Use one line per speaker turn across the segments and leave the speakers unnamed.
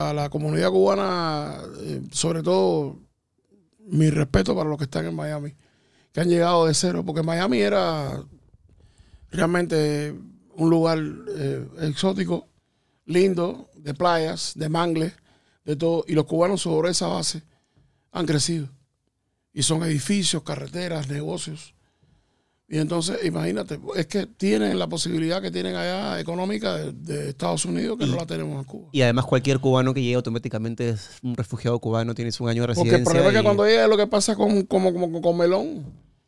a la comunidad cubana, eh, sobre todo mi respeto para los que están en Miami, que han llegado de cero, porque Miami era realmente un lugar eh, exótico, lindo, de playas, de mangles, de todo, y los cubanos sobre esa base han crecido. Y son edificios, carreteras, negocios. Y entonces, imagínate, es que tienen la posibilidad que tienen allá económica de, de Estados Unidos que no la tenemos en Cuba.
Y además cualquier cubano que llegue automáticamente es un refugiado cubano, tienes un año de
Porque
residencia.
el problema es
y-
que cuando llega es lo que pasa con, como, como- con Melón.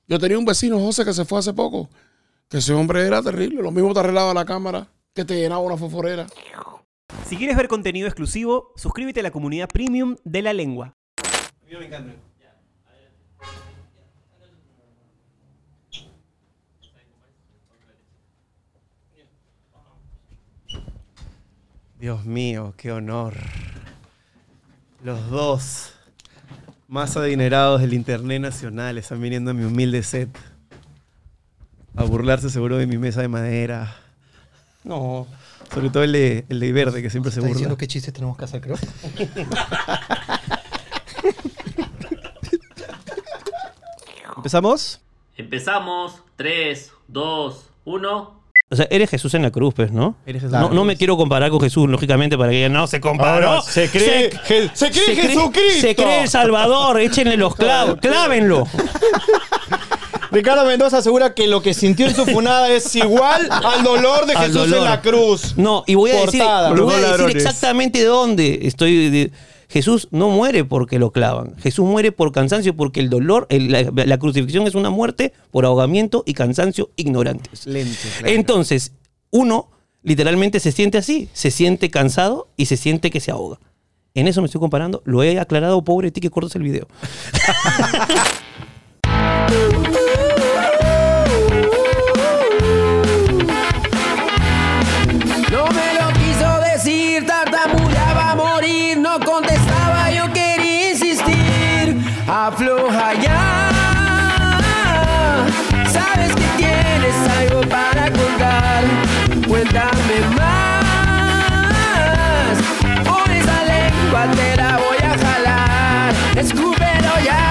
Yo tenía un vecino, José, que se fue hace poco, que ese hombre era terrible. Lo mismo te arreglaba la cámara, que te llenaba una foforera.
Si quieres ver contenido exclusivo, suscríbete a la comunidad premium de la lengua.
Dios mío, qué honor. Los dos más adinerados del Internet Nacional están viniendo a mi humilde set. A burlarse seguro de mi mesa de madera.
No,
Sobre todo el de, el de verde, que siempre se
está
burla.
diciendo qué chistes tenemos que hacer, creo.
¿Empezamos?
Empezamos. 3, 2, 1.
O sea, eres Jesús en la cruz, pues, ¿no?
Eres Jesús en
no,
la
no
cruz.
me quiero comparar con Jesús, lógicamente, para que digan, no, se comparó.
Ahora, se cree- Je- se cree Jesucristo.
Se cree el Salvador, échenle los clavos, clávenlo.
Ricardo Mendoza asegura que lo que sintió en su funada es igual al dolor de
Al
Jesús en
dolor.
la cruz.
No, y voy a decir,
Portada.
voy a
Los
decir
ladrones.
exactamente de dónde estoy. de- Jesús no muere porque lo clavan. Jesús muere por cansancio, porque el dolor, el- la, la crucifixión es una muerte por ahogamiento y cansancio ignorantes.
Lento, claro.
Entonces, uno literalmente se siente así, se siente cansado y se siente que se ahoga. En eso me estoy comparando, lo he aclarado, pobre ti que cortas el video.
No me lo quiso decir, tartamudeaba a morir, no contestaba, yo quería insistir. Afloja ya, sabes que tienes algo para contar, cuéntame más. Por esa lengua te la voy a jalar, escúpelo ya.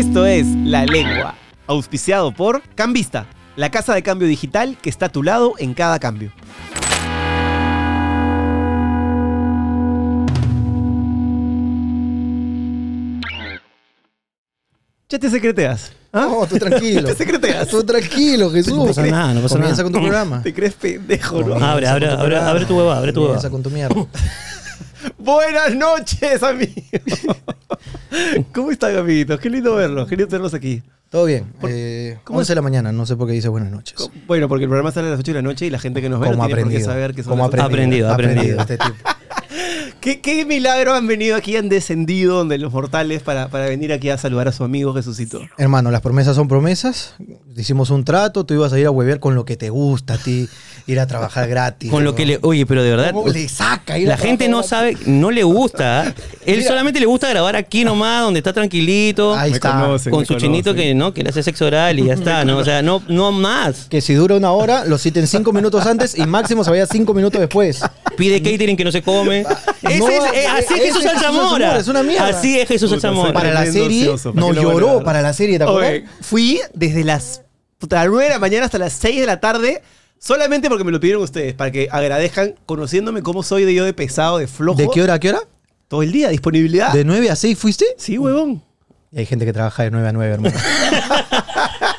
Esto es La Lengua. Auspiciado por Cambista, la casa de cambio digital que está a tu lado en cada cambio. Ya te secreteas.
Oh,
¿ah?
No, tú tranquilo.
Te secreteas.
Tú tranquilo, Jesús.
No pasa nada, no pasa
Comienza
nada.
con tu programa.
Te crees pendejo, ¿no?
Ah,
Comienza con tu
Abre, abre, abre,
programa.
abre tu huevada, abre tu
Comienza
huevada.
con tu mierda.
Buenas noches, amigos. ¿Cómo están, amiguitos? Qué lindo verlos, qué lindo tenerlos aquí.
Todo bien. Eh,
cómo
11 de la mañana, no sé por qué dice buenas noches.
Co- Bueno, porque el programa sale a las 8 de la noche y la gente que nos ve no
Como
tiene por qué saber que son
como
las ocho.
aprendido, aprendido.
Este tipo.
¿Qué, qué milagro han venido aquí, han descendido donde los mortales para, para venir aquí a saludar a su amigo Jesucito?
Hermano, las promesas son promesas. Hicimos un trato, tú ibas a ir a huevear con lo que te gusta a ti, ir a trabajar gratis.
Con lo
¿no?
que le. Oye, pero de verdad.
¿Cómo le saca ir a
La gente no
trabajar
sabe, no le gusta. ¿ah? Él
Mira.
solamente le gusta grabar aquí nomás, donde está tranquilito.
Ahí
Me
está.
conocen,
con
me
su chinito
conocen.
que no, que le hace sexo oral y ya está, ¿no? O sea, no, no más.
Que si dura una hora, lo citen cinco minutos antes y máximo se vaya cinco minutos después.
Pide catering que no se come. Ese
no,
es- eh, así
ese
es Jesús Alzamora.
es una mierda.
Así es Jesús
Puta,
Alzamora.
Para la
Tremendo
serie,
ocioso, ¿para qué
no
lo van a
lloró
dar?
para la serie, ¿te acuerdas?
Oye, fui desde las puta, 9 de la mañana hasta las 6 de la tarde solamente porque me lo pidieron ustedes, para que agradezcan conociéndome cómo soy de yo de pesado, de flojo.
¿De qué hora a qué hora?
Todo el día, disponibilidad.
¿De 9 a 6 fuiste?
Sí, huevón.
Y hay gente que trabaja de 9 a 9, hermano.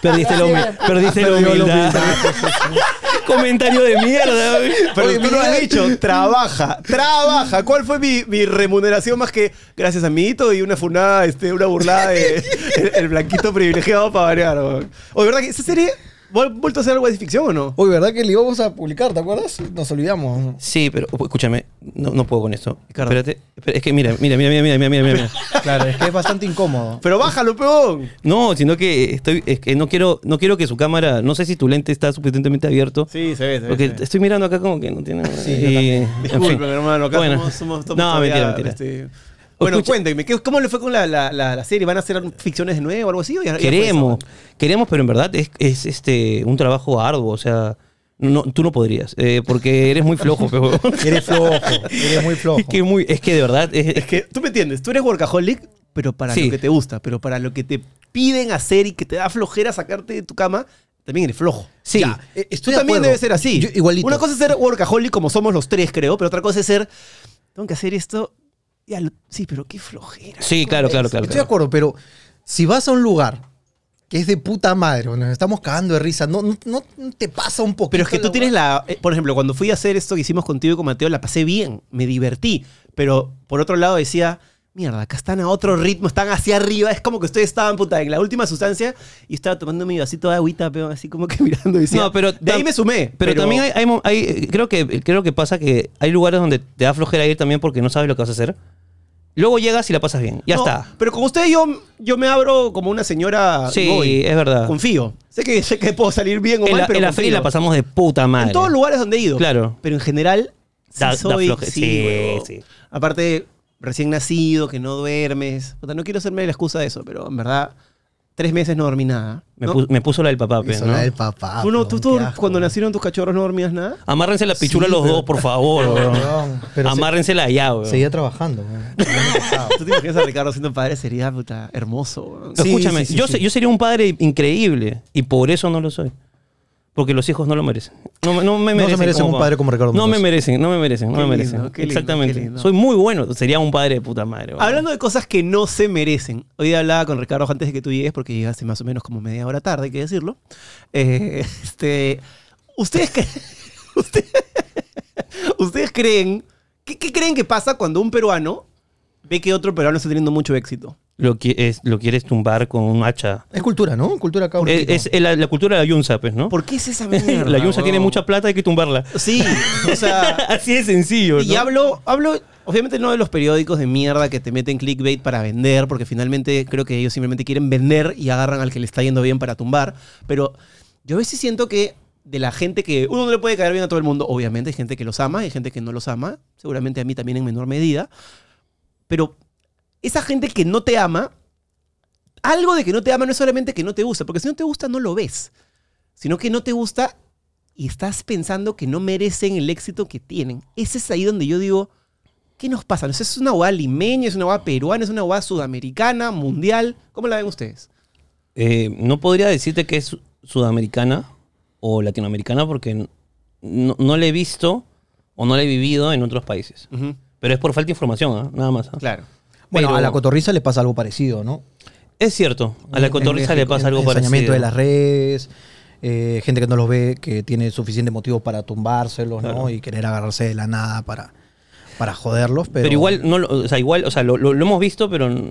Perdiste la, humi- perdiste la
Perdió la
humildad. Comentario de mierda.
Pero
Oye,
tú lo
mira-
has dicho, trabaja, trabaja. ¿Cuál fue mi, mi remuneración más que gracias a Mito y una funada, este, una burlada de el, el blanquito privilegiado para variar? weón? O de verdad que esa serie, ¿vol- vuelto a hacer algo de ficción o no?
Uy, ¿verdad que le íbamos a publicar, te acuerdas? Nos olvidamos.
Sí, pero uh, escúchame, no, no puedo con esto. Espérate, espera, es que mira, mira, mira, mira, mira, mira, mira, mira.
Claro, es que es bastante incómodo.
Pero bájalo, peón.
No, sino que estoy, es que no quiero, no quiero que su cámara, no sé si tu lente está suficientemente abierto.
Sí, se ve, se
Porque estoy mirando acá como que no tiene.
Sí, yo
y-
también.
en fin.
Disculpen, hermano, acá
Bueno.
somos, somos- somos
No, mentira,
todavía,
mentira.
este, Bueno,
Escucha-
cuéntenme, ¿qué- ¿cómo le fue con la, la- la- la serie? ¿Van a hacer ficciones de nuevo o algo así? o ya- ya fue esa,
Queremos,
weón?
queremos, pero en verdad es, es, este un trabajo arduo, o sea, No, tú no podrías, eh, porque eres muy flojo, pero...
Eres flojo, eres muy flojo.
Es que, muy, es que de verdad, es,
Es que tú me entiendes, tú eres workaholic, pero para
Sí.
lo que te gusta, pero para lo que te piden hacer y que te da flojera sacarte de tu cama, también eres flojo.
Sí,
eh,
tú
estoy de
también
acuerdo.
debes ser así.
Yo igualito.
Una cosa es ser workaholic como somos los tres, creo, pero otra cosa es ser, tengo que hacer esto. Ya, lo- sí, pero qué flojera. Eh,
Sí, claro, claro, claro.
Estoy de
claro.
acuerdo, pero si vas a un lugar que es de puta madre, bueno, nos estamos cagando de risa, no, no, no- no te pasa un poco.
Pero es que tú tienes la. eh, Por ejemplo, cuando fui a hacer esto que hicimos contigo y con Mateo, la pasé bien, me divertí. Pero por otro lado decía, mierda, acá están a otro ritmo, están hacia arriba. Es como que ustedes estaban puta en la última sustancia y estaba tomando mi vasito de agüita, pero así como que mirando y decía.
No, pero
de ahí
tam-
me sumé.
Pero, también hay, hay mo- hay- creo, que, creo que pasa que hay lugares donde te da flojera ir también porque no sabes lo que vas a hacer. Luego llegas y la pasas bien. Ya
No,
está.
Pero con ustedes yo, yo me abro como una señora.
Sí,
y voy.
es verdad.
Confío. Sé que, sé que puedo salir bien o
En
mal,
la,
pero.
en la
confío.
feria la pasamos de puta madre.
En todos lugares donde he ido.
Claro.
Pero en general, sí
Da- da
soy.
floje-
sí,
sí,
huevón.
sí.
Aparte, recién nacido, que no duermes. O sea, no quiero hacerme la excusa de eso, pero en verdad, tres meses no dormí nada.
Me,
¿no?
pu- me puso la del papá, pues,
Eso,
¿no?
la del papá.
Tú, no, tú,
weón,
tú,
Ah, qué asco,
cuando
weón.
nacieron tus cachorros no dormías nada.
Amárrense la pichula
Sí,
los
pero-
dos, por favor,
Perdón,
weón.
pero se-
Amárrensela allá, weón.
Seguía trabajando. weón. Ah.
Tú te imaginas a Ricardo siendo padre, sería puta, hermoso. weón.
No,
Sí,
Escúchame,
sí, sí,
yo,
sí.
se- yo sería un padre increíble y por eso no lo soy. Porque los hijos no lo merecen. No, me- no me
No se
merecen.
merecen
como
un padre como Ricardo
No me
Mendoza.
merecen, no me merecen, no
Qué
me
lindo,
merecen.
qué lindo,
Exactamente.
qué lindo.
Soy muy bueno, sería un padre de puta madre. weón.
Hablando de cosas que no se merecen, hoy día hablaba con Ricardo antes de que tú llegues, porque llegaste más o menos como media hora tarde, hay que decirlo. Eh, este, ¿Ustedes que usted- ¿Ustedes creen... ¿qué, qué creen que pasa cuando un peruano ve que otro peruano está teniendo mucho éxito?
Lo, qui- es- lo quieres tumbar con un hacha.
Es cultura, ¿no? Cultura acá.
Es, es la, la cultura de la yunza, pues, ¿no?
¿Por qué es esa mierda?
la yunza tiene
weón?
mucha plata, hay que tumbarla.
Sí, o sea...
Así de sencillo.
Y
¿no?
hablo, hablo, obviamente no de los periódicos de mierda que te meten clickbait para vender, porque finalmente creo que ellos simplemente quieren vender y agarran al que le está yendo bien para tumbar. Pero yo a veces siento que de la gente que uno no le puede caer bien a todo el mundo, obviamente hay gente que los ama, hay gente que no los ama, seguramente a mí también en menor medida, pero esa gente que no te ama, algo de que no te ama no es solamente que no te gusta, porque si no te gusta no lo ves, sino que no te gusta y estás pensando que no merecen el éxito que tienen. Ese es ahí donde yo digo, ¿qué nos pasa? No sé, es una hueá limeña, es una hueá peruana, es una hueá sudamericana, mundial. ¿Cómo la ven ustedes?
Eh, no podría decirte que es su- sudamericana o latinoamericana porque n- no, no la he visto o no la he vivido en otros países. Pero es por falta de información, ¿ah? nada más. ¿ah?
Claro.
Bueno,
Pero-
a la cotorriza le pasa algo parecido, ¿no?
Es cierto, a la
En
cotorriza
México,
le pasa
en-
algo
ensañamiento
parecido.
de las redes, eh, gente que no los ve, que tiene suficiente motivo para tumbárselos,
Claro.
¿no? Y querer agarrarse de la nada para, para joderlos. Pero,
Pero igual, no, lo- o sea, igual, o sea, lo, lo- lo hemos visto, pero mm,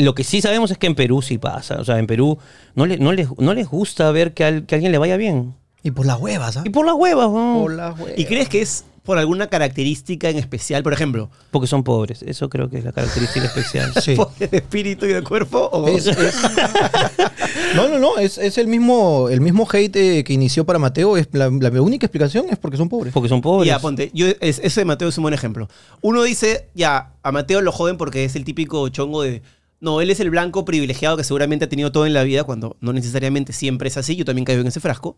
lo que sí sabemos es que en Perú sí pasa. O sea, en Perú no, le- no, les, no les gusta ver que, al- que a alguien le vaya bien.
Y por las huevas, ¿ah?
Y por las huevas, ¿no?
Por las huevas.
¿Y crees que es por alguna característica en especial? Por ejemplo,
Porque son pobres. Eso creo que es la característica especial.
Sí.
¿de espíritu y de cuerpo? O...
Es- es- no, no, no, es, es el mismo el mismo hate eh, que inició para Mateo. Es la, la única explicación es porque son pobres.
Porque son pobres.
Ya, ponte. Yo, es- eso de Mateo es un buen ejemplo. Uno dice, ya, a Mateo lo joden porque es el típico chongo de. No, él es el blanco privilegiado que seguramente ha tenido todo en la vida, cuando no necesariamente siempre es así. Yo también caigo en ese frasco.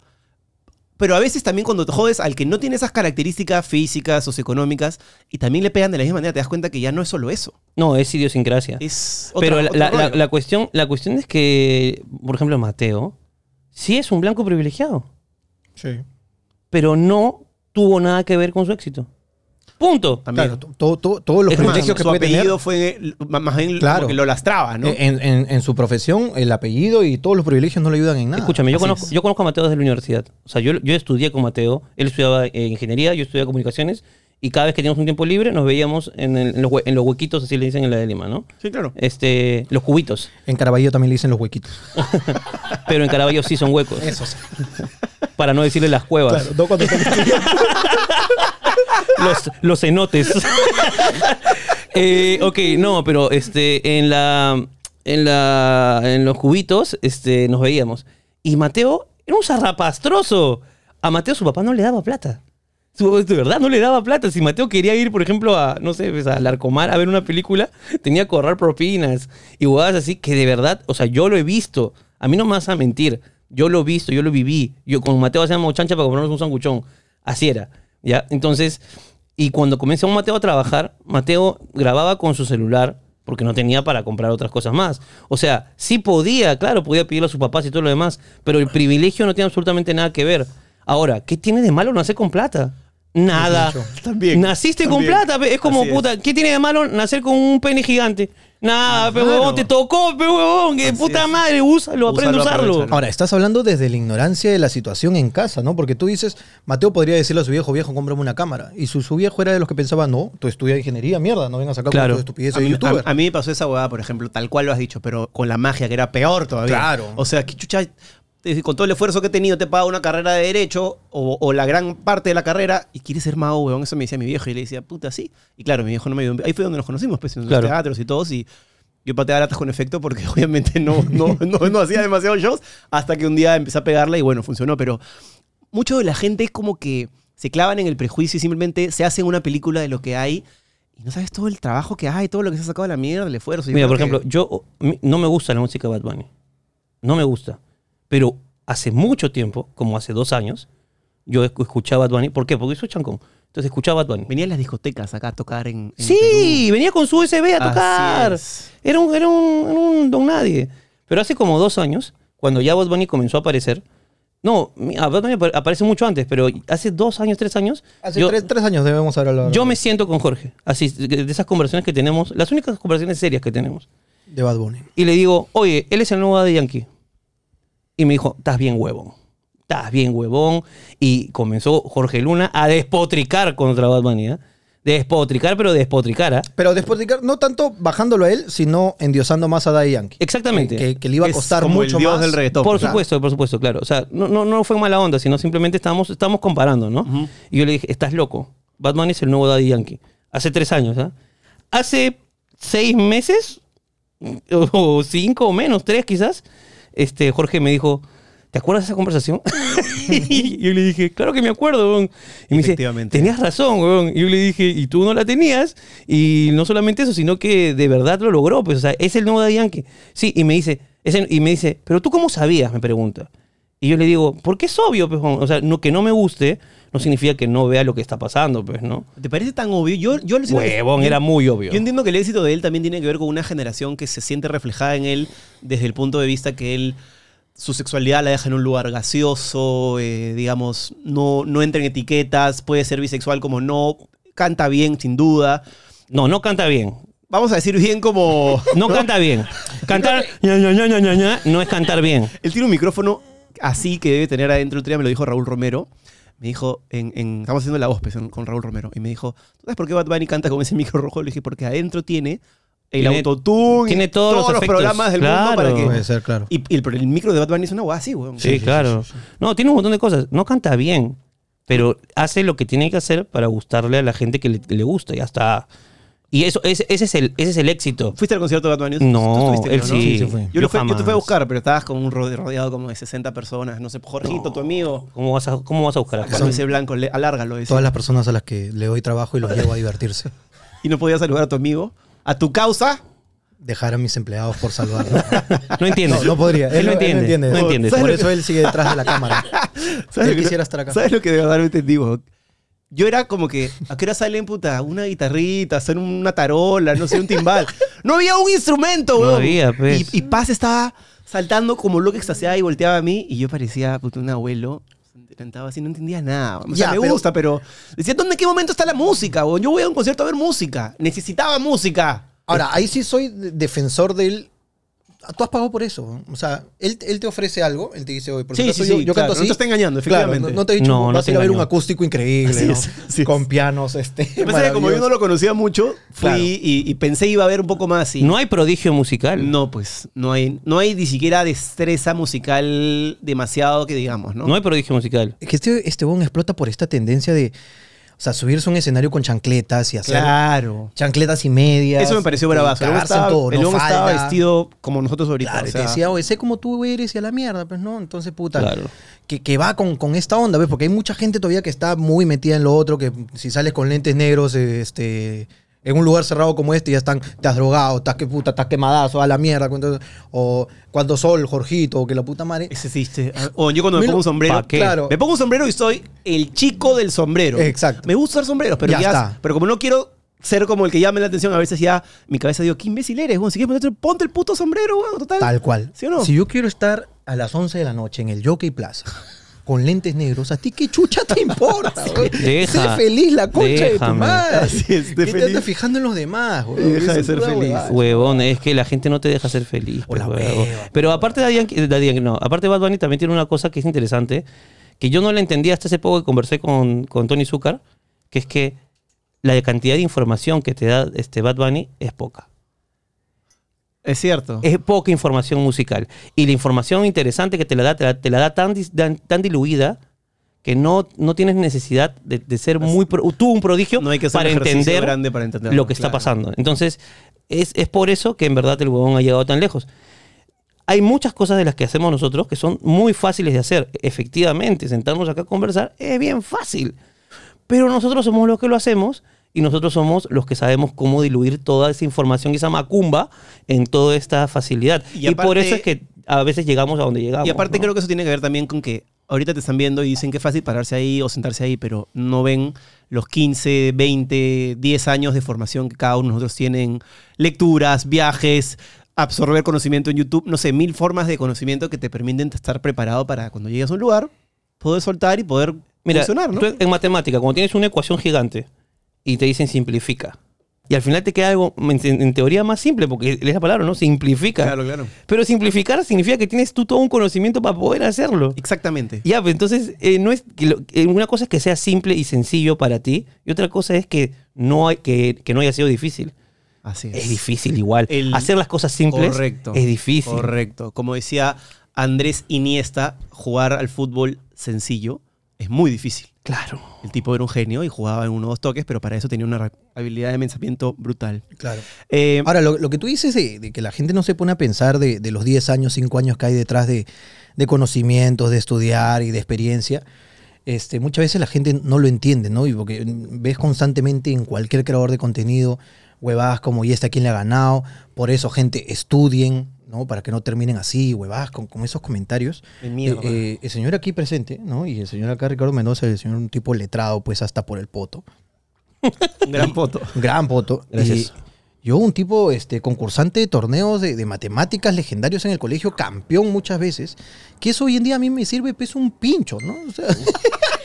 Pero a veces también cuando te jodes al que no tiene esas características físicas, socioeconómicas, y también le pegan de la misma manera, te das cuenta que ya no es solo eso.
No, es idiosincrasia.
Es otro-
Pero la,
otro
la- la-
rollo.
la cuestión, la cuestión es que, por ejemplo, Mateo sí es un blanco privilegiado,
Sí.
pero no tuvo nada que ver con su éxito. Punto.
También.
Claro, to- to- to- todos los
Es más,
privilegios que
su
puede tener.
apellido fue eh, más bien
Claro. Eh,
como que lo lastraba, ¿no?
En, en- en su profesión, el apellido y todos los privilegios no le ayudan en nada.
Escúchame,
Ah,
yo
así
conozco,
es.
yo conozco a Mateo desde la universidad. O sea, yo, yo estudié con Mateo, él estudiaba eh, ingeniería, yo estudiaba comunicaciones, y cada vez que teníamos un tiempo libre nos veíamos en, el- en los, hue- en los huequitos, así le dicen en la de Lima, ¿no?
sí, claro.
Este, los cubitos.
En Caraballo también le dicen los huequitos.
Pero en Caraballo sí son huecos.
Eso sí.
Para no decirle las cuevas.
no cuando están estudiando.
los, los cenotes. Eh, ok, no, pero este, en la. En la. En los cubitos, este, nos veíamos. Y Mateo era un zarrapastroso. A Mateo su papá no le daba plata. Su papá, De verdad, no le daba plata. Si Mateo quería ir, por ejemplo, a, no sé, pues, a Larcomar a ver una película, tenía que ahorrar propinas y jugadas así que de verdad, o sea, yo lo he visto. A mí no me vas a mentir. Yo lo he visto, yo lo viví. Yo con Mateo hacíamos chancha para comprarnos un sanguchón. Así era. ¿Ya? Entonces, y cuando comenzó Mateo a trabajar, Mateo grababa con su celular porque no tenía para comprar otras cosas más. O sea, sí podía, claro, podía pedirle a sus papás y todo lo demás, pero el privilegio no tiene absolutamente nada que ver. Ahora, ¿qué tiene de malo nacer con plata? Nada.
También,
Naciste con
también.
plata, pe. es como
Así es.
puta, ¿qué tiene de malo nacer con un pene gigante? Nada, pe
Ah, claro.
huevón, te tocó, pe huevón, que
Así
puta
es.
madre, úsalo, aprende a
Úsalo,
usarlo.
aprovechalo.
Ahora, estás hablando desde la ignorancia de la situación en casa, ¿no? Porque tú dices, Mateo podría decirle a su viejo, viejo, cómprame una cámara. Y su, su viejo era de los que pensaba, no, tú estudias ingeniería, mierda, no vengas acá
Claro.
con tu estupidez
A
de
mí,
youtuber.
a- a mí me pasó esa huevada, por ejemplo, tal cual lo has dicho, pero con la magia, que era peor todavía.
Claro.
O sea, que chucha, te- con todo el esfuerzo que he tenido, te pago una carrera de Derecho o, o la gran parte de la carrera y quieres ser mago, huevón. Eso me decía mi viejo y le decía, puta, sí. Y claro, mi viejo no me ayudó. Ahí fue donde nos conocimos, pues, en
Claro.
los teatros y todos. Y yo pateaba latas con efecto porque obviamente no, no, no, no hacía demasiados shows hasta que un día empecé a pegarla y bueno, funcionó. Pero mucho de la gente es como que se clavan en el prejuicio y simplemente se hacen una película de lo que hay y no sabes todo el trabajo que hay, todo lo que se ha sacado de la mierda, el esfuerzo. Yo
Mira,
creo
por
que-
ejemplo, yo o- mi- no me gusta la música de Bad Bunny. No me gusta. Pero hace mucho tiempo, como hace dos años, yo escu- escuchaba Bad Bunny. ¿Por qué? Porque soy chancón. Entonces escuchaba Bad Bunny.
venía a las discotecas acá a tocar en. en
Sí, venía con su USB a
Así
tocar.
es.
Era un, era, un, era un don nadie. Pero hace como dos años, cuando ya Bad Bunny comenzó a aparecer, no, mi- a Bad Bunny apa- aparece mucho antes, pero hace dos años, tres años,
Hace
yo,
tres, tres años debemos hablar
yo me siento con Jorge. Así, de de esas conversaciones que tenemos, las únicas conversaciones serias que tenemos.
de Bad Bunny.
Y le digo, oye, él es el nuevo de Yankee. Y me dijo, estás bien huevón. Estás bien huevón. Y comenzó Jorge Luna a despotricar contra Bad Bunny. ¿ah? Despotricar, pero despotricar. ¿ah?
Pero después de no tanto bajándolo a él, sino endiosando más a Daddy Yankee.
Exactamente.
Que, que le iba a
Es
costar
como el
mucho
dios
más.
del reggaetón.
Por
claro.
supuesto, por supuesto, claro. O sea, no, no, no fue mala onda, sino simplemente estábamos, estábamos comparando, ¿no? Y yo le dije, estás loco. Batman es el nuevo Daddy Yankee. Hace tres años, ¿ah? Hace seis meses, o- o cinco o menos, tres quizás, este, Jorge me dijo, ¿te acuerdas de esa conversación? y yo le dije, claro que me acuerdo, weón. Y me dice,
Efectivamente.
tenías razón, weón. Y yo le dije, y tú no la tenías. Y no solamente eso, sino que de verdad lo logró. Pues, o sea, es el nuevo Daddy Yankee. Sí, y me dice, es el- y me dice, pero tú cómo sabías, me pregunta. Y yo le digo, porque es obvio, pues, weón. o sea, no, que no me guste no significa que no vea lo que está pasando, pues, ¿no?
Perú. ¿Te parece tan obvio? Yo, yo alucino que-
Huevón,
yo-
era muy obvio.
Yo entiendo que el éxito de él también tiene que ver con una generación que se siente reflejada en él desde el punto de vista que él, su sexualidad la deja en un lugar gaseoso, eh, digamos, no, no entra en etiquetas, puede ser bisexual como no, canta bien sin duda.
No, no canta bien.
Vamos a decir bien como...
No canta bien. Cantar ña, ña, ña, ña, ña, ña, no es cantar bien.
Él tiene un micrófono así que debe tener adentro. El otro día me lo dijo Raúl Romero. Me dijo, en, en- estamos haciendo la voz pues, en- con Raúl Romero. Y me dijo, ¿tú sabes por qué Bad Bunny canta con ese micro rojo? Le dije, porque adentro tiene el
Tiene-
autotune. y
tiene todos los efectos,
programas del
claro.
mundo para que.
Puede ser, claro.
Y, y el, pero el micro de Bad Bunny es una hueá así, weón.
Sí, claro. No, tiene un montón de cosas. No canta bien, pero hace lo que tiene que hacer para gustarle a la gente que le, que le gusta. Ya está. Y eso, ese, ese es el, ese es el éxito.
¿Fuiste al concierto de Bad Bunny? ¿Tú
No,
estuviste,
él
creo,
sí.
Sí, sí fue.
Yo, lo fui- yo te
jamás.
fui a buscar, pero estabas con un rode- rodeado como de 60 personas. No sé, Jorgito, tu amigo.
¿Cómo vas a, cómo vas a buscar a
Cuando ese blanco, le- alárgalo. ese.
Todas las personas a las que le doy trabajo y los llevo a divertirse.
Y no podías saludar a tu amigo. A tu causa,
Dejar a mis empleados por salvar.
No entiende.
No, no podría.
Él, no entiende. No entiende.
¿Sabes
Por
lo que-
eso él sigue detrás de la cámara. Él
no-
quisiera estar acá.
¿Sabes lo que de verdad no entendí, weón? Yo era como que, ¿a qué hora salen, puta? Una guitarrita, hacer una tarola, no sé, un timbal. No había un instrumento,
No
weón.
había, pues.
Y, y Paz estaba saltando como loca extasiada y volteaba a mí y yo parecía, puta, un abuelo. Cantaba así, no entendía nada. O sea,
Ya,
me
pero-
gusta, pero decía, ¿dónde en qué momento está la música? weón? Yo voy a un concierto a ver música. Necesitaba música.
Ahora, ahí sí soy de- defensor de él. Tú has pagado por eso. O sea, él, él te ofrece algo, él te dice, oye, por
Sí,
supuesto,
sí,
yo,
sí,
yo
claro,
canto
no
así.
te está engañando,
Claro,
efectivamente.
no, no te he dicho,
No, no
vas
te
a ir a ver un
engañó.
acústico increíble,
Así
¿no?
es, así es.
con pianos, este.
Yo pensaba que como yo no lo conocía mucho, fui
Claro.
y, y pensé iba a ver un poco más. Y,
No hay prodigio musical.
No, pues, no hay, no hay ni siquiera destreza musical demasiado que digamos, ¿no?
No hay prodigio musical.
Es que este, este huevón explota por esta tendencia de, o sea, subirse a un escenario con chancletas y hacer
Claro.
chancletas y medias.
Eso me pareció
este,
bravazo. El hombre
cagarse en
estaba,
todo,
el
no
hombre estaba
falda.
vestido como nosotros ahorita.
Claro,
o
y
sea,
te decía, oye, sé cómo tú eres y a la mierda, pues no, entonces puta.
Claro.
Que, que va con, con esta onda, ¿ves? Porque hay mucha gente todavía que está muy metida en lo otro, que si sales con lentes negros, eh, este, En un lugar cerrado como este ya están, te has drogado, estás que puta, estás quemadazo, a la mierda. cuánto- o cuando sol, Jorgito, que la puta madre.
Ese existe. Ah, O yo cuando me
Mira,
pongo un sombrero.
¿pa' qué? Claro.
Me pongo un sombrero y soy el chico del sombrero.
Exacto.
Me gusta usar sombreros, pero ya.
Ya está.
Pero como no quiero ser como el que llame la atención, a veces ya mi cabeza digo, qué imbécil eres, weón. Si quieres ponerte, ponte el puto sombrero, weón. Total.
Tal cual.
¿Sí o no?
Si yo quiero estar a las 11 de la noche en el Jockey Plaza con lentes negros, ¿a ti qué chucha te importa? güey?
Deja.
sé feliz la concha de tu
Déjame.
madre.
Ah, Así es, de
¿Qué te andas
feliz.
fijando en los demás? güey?
Y deja de
Es
ser
una
feliz.
huevada.
Huevón, es que la gente no te deja ser feliz. pues,
la
huevón.
hueva.
Pero aparte de Daddy Yankee- Daddy Yankee, no, aparte Bad Bunny también tiene una cosa que es interesante, que yo no la entendía hasta hace poco que conversé con, con Tony Zucker, que es que la cantidad de información que te da este Bad Bunny es poca.
Es cierto.
Es poca información musical. Y la información interesante que te la da, te la, te la da tan, dis- tan, tan diluida que no, no tienes necesidad de, de ser muy pro- tú un prodigio
No hay que hacer
para
un ejercicio
entender
grande para entenderlo,
lo que está
claro.
pasando. Entonces, es, es por eso que en verdad el huevón ha llegado tan lejos. Hay muchas cosas de las que hacemos nosotros que son muy fáciles de hacer. Efectivamente, sentarnos acá a conversar es bien fácil. Pero nosotros somos los que lo hacemos y nosotros somos los que sabemos cómo diluir toda esa información y esa macumba en toda esta facilidad.
Y
Y, por
aparte-
eso es que a veces llegamos a donde llegamos.
Y aparte
¿no?
creo que eso tiene que ver también con que ahorita te están viendo y dicen que es fácil pararse ahí o sentarse ahí, pero no ven los 15, 20, 10 años de formación que cada uno de nosotros tienen, lecturas, viajes, absorber conocimiento en YouTube, no sé, mil formas de conocimiento que te permiten estar preparado para cuando llegues a un lugar, poder soltar y poder
Mira,
funcionar, ¿no?
tú en matemática, cuando tienes una ecuación gigante y te dicen simplifica, y al final te queda algo en, en teoría más simple, porque es la palabra, ¿no? Simplifica.
Claro, claro.
Pero simplificar significa que tienes tú todo un conocimiento para poder hacerlo.
Exactamente.
Ya, pues entonces, eh, no es que lo- eh, una cosa es que sea simple y sencillo para ti, y otra cosa es que no, hay, que, que no haya sido difícil.
Así es.
Es difícil igual.
El-
Hacer las cosas simples
Correcto.
es difícil.
Correcto. Como decía Andrés Iniesta, jugar al fútbol sencillo es muy difícil.
Claro.
El tipo era un genio y jugaba en uno o dos toques, pero para eso tenía una ra- habilidad de pensamiento brutal.
Claro.
Eh,
Ahora, lo, lo que tú dices de, de que la gente no se pone a pensar de, de los 10 años, 5 años que hay detrás de, de conocimientos, de estudiar y de experiencia, este, muchas veces la gente no lo entiende, ¿no? Y porque ves constantemente en cualquier creador de contenido huevadas como, ¿y esta quién le ha ganado? Por eso, gente, estudien, ¿no? Para que no terminen así, huevadas, con, con esos comentarios.
De mierda.
Eh, eh, el señor aquí presente, ¿no? Y el señor acá, Ricardo Mendoza, el señor un tipo letrado, pues hasta por el poto.
un gran poto.
Gran voto.
Gracias.
Y yo, un tipo este, concursante de torneos de, de matemáticas legendarios en el colegio, campeón muchas veces, que eso hoy en día a mí me sirve, pues, un pincho, ¿no? O sea,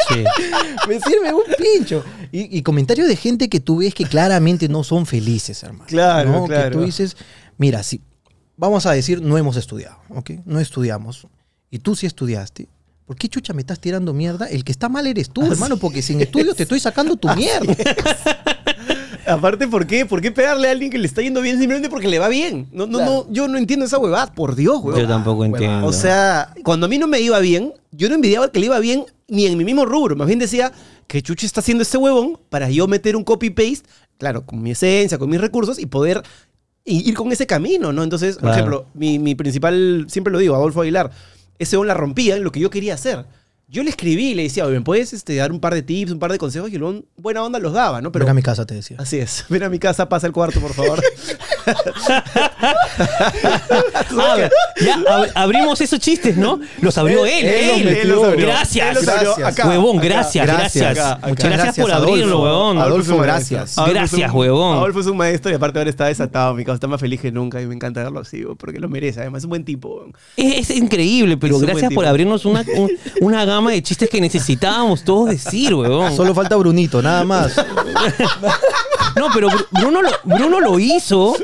Sí.
me sirve un pincho. Y, y comentarios de gente que tú ves que claramente no son felices, hermano.
Claro,
¿no?
claro.
Que tú dices, mira, sí, vamos a decir, no hemos estudiado, ¿ok? No estudiamos. Y tú sí estudiaste. ¿Por qué chucha me estás tirando mierda? El que está mal eres tú, hermano, porque sin estudios te estoy sacando tu mierda.
Aparte, ¿por qué? ¿Por qué pegarle a alguien que le está yendo bien simplemente porque le va bien? No, no,
Claro.
no, yo no entiendo esa huevada, por Dios, huevón.
Yo tampoco entiendo.
O sea, cuando a mí no me iba bien, yo no envidiaba al que le iba bien ni en mi mismo rubro. Más bien decía que Chucho está haciendo este huevón para yo meter un copy-paste, claro, con mi esencia, con mis recursos y poder i- ir con ese camino, ¿no? Entonces, por
Claro.
ejemplo, mi, mi principal, siempre lo digo, Adolfo Aguilar, ese huevón la rompía en lo que yo quería hacer. Yo le escribí y le decía, oye, ¿me puedes este, dar un par de tips, un par de consejos? Y el huevón, buena onda los daba, ¿no? Pero
Ven a mi casa, te decía.
Así es. Ven a mi casa, pasa el cuarto, por favor.
A ver, ya ab- abrimos esos chistes, ¿no? Los abrió él.
Él-
Él,
él los metió.
Gracias.
Él los abrió acá,
huevón,
acá.
gracias, gracias.
Acá, acá.
Muchas gracias, por abrirlo,
Adolfo.
huevón.
Adolfo,
es un
gracias.
maestro. Adolfo es
Gracias,
un-
huevón.
Adolfo es un maestro y aparte ahora está desatado. Mi casa está más feliz que nunca y me encanta verlo así, huevón, porque lo merece. Además, es un buen tipo. huevón.
Es, es increíble, pero
Es un buen
gracias por
tipo.
abrirnos una, un- una gama de chistes que necesitábamos todos decir, huevón.
Solo falta Brunito, nada más.
No, pero Bru- Bruno lo, Bruno lo hizo.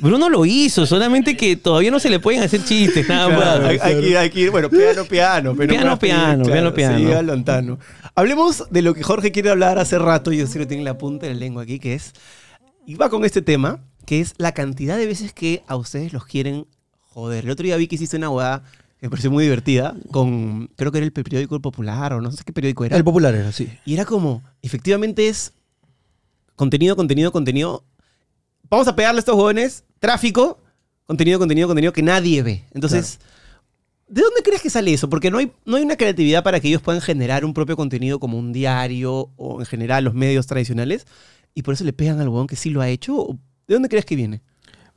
Bruno lo hizo, solamente que todavía no se le pueden hacer chistes, nada
Claro,
más.
hay, hay que ir, hay que ir, bueno, piano, piano. pero
Piano,
para pedir,
piano, piano, piano.
Se llega lontano. Hablemos de lo que Jorge quiere hablar hace rato, yo sí lo tiene en la punta de la lengua aquí, que es, y va con este tema, que es la cantidad de veces que a ustedes los quieren joder. El otro día vi que hiciste una hueá que me pareció muy divertida, con, creo que era el periódico El Popular, o no sé qué periódico era.
El popular era así.
Y era como, efectivamente es contenido, contenido, contenido. Vamos a pegarle a estos jóvenes tráfico, contenido, contenido, contenido que nadie ve. Entonces, ¿de dónde crees que sale eso? Porque no hay, no hay una creatividad para que ellos puedan generar un propio contenido como un diario o en general los medios tradicionales. y por eso le pegan al huevón que sí lo ha hecho? ¿O ¿De dónde crees que viene?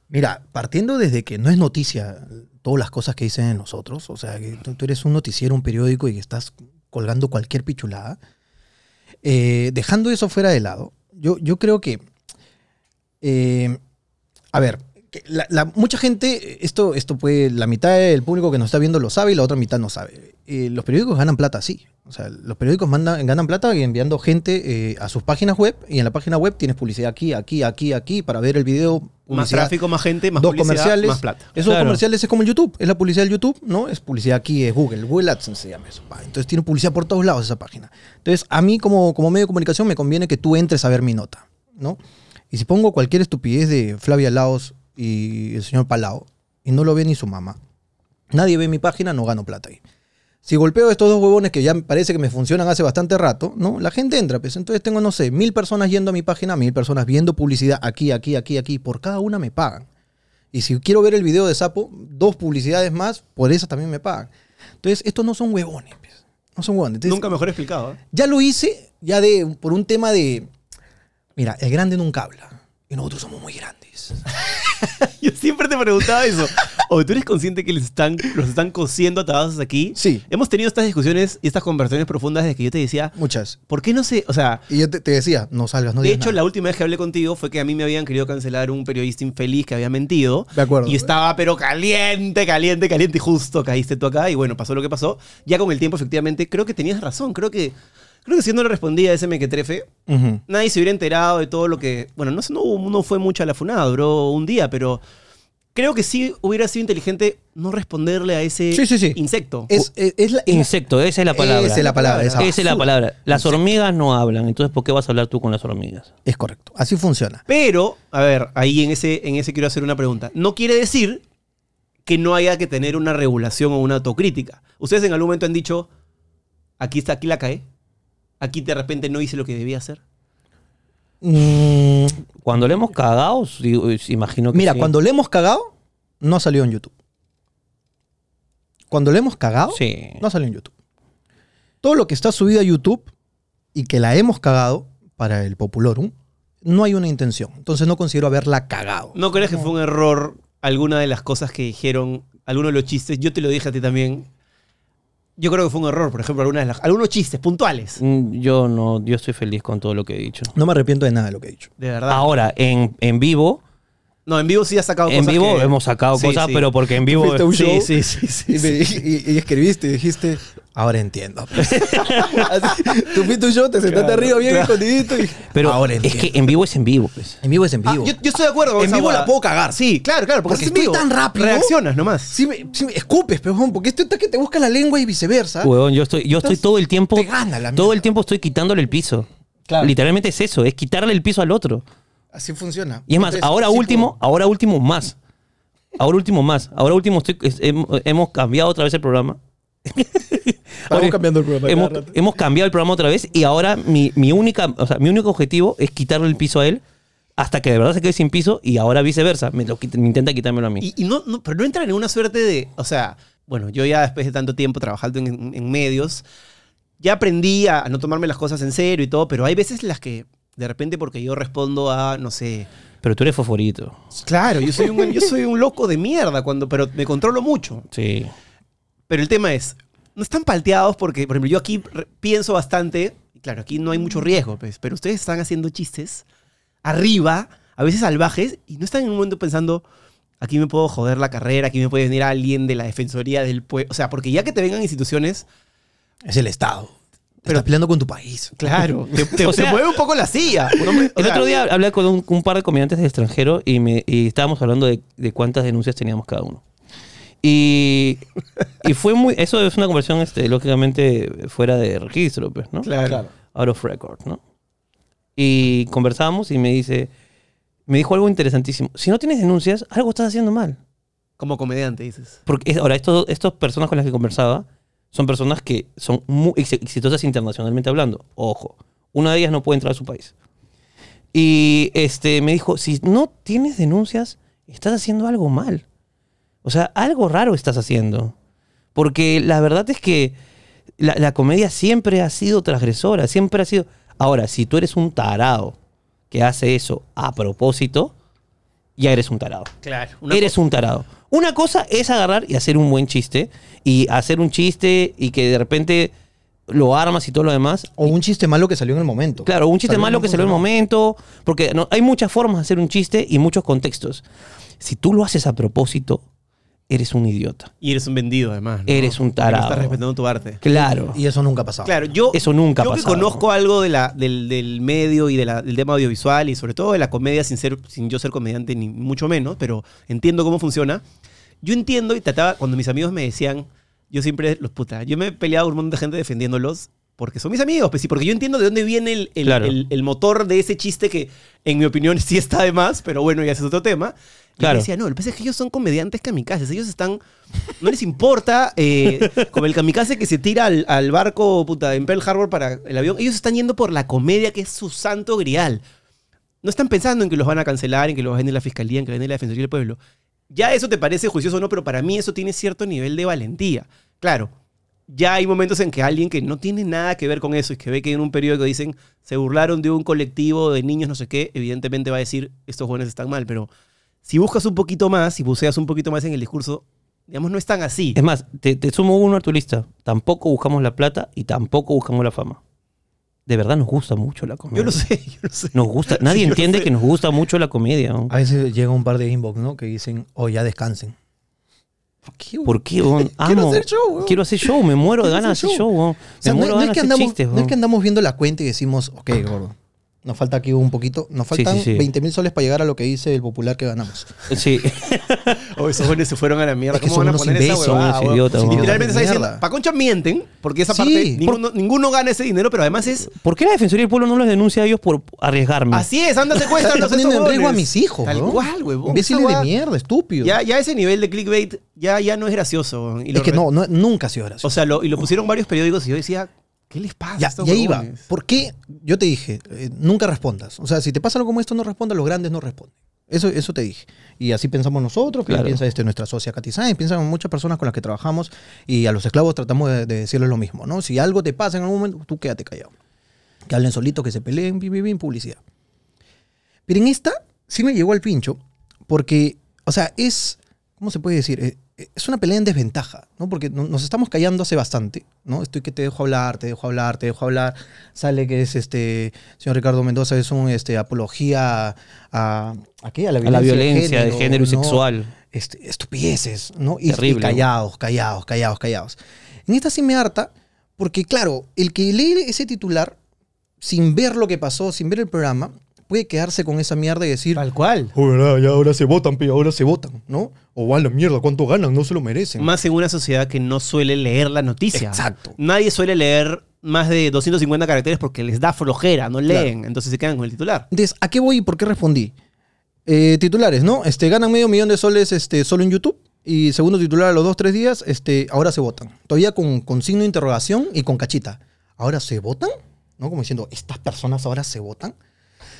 Mira, partiendo desde que no es noticia todas las cosas que dicen de nosotros, o sea, que tú, tú eres un noticiero, un periódico y que estás colgando cualquier pichulada, eh, dejando eso fuera de lado, yo, yo creo que, eh, a ver, que la- la- mucha gente, esto, esto puede, la mitad del público que nos está viendo lo sabe y la otra mitad no sabe. Eh, los periódicos ganan plata, sí. O sea, los periódicos mandan, ganan plata y enviando gente eh, a sus páginas web y en la página web tienes publicidad aquí, aquí, aquí, aquí para ver el video.
Más
publicidad
tráfico, más gente, más
dos
publicidad,
comerciales.
más plata.
Esos
Claro.
comerciales es como en YouTube. Es la publicidad del YouTube, ¿no? Es publicidad aquí, es Google. Google AdSense se llama eso. Va, Entonces tiene publicidad por todos lados esa página. Entonces, a mí como, como medio de comunicación me conviene que tú entres a ver mi nota, ¿no? Y si pongo cualquier estupidez de Flavia Laos y el señor Palau, y no lo ve ni su mamá, nadie ve mi página, no gano plata ahí. Si golpeo estos dos huevones que ya parece que me funcionan hace bastante rato, ¿no? La gente entra, pues entonces tengo, no sé, mil personas yendo a mi página, mil personas viendo publicidad aquí, aquí, aquí, aquí. Por cada una me pagan. Y si quiero ver el video de Sapo, dos publicidades más, por esa también me pagan. Entonces, estos no son huevones. pues. No son huevones. Entonces,
Nunca mejor explicado. ¿eh?
ya lo hice, ya de, por un tema de. Mira, el grande nunca habla. Y nosotros somos muy grandes.
Yo siempre te preguntaba eso. O tú eres consciente que les están, los están cosiendo atados aquí.
Sí.
Hemos tenido estas discusiones y estas conversaciones profundas desde que yo te decía,
Muchas.
¿por qué no se, o sea,
Y yo te, te decía, no salgas, no
de
digas
hecho,
nada.
la última vez que hablé contigo fue que a mí me habían querido cancelar un periodista infeliz que había mentido.
De acuerdo.
Y estaba, pero caliente, caliente, caliente. Y justo caíste tú acá. Y bueno, pasó lo que pasó. Ya con el tiempo, efectivamente, creo que tenías razón. Creo que, creo que si yo no le respondía a ese mequetrefe,
Ujú.
nadie se hubiera enterado de todo lo que. Bueno, no, sé, no, hubo- no fue mucha la funada, duró un día, pero creo que sí hubiera sido inteligente no responderle a ese
Sí, sí, sí.
insecto.
Es, es- es la- es la-
Insecto, esa es la palabra.
Esa es la palabra, esa.
Esa es la palabra. Las hormigas no hablan, entonces ¿por qué vas a hablar tú con las hormigas?
es correcto. Así funciona.
Pero, a ver, ahí en ese, en ese quiero hacer una pregunta. No quiere decir que no haya que tener una regulación o una autocrítica. Ustedes en algún momento han dicho, aquí está, aquí la cae. Aquí de repente no hice lo que debía hacer.
Mm,
Cuando le hemos cagado, sí, es- imagino que
mira,
sí.
cuando le hemos cagado, no salió en YouTube. Cuando le hemos cagado,
Sí.
no salió en YouTube. Todo lo que está subido a YouTube y que la hemos cagado para el Populorum, no hay una intención. Entonces no considero haberla cagado.
¿No crees que fue un error alguna de las cosas que dijeron, alguno de los chistes? Yo te lo dije a ti también. Yo creo que fue un error, por ejemplo, alguna de las- algunos chistes puntuales.
Mm, Yo no, yo estoy feliz con todo lo que he dicho.
No me arrepiento de nada de lo que he dicho.
De verdad.
Ahora, en, en vivo,
no, en vivo sí has sacado
en
cosas.
vivo
que-
hemos sacado
Sí,
cosas,
sí.
pero porque en vivo.
Fuiste a un
Sí,
show
sí, sí, sí,
Y, me- y- y escribiste y dijiste, ahora entiendo. Así, tú fuiste un show, te sentaste arriba bien escondidito y...
Pero
ahora
es
entiendo.
que en vivo es en vivo, pues.
En vivo es en
Ah,
vivo.
yo, yo estoy de acuerdo con
En
esa
vivo la
huevada.
puedo cagar.
Sí, claro, claro. Porque,
Porque
es en
estoy
vivo.
tan rápido.
Reaccionas nomás.
Sí me, sí me- escupes, pejón, porque esto está que te busca la lengua y viceversa.
Huevón, yo estoy, yo estoy todo el tiempo.
te gana la
todo
mierda.
el tiempo estoy quitándole el piso.
Claro.
Literalmente es eso, es quitarle el piso al otro.
Así funciona.
Y es más,
Entonces,
ahora
sí
último,
puedo.
ahora último más. Ahora último más. Ahora último estoy- es- hem- hemos cambiado otra vez el programa.
Estamos cambiando el programa
Hemos,
cada rato.
hemos cambiado el programa otra vez y ahora mi, mi única, o sea, mi único objetivo es quitarle el piso a él hasta que de verdad se quede sin piso y ahora viceversa. Me, lo quita- me intenta quitármelo a mí.
Y, y no, no- pero no entran en una suerte de, o sea, bueno, yo ya después de tanto tiempo trabajando en, en medios, ya aprendí a, a no tomarme las cosas en serio y todo, pero hay veces en las que de repente porque yo respondo a, no sé,
Pero tú eres fosforito.
claro, yo soy un, yo soy un loco de mierda, cuando, pero me controlo mucho.
Sí.
Pero el tema es, no están palteados porque, por ejemplo, yo aquí re- pienso bastante, y claro, aquí no hay mucho riesgo, pues, pero ustedes están haciendo chistes arriba, a veces salvajes, y no están en un momento pensando, aquí me puedo joder la carrera, aquí me puede venir alguien de la Defensoría del Pueblo. O sea, porque ya que te vengan instituciones,
Es el Estado.
Pero-
Estás peleando con tu país.
claro, te, te-
O
te
sea-
mueve un poco la silla. No me- o
El
sea,
otro día hablé con un, un par de comediantes del extranjero y, me, y estábamos hablando de, de cuántas denuncias teníamos cada uno. Y, y fue muy. Eso es una conversión, este, lógicamente, fuera de registro, pues, ¿no?
Claro.
Out of record, ¿no? Y conversamos y me dice. Me dijo algo interesantísimo. Si no tienes denuncias, algo estás haciendo mal.
Como comediante, dices.
Porque es- ahora, estos- estas personas con las que conversaba son personas que son muy ex- exitosas internacionalmente hablando. Ojo, una de ellas no puede entrar a su país. Y este, me dijo, si no tienes denuncias, estás haciendo algo mal. O sea, algo raro estás haciendo. Porque la verdad es que la, la comedia siempre ha sido transgresora, siempre ha sido... Ahora, si tú eres un tarado que hace eso a propósito, ya eres un tarado.
Claro.
eres un tarado. Una cosa es agarrar y hacer un buen chiste, y hacer un chiste y que de repente lo armas y todo lo demás.
O un chiste malo que salió en el momento.
Claro, un chiste
Salió en
malo que se lo el momento, porque no, hay muchas formas de hacer un chiste y muchos contextos. Si tú lo haces a propósito, eres un idiota.
Y eres un vendido, además. ¿no?
Eres un
Porque no
tarado.
Estás respetando tu arte.
Claro.
Y eso nunca ha pasado.
Claro, yo.
Eso nunca ha
Yo que
pasado.
conozco algo de la, del, del medio y de la- del tema audiovisual y sobre todo de la comedia sin, ser, sin yo ser comediante, ni mucho menos, pero entiendo cómo funciona. Yo entiendo y trataba, cuando mis amigos me decían, yo siempre los puta, yo me he peleado con un montón de gente defendiéndolos porque son mis amigos, pues sí, porque yo entiendo de dónde viene el, el-
Claro.
el- el motor de ese chiste que, en mi opinión, sí está de más, pero bueno, ya ese es otro tema. Y
Claro.
yo decía, no, el pez es que ellos son comediantes kamikazes, ellos están no les importa, eh, como el kamikaze que se tira al, al barco puta, en Pearl Harbor para el avión. Ellos están yendo por la comedia que es su santo grial. No están pensando en que los van a cancelar, en que los va a venir la fiscalía, en que va a venir la defensoría del pueblo. Ya eso te parece juicioso o no, pero para mí eso tiene cierto nivel de valentía. Claro, ya hay momentos en que alguien que no tiene nada que ver con eso y que ve que en un periódico dicen se burlaron de un colectivo de niños, no sé qué, evidentemente va a decir estos jóvenes están mal, pero si buscas un poquito más, si buceas un poquito más en el discurso, digamos, no es tan así.
Es más, te, te sumo uno a tu lista. Tampoco buscamos la plata y tampoco buscamos la fama. De verdad nos gusta mucho la comedia.
Yo lo sé, yo lo sé.
Nos gusta, nadie
Yo lo
entiende
sé.
que nos gusta mucho la comedia. ¿no?
A veces llega un par de inbox, ¿no? Que dicen, oh, ya descansen. ¿Por qué, güey?
¿Por qué, weón?
Quiero
Amo.
hacer show, weón.
Quiero hacer show, me muero de
Quiero
ganas de
hacer
hacer show,
show.
weón.
O sea,
me
no,
muero
no
de
es
ganas
que
de hacer
andamos,
chistes,
no es
weón.
que andamos viendo la cuenta y decimos, ok, gordo, nos falta aquí un poquito, nos
Sí, sí,
faltan
sí.
20 mil soles para llegar a lo que dice el popular que ganamos.
Sí.
O Oh, esos jóvenes se fueron a la mierda.
Es que
¿Cómo
son
van a
unos
poner esa
imbéciles,
son
huevada?
unos
huevón?
idiotas, huevón.
Literalmente está
Mierda.
diciendo, pa' concha mienten, porque esa
Sí,
parte
por-
ninguno, ninguno gana ese dinero, pero además es
¿Por qué la Defensoría del Pueblo no los denuncia a ellos por arriesgarme?
Ah,
así es, anda secuestra
Mm. Está poniendo en riesgo a mis hijos,
Tal
weón.
cual, huevón. Esa
Imbéciles de
huevada-
mierda, estúpido.
Ya, ya ese nivel de clickbait ya, ya no es gracioso. huevón. Y lo
es que
re-
no, no- nunca ha sido gracioso.
O sea, lo, y lo pusieron varios periódicos y yo decía, ¿qué les pasa? a
Ya,
estos
y ahí va.
huevones?
¿Por qué? Yo te dije, eh, nunca respondas. O sea, si te pasa algo como esto, no respondas, los grandes no responden. Eso, eso te dije. Y así pensamos nosotros, que
Claro.
piensa este, nuestra socia Katy Sáenz, piensan muchas personas con las que trabajamos y a los esclavos tratamos de, de decirles lo mismo, ¿no? Si algo te pasa en algún momento, tú quédate callado. Que hablen solitos, que se peleen, bim, bim, bim, publicidad. Pero en esta sí me llegó al pincho, porque, o sea, es, ¿cómo se puede decir? Eh, eh, Es una pelea en desventaja, ¿no? Porque no- nos estamos callando hace bastante, ¿no? Estoy que te dejo hablar, te dejo hablar, te dejo hablar. Sale que es este, señor Ricardo Mendoza, es un, este, apología a, ¿a qué? A la
a
violencia,
la violencia de género, y
¿no?
sexual.
Este, estupideces, ¿no? Y, y
Terrible.
callados, callados, callados, callados. En esta sí me harta, porque claro, el que lee ese titular, sin ver lo que pasó, sin ver el programa, puede quedarse con esa mierda y decir,
Tal cual.
Oh, ¿verdad? Ya ahora se votan, pe, ahora se votan, ¿no? O van la mierda, ¿cuánto ganan? No se lo merecen.
Más en una sociedad que no suele leer la noticia.
Exacto.
Nadie suele leer más de 250 caracteres porque les da flojera, no
Claro.
leen. Entonces se quedan con el titular.
Entonces, ¿a qué voy y por qué respondí? Eh, titulares, ¿no? Este, ganan medio millón de soles este, solo en YouTube. Y segundo titular a los dos, tres días, este, ahora se votan. Todavía con, con signo de interrogación y con cachita. ¿Ahora se votan? ¿No? Como diciendo, ¿estas personas ahora se votan?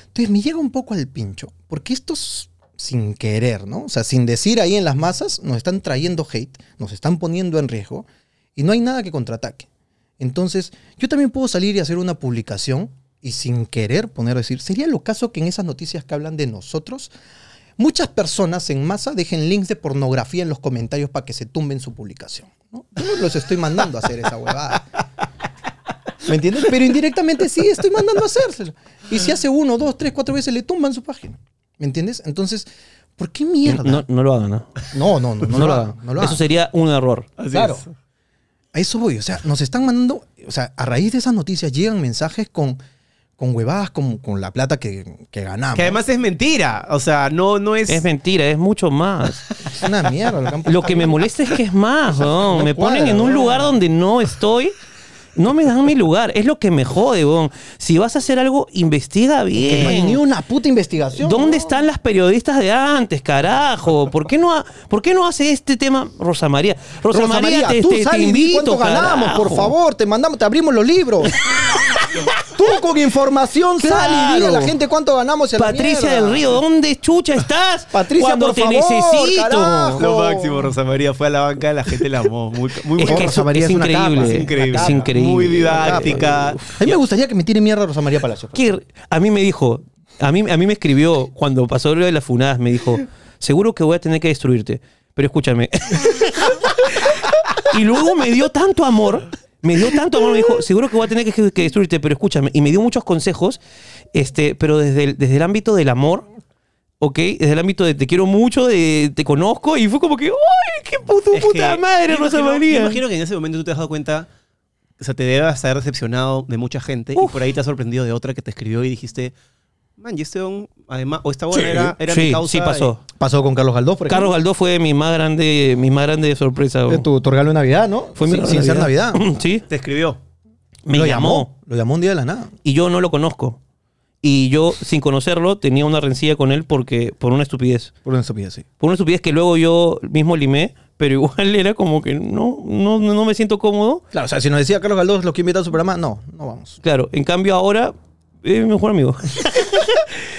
Entonces me llega un poco al pincho, porque estos sin querer, ¿no? O sea, sin decir ahí en las masas, nos están trayendo hate, nos están poniendo en riesgo y no hay nada que contraataque. Entonces, yo también puedo salir y hacer una publicación y sin querer poner a decir, sería lo caso que en esas noticias que hablan de nosotros, muchas personas en masa dejen links de pornografía en los comentarios para que se tumben su publicación. ¿no? Yo no los estoy mandando a hacer esa huevada. ¿Me entiendes? Pero indirectamente sí estoy mandando a hacérselo. Y si hace uno, dos, tres, cuatro veces le tumban su página. ¿Me entiendes? Entonces, ¿por qué mierda?
No, no lo hagan, ¿ah? ¿no?
No, no, no, no, lo hagan. No lo
Eso
hagan.
sería un error.
claro. A eso voy. O sea, nos están mandando. O sea, a raíz de esas noticias llegan mensajes con, con huevadas, con, con la plata que, que ganamos.
Que además es mentira. O sea, no, no es.
Es mentira, es mucho más.
es una mierda. Lo que, han
Lo que me molesta es que es más, weón.
no
me ponen
cuadra,
en un
weón.
lugar donde no estoy. No me dan mi lugar. Es lo que me jode, weón. Si vas a hacer algo, investiga
que
bien.
no hay ni una puta investigación. ¿no?
¿Dónde están las periodistas de antes, carajo? ¿Por qué no, ha- ¿por qué no hace este tema Rosa María? Rosa,
Rosa
María,
María,
te,
tú
te- te
sal y di cuánto
invito,
ganamos,
carajo.
por favor, te mandamos, te abrimos los libros. tú con información sal y dile a la
Claro.
gente cuánto ganamos y a la
Patricia
mierda.
del Río, ¿dónde chucha estás?
Patricia,
Cuando
por
te
favor,
necesito.
carajo.
Lo máximo, Rosa María fue a la banca, la gente la amó. Muy, muy
Es
buena.
que
Rosa
eso
María
es,
es una
increíble.
capa,
es increíble.
Es increíble.
Muy didáctica.
A mí me gustaría que me tire mierda Rosa María Palacio.
Que- a mí me dijo, A mí, a mí me escribió cuando pasó lo de las funadas, me dijo, seguro que voy a tener que destruirte, pero escúchame. y luego me dio tanto amor, me dio tanto amor, me dijo, seguro que voy a tener que, que destruirte, pero escúchame. Y me dio muchos consejos, este, pero desde el, desde el ámbito del amor, ¿ok? Desde el ámbito de te quiero mucho, de te conozco, y fue como que, ¡ay, qué pu- tu
Es
puta
que
madre,
yo
Rosa
imagino-
María!
yo imagino que en ese momento tú te has dado cuenta, o sea, te debes haber decepcionado de mucha gente y
Uf.
por ahí te has sorprendido de otra que te escribió y dijiste, man, y este don, además, o esta buena
Sí.
era, era mi
sí,
causa.
sí pasó.
Pasó con Carlos Galdós, por
Carlos
ejemplo.
Galdós fue mi más grande, mi más grande sorpresa. bro.
Eh, Tu, tu regalo de Navidad, ¿no?
Fue mi
sin, sin ser Navidad.
sí,
y Te escribió.
me
lo
llamó
Lo llamó un día de la nada.
y yo no lo conozco. Y yo, sin conocerlo, tenía una rencilla con él porque por una estupidez.
Por una estupidez, sí.
Por una estupidez que luego yo mismo limé, pero igual era como que no, no, no me siento cómodo.
Claro, o sea, si nos decía Carlos Galdós los que invitan a su programa, no, no vamos.
Claro, en cambio ahora es mi mejor amigo.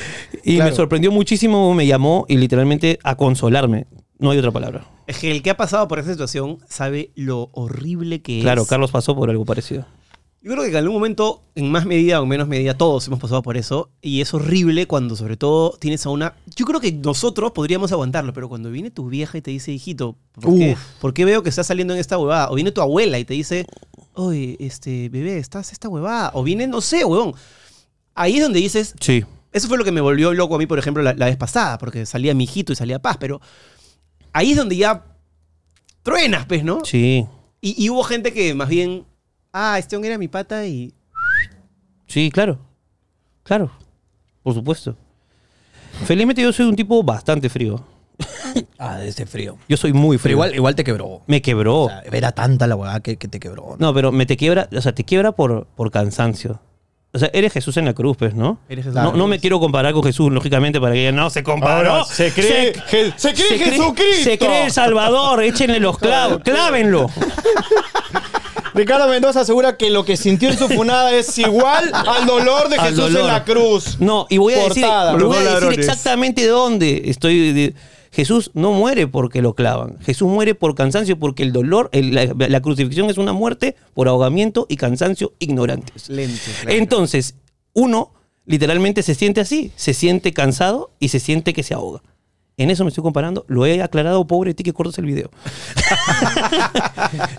y
Claro.
me sorprendió muchísimo, me llamó y literalmente a consolarme. No hay otra palabra.
Es que el que ha pasado por esa situación sabe lo horrible que
Claro,
es.
Carlos pasó por algo parecido.
Yo creo que en algún momento, en más medida o en menos medida, todos hemos pasado por eso. Y es horrible cuando, sobre todo, tienes a una. Yo creo que nosotros podríamos aguantarlo, pero cuando viene tu vieja y te dice, hijito, ¿por, qué, por qué veo que estás saliendo en esta huevada? O viene tu abuela y te dice, oye, este, bebé, estás esta huevada. O viene, no sé, huevón. Ahí es donde dices,
Sí.
eso fue lo que me volvió loco a mí, por ejemplo, la, la vez pasada, porque salía mi hijito y salía paz, pero ahí es donde ya truenas, pues, ¿no?
Sí.
Y, y hubo gente que más bien, ah, este hombre era mi pata y
Sí, claro. Claro. Por supuesto. Felizmente yo soy un tipo bastante frío.
Ah, de este frío.
Yo soy muy
Pero
frío.
igual, igual te quebró.
me quebró.
O sea, era tanta la huevada que, que te quebró. ¿no?
no, pero me te quiebra, o sea, te quiebra por, por cansancio. O sea, eres Jesús en la cruz, pues, ¿no?
Eres Jesús en la
no, no me quiero comparar con Jesús, lógicamente, para que digan, no, se comparó.
Ahora, se cree- Je- se cree Jesucristo.
Se cree el Salvador, échenle los clavos, clávenlo.
Ricardo Mendoza asegura que lo que sintió en su funada es igual al dolor de
Al
Jesús en
dolor.
la cruz.
No, y voy a decir,
Portada.
te voy
Los
a decir
ladrones.
exactamente dónde estoy. de- Jesús no muere porque lo clavan. Jesús muere por cansancio, porque el dolor, el- la, la crucifixión es una muerte por ahogamiento y cansancio ignorantes.
Pues, lento.
Entonces, uno literalmente se siente así, se siente cansado y se siente que se ahoga. En eso me estoy comparando, lo he aclarado, pobre de ti que cortas el video.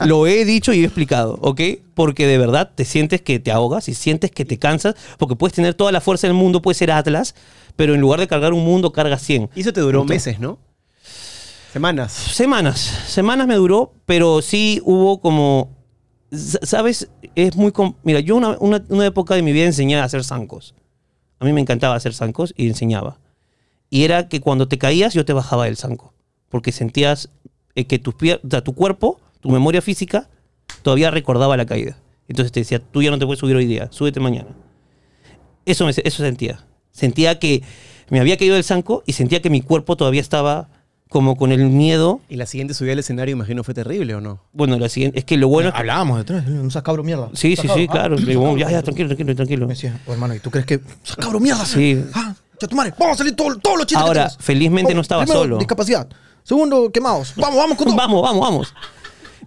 lo he dicho y he explicado, ¿ok? Porque de verdad te sientes que te ahogas y sientes que te cansas, porque puedes tener toda la fuerza del mundo, puedes ser Atlas, pero en lugar de cargar un mundo, cargas 100.
Y eso te duró meses, ¿no? Semanas.
Semanas, semanas me duró, pero sí hubo como, s- ¿sabes? Es muy... com- Mira, yo una, una- una época de mi vida enseñé a hacer zancos. A mí me encantaba hacer zancos y enseñaba. Y era que cuando te caías yo te bajaba del zanco, porque sentías eh, que tus pier- o sea, tu cuerpo, tu memoria física, todavía recordaba la caída. Entonces te decía, tú ya no te puedes subir hoy día, súbete mañana. Eso, me, eso sentía. Sentía que me había caído del zanco y sentía que mi cuerpo todavía estaba como con el miedo
Y la siguiente subida al escenario, imagino, fue terrible, ¿o no?
bueno, la siguiente, es que lo
Ah,
bueno es que-
Hablábamos de tres, no seas cabro mierda.
Sí, sí,
Sacado,
sí,
ah,
claro. Le digo,
sacado,
ya, ya,
sacado.
tranquilo, tranquilo, tranquilo.
Me decía, oh, hermano, ¿y tú crees que "Sas cabro mierda?
Sí.
Ah, ya tu madre, vamos a salir todo- todos los chistes. que
Ahora,
tienes".
felizmente no estaba
primero,
solo.
discapacidad. Segundo, quemados. Vamos, vamos con todo.
Vamos, vamos, vamos.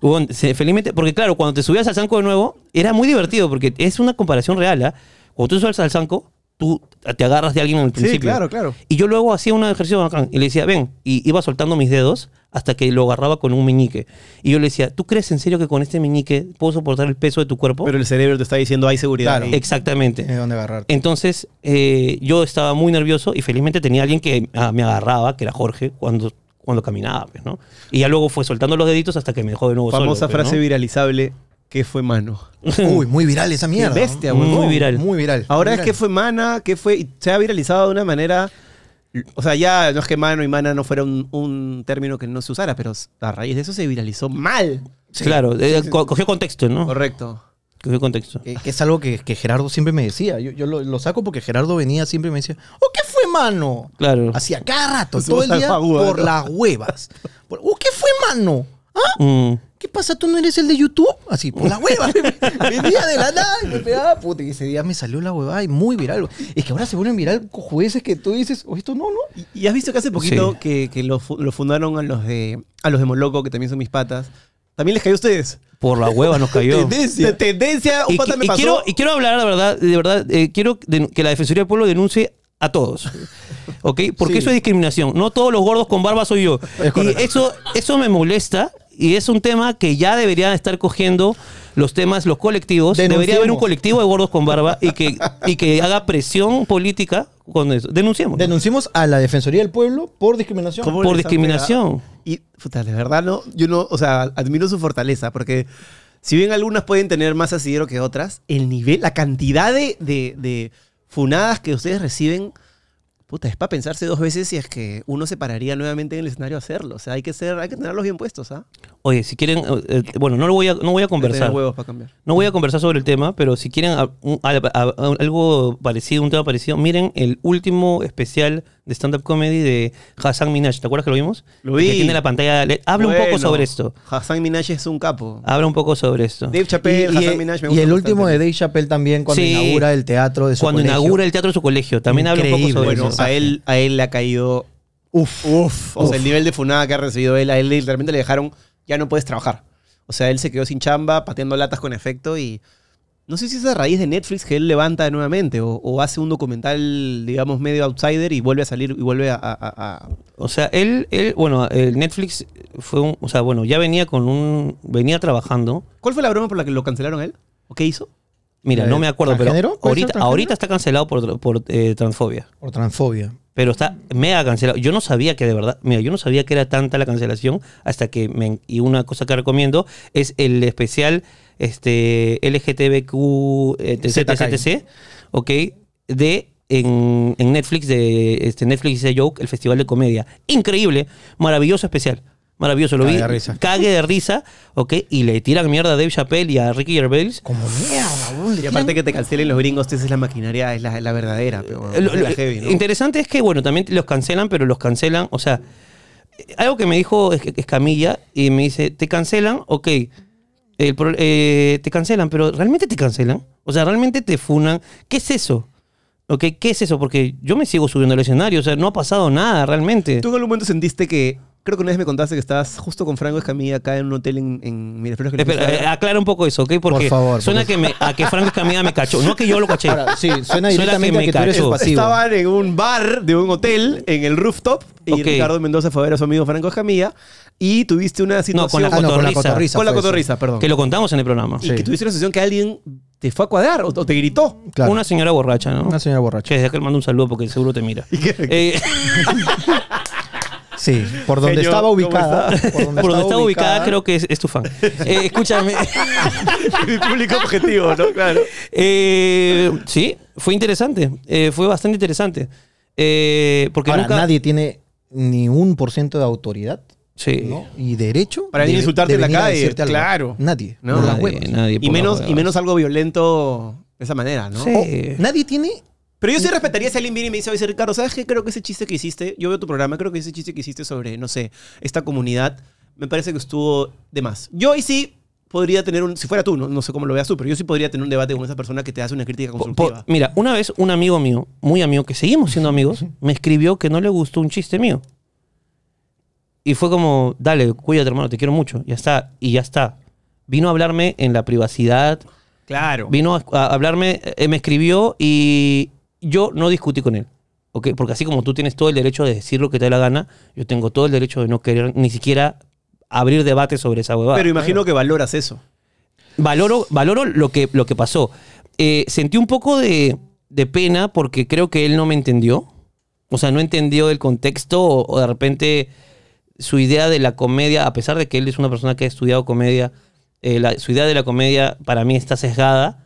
Huevón, se- felizmente, porque claro, cuando te subías al zanco de nuevo, era muy divertido, porque es una comparación real, ¿ah? Cuando tú subes al zanco, tú te agarras de alguien al principio.
claro, claro.
Y yo luego hacía un ejercicio bacán, y le decía, ven, y iba soltando mis dedos hasta que lo agarraba con un meñique. Y yo le decía, ¿tú crees en serio que con este meñique puedo soportar el peso de tu cuerpo?
Pero eh, el cerebro te está diciendo, hay seguridad.
Claro.
ahí".
Exactamente.
Tienes Eh, dónde agarrarte.
Entonces, eh, yo estaba muy nervioso y felizmente tenía alguien que ah, me agarraba, que era Jorge, cuando, cuando caminaba, pues, ¿no? Y ya luego fue soltando los deditos hasta que me dejó de nuevo solo.
Famosa
pues,
frase
¿no?
viralizable, ¿qué fue mano?
Uy, muy viral esa mierda.
Qué bestia,
¿no?
huevón.
Muy viral.
Muy viral.
Ahora
muy
es
viral.
que fue mana, que fue... y se ha viralizado de una manera... O sea, ya no es que mano y mana no fuera un, un término que no se usara, pero a raíz de eso se viralizó mal.
Claro, eh, co- cogió contexto, ¿no?
Correcto.
Cogió contexto.
Que, que es algo que, que Gerardo siempre me decía. Yo, yo lo, lo saco porque Gerardo venía siempre y me decía, ¿o qué fue, mano?
Claro.
Hacía cada rato,
Su
todo el
voz
día,
aguda,
por
¿no?
las huevas. Por- ¿O qué fue, mano? ¿Ah?
Mm.
¿Qué pasa? ¿Tú no eres el de YouTube? Así, por la hueva. Venía de la nada y me pegaba, puta. Y ese día me salió la huevada y muy viral. Es que ahora se vuelven viral con jueces que tú dices, o esto no, no.
Y, y has visto que hace poquito
Sí.
que, que lo, fu- lo fundaron a los de a los de Moloco, que también son mis patas. ¿También les cayó a ustedes?
Por la hueva nos cayó.
Tendencia. tendencia. Ah, Un
Y,
pata me
y
pasó.
quiero, y quiero hablar, la verdad, de verdad, eh, quiero denu- que la Defensoría del Pueblo denuncie a todos. ¿Ok? Porque
Sí.
eso es discriminación. No todos los gordos con barba soy yo.
Es
y
correcto.
eso, eso me molesta y es un tema que ya deberían estar cogiendo los temas, los colectivos. Debería haber un
Denunciemos.
colectivo de gordos con barba y que, y que haga presión política con eso. Denunciamos.
Denunciamos a la Defensoría del Pueblo por discriminación.
¿Cómo? Por
les han
discriminación.
pegado? Y, puta, la verdad, no, yo no, o sea, admiro su fortaleza, porque si bien algunas pueden tener más asidero que otras, el nivel, la cantidad de, de- de funadas que ustedes reciben, puta, es para pensarse dos veces si es que uno se pararía nuevamente en el escenario a hacerlo. O sea, hay que ser, hay que tenerlos bien puestos, ¿ah?
Oye, si quieren, eh, eh, bueno, no lo voy a, no voy a
Hay que
conversar.
tener huevos para cambiar.
No voy a conversar sobre el tema, pero si quieren a- un- a- a- a- algo parecido, un tema parecido, miren el último especial de stand-up comedy de Hassan Minaj. ¿Te acuerdas que lo vimos?
Lo vi.
Que tiene la pantalla LED. Habla un poco
Bueno,
sobre esto. Ah,
Hassan Minaj es un capo.
Habla un poco sobre esto.
Dave Chappelle,
Y, y-
Hassan Minaj, me
y
gusta
el último de
bastante.
Dave Chappelle también cuando
Sí.
inaugura el teatro de su
Cuando
colegio.
inaugura el teatro de su colegio, también habla un poco sobre
Bueno,
eso.
a él, a él le ha caído
Uf.
Uf, o sea, el nivel de funada que ha recibido él, a él literalmente le dejaron, ya no puedes trabajar. O sea, él se quedó sin chamba, pateando latas con efecto y no sé si es a raíz de Netflix que él levanta nuevamente o, o hace un documental, digamos, medio outsider y vuelve a salir y vuelve a... a- a- a-
O sea, él, él, bueno, el Netflix fue un, o sea, bueno, ya venía con un, venía trabajando.
¿Cuál fue la broma por la que lo cancelaron a él? ¿O qué hizo?
Mira,
¿La
no
de
me acuerdo, pero
transgénero? ¿Puede ser
ahorita,
transgénero?
ahorita está cancelado por, por eh, transfobia.
Por transfobia.
Pero está mega cancelado. Yo no sabía que de verdad, mira, yo no sabía que era tanta la cancelación hasta que me, y una cosa que recomiendo es el especial este LGTBQ etc,
ZK.
etc, ok, de en, en Netflix de este Netflix de Joke, el festival de comedia. Increíble, maravilloso especial. Maravilloso, lo
Cague
vi.
de risa.
Cague de risa, ok, y le tiran mierda a Dave Chappelle y a Ricky Gervais.
Como mierda, boludo.
Y aparte que te cancelen los gringos, esa es la maquinaria, es la, la verdadera. Pero,
Ah, Eh, Lo-
es
lo
la heavy, ¿no?
Interesante es que, bueno, también los cancelan, pero los cancelan, o sea, eh, algo que me dijo Es- Escamilla y me dice, te cancelan, ok, el pro- eh, te cancelan, pero ¿realmente te cancelan? O sea, ¿realmente te funan? ¿Qué es eso? Ok, ¿qué es eso? Porque yo me sigo subiendo al escenario, o sea, no ha pasado nada realmente.
¿Tú en algún momento sentiste que... Creo que una vez me contaste que estabas justo con Franco Escamilla acá en un hotel en, en Miraflores. que le
Espera,
fuiste a-
eh, aclara un poco eso, ¿ok? Porque
favor,
suena
porque-
que me, a que Franco Escamilla me cachó, no que yo lo caché.
Ahora, sí, suena
que
directamente
me
a que tú eres el
cachó.
pasivo.
Estaban en un bar de un hotel, en el rooftop, y
Ok.
Ricardo Mendoza fue a ver a su amigo Franco Escamilla, y tuviste una
No, con
situación...
la
Ah, no, con la
cotorrisa,
cotorriza.
con la
fue eso.
cotorriza, perdón.
que lo contamos en el programa.
Y que tuviste una situación que alguien te fue a cuadrar o, o te gritó.
Claro.
Una señora borracha, ¿no?
Una señora borracha.
Che, desde acá le mando un saludo porque seguro te mira.
¿Y qué-
Eh,
Sí, por donde
Señor,
estaba
¿cómo
ubicada.
está?
Por donde
por donde está ubicada, creo que es, es tu fan. Eh, escúchame.
Mi público objetivo, ¿no? Claro.
Eh, sí, fue interesante. Eh, fue bastante interesante. Eh, porque
Ahora,
nunca.
nadie tiene ni un por ciento de autoridad
Sí.
¿no? y derecho
Para venir a
de-
insultarte
de
en la
venir a
calle,
decirte algo.
claro.
Nadie.
No,
por las
nadie,
huevas.
nadie por
Y menos,
las
y
huevas.
menos algo violento de esa manera, ¿no?
Sí. Oh,
O- nadie tiene
Pero
Mm.
yo sí respetaría si alguien viene y me dice, oye, Ricardo, ¿sabes qué? Creo que ese chiste que hiciste, yo veo tu programa, creo que ese chiste que hiciste sobre, no sé, esta comunidad, me parece que estuvo de más. Yo ahí sí podría tener un, si fuera tú, no, no sé cómo lo veas tú, pero yo sí podría tener un debate con esa persona que te hace una crítica
Po-
constructiva.
po- mira, una vez un amigo mío, muy amigo, que seguimos siendo amigos, me escribió que no le gustó un chiste mío. Y fue como, dale, cuídate, hermano, te quiero mucho. Ya está, y ya está. Vino a hablarme en la privacidad.
claro.
Vino a, a hablarme, eh, me escribió y yo no discutí con él. ¿ok? Porque así como tú tienes todo el derecho de decir lo que te dé la gana, yo tengo todo el derecho de no querer ni siquiera abrir debate sobre esa huevada.
Pero imagino que valoras eso.
Valoro, valoro lo, que, lo que pasó. Eh, sentí un poco de, de pena porque creo que él no me entendió. O sea, no entendió el contexto o, o de repente su idea de la comedia, a pesar de que él es una persona que ha estudiado comedia, eh, la- su idea de la comedia para mí está sesgada.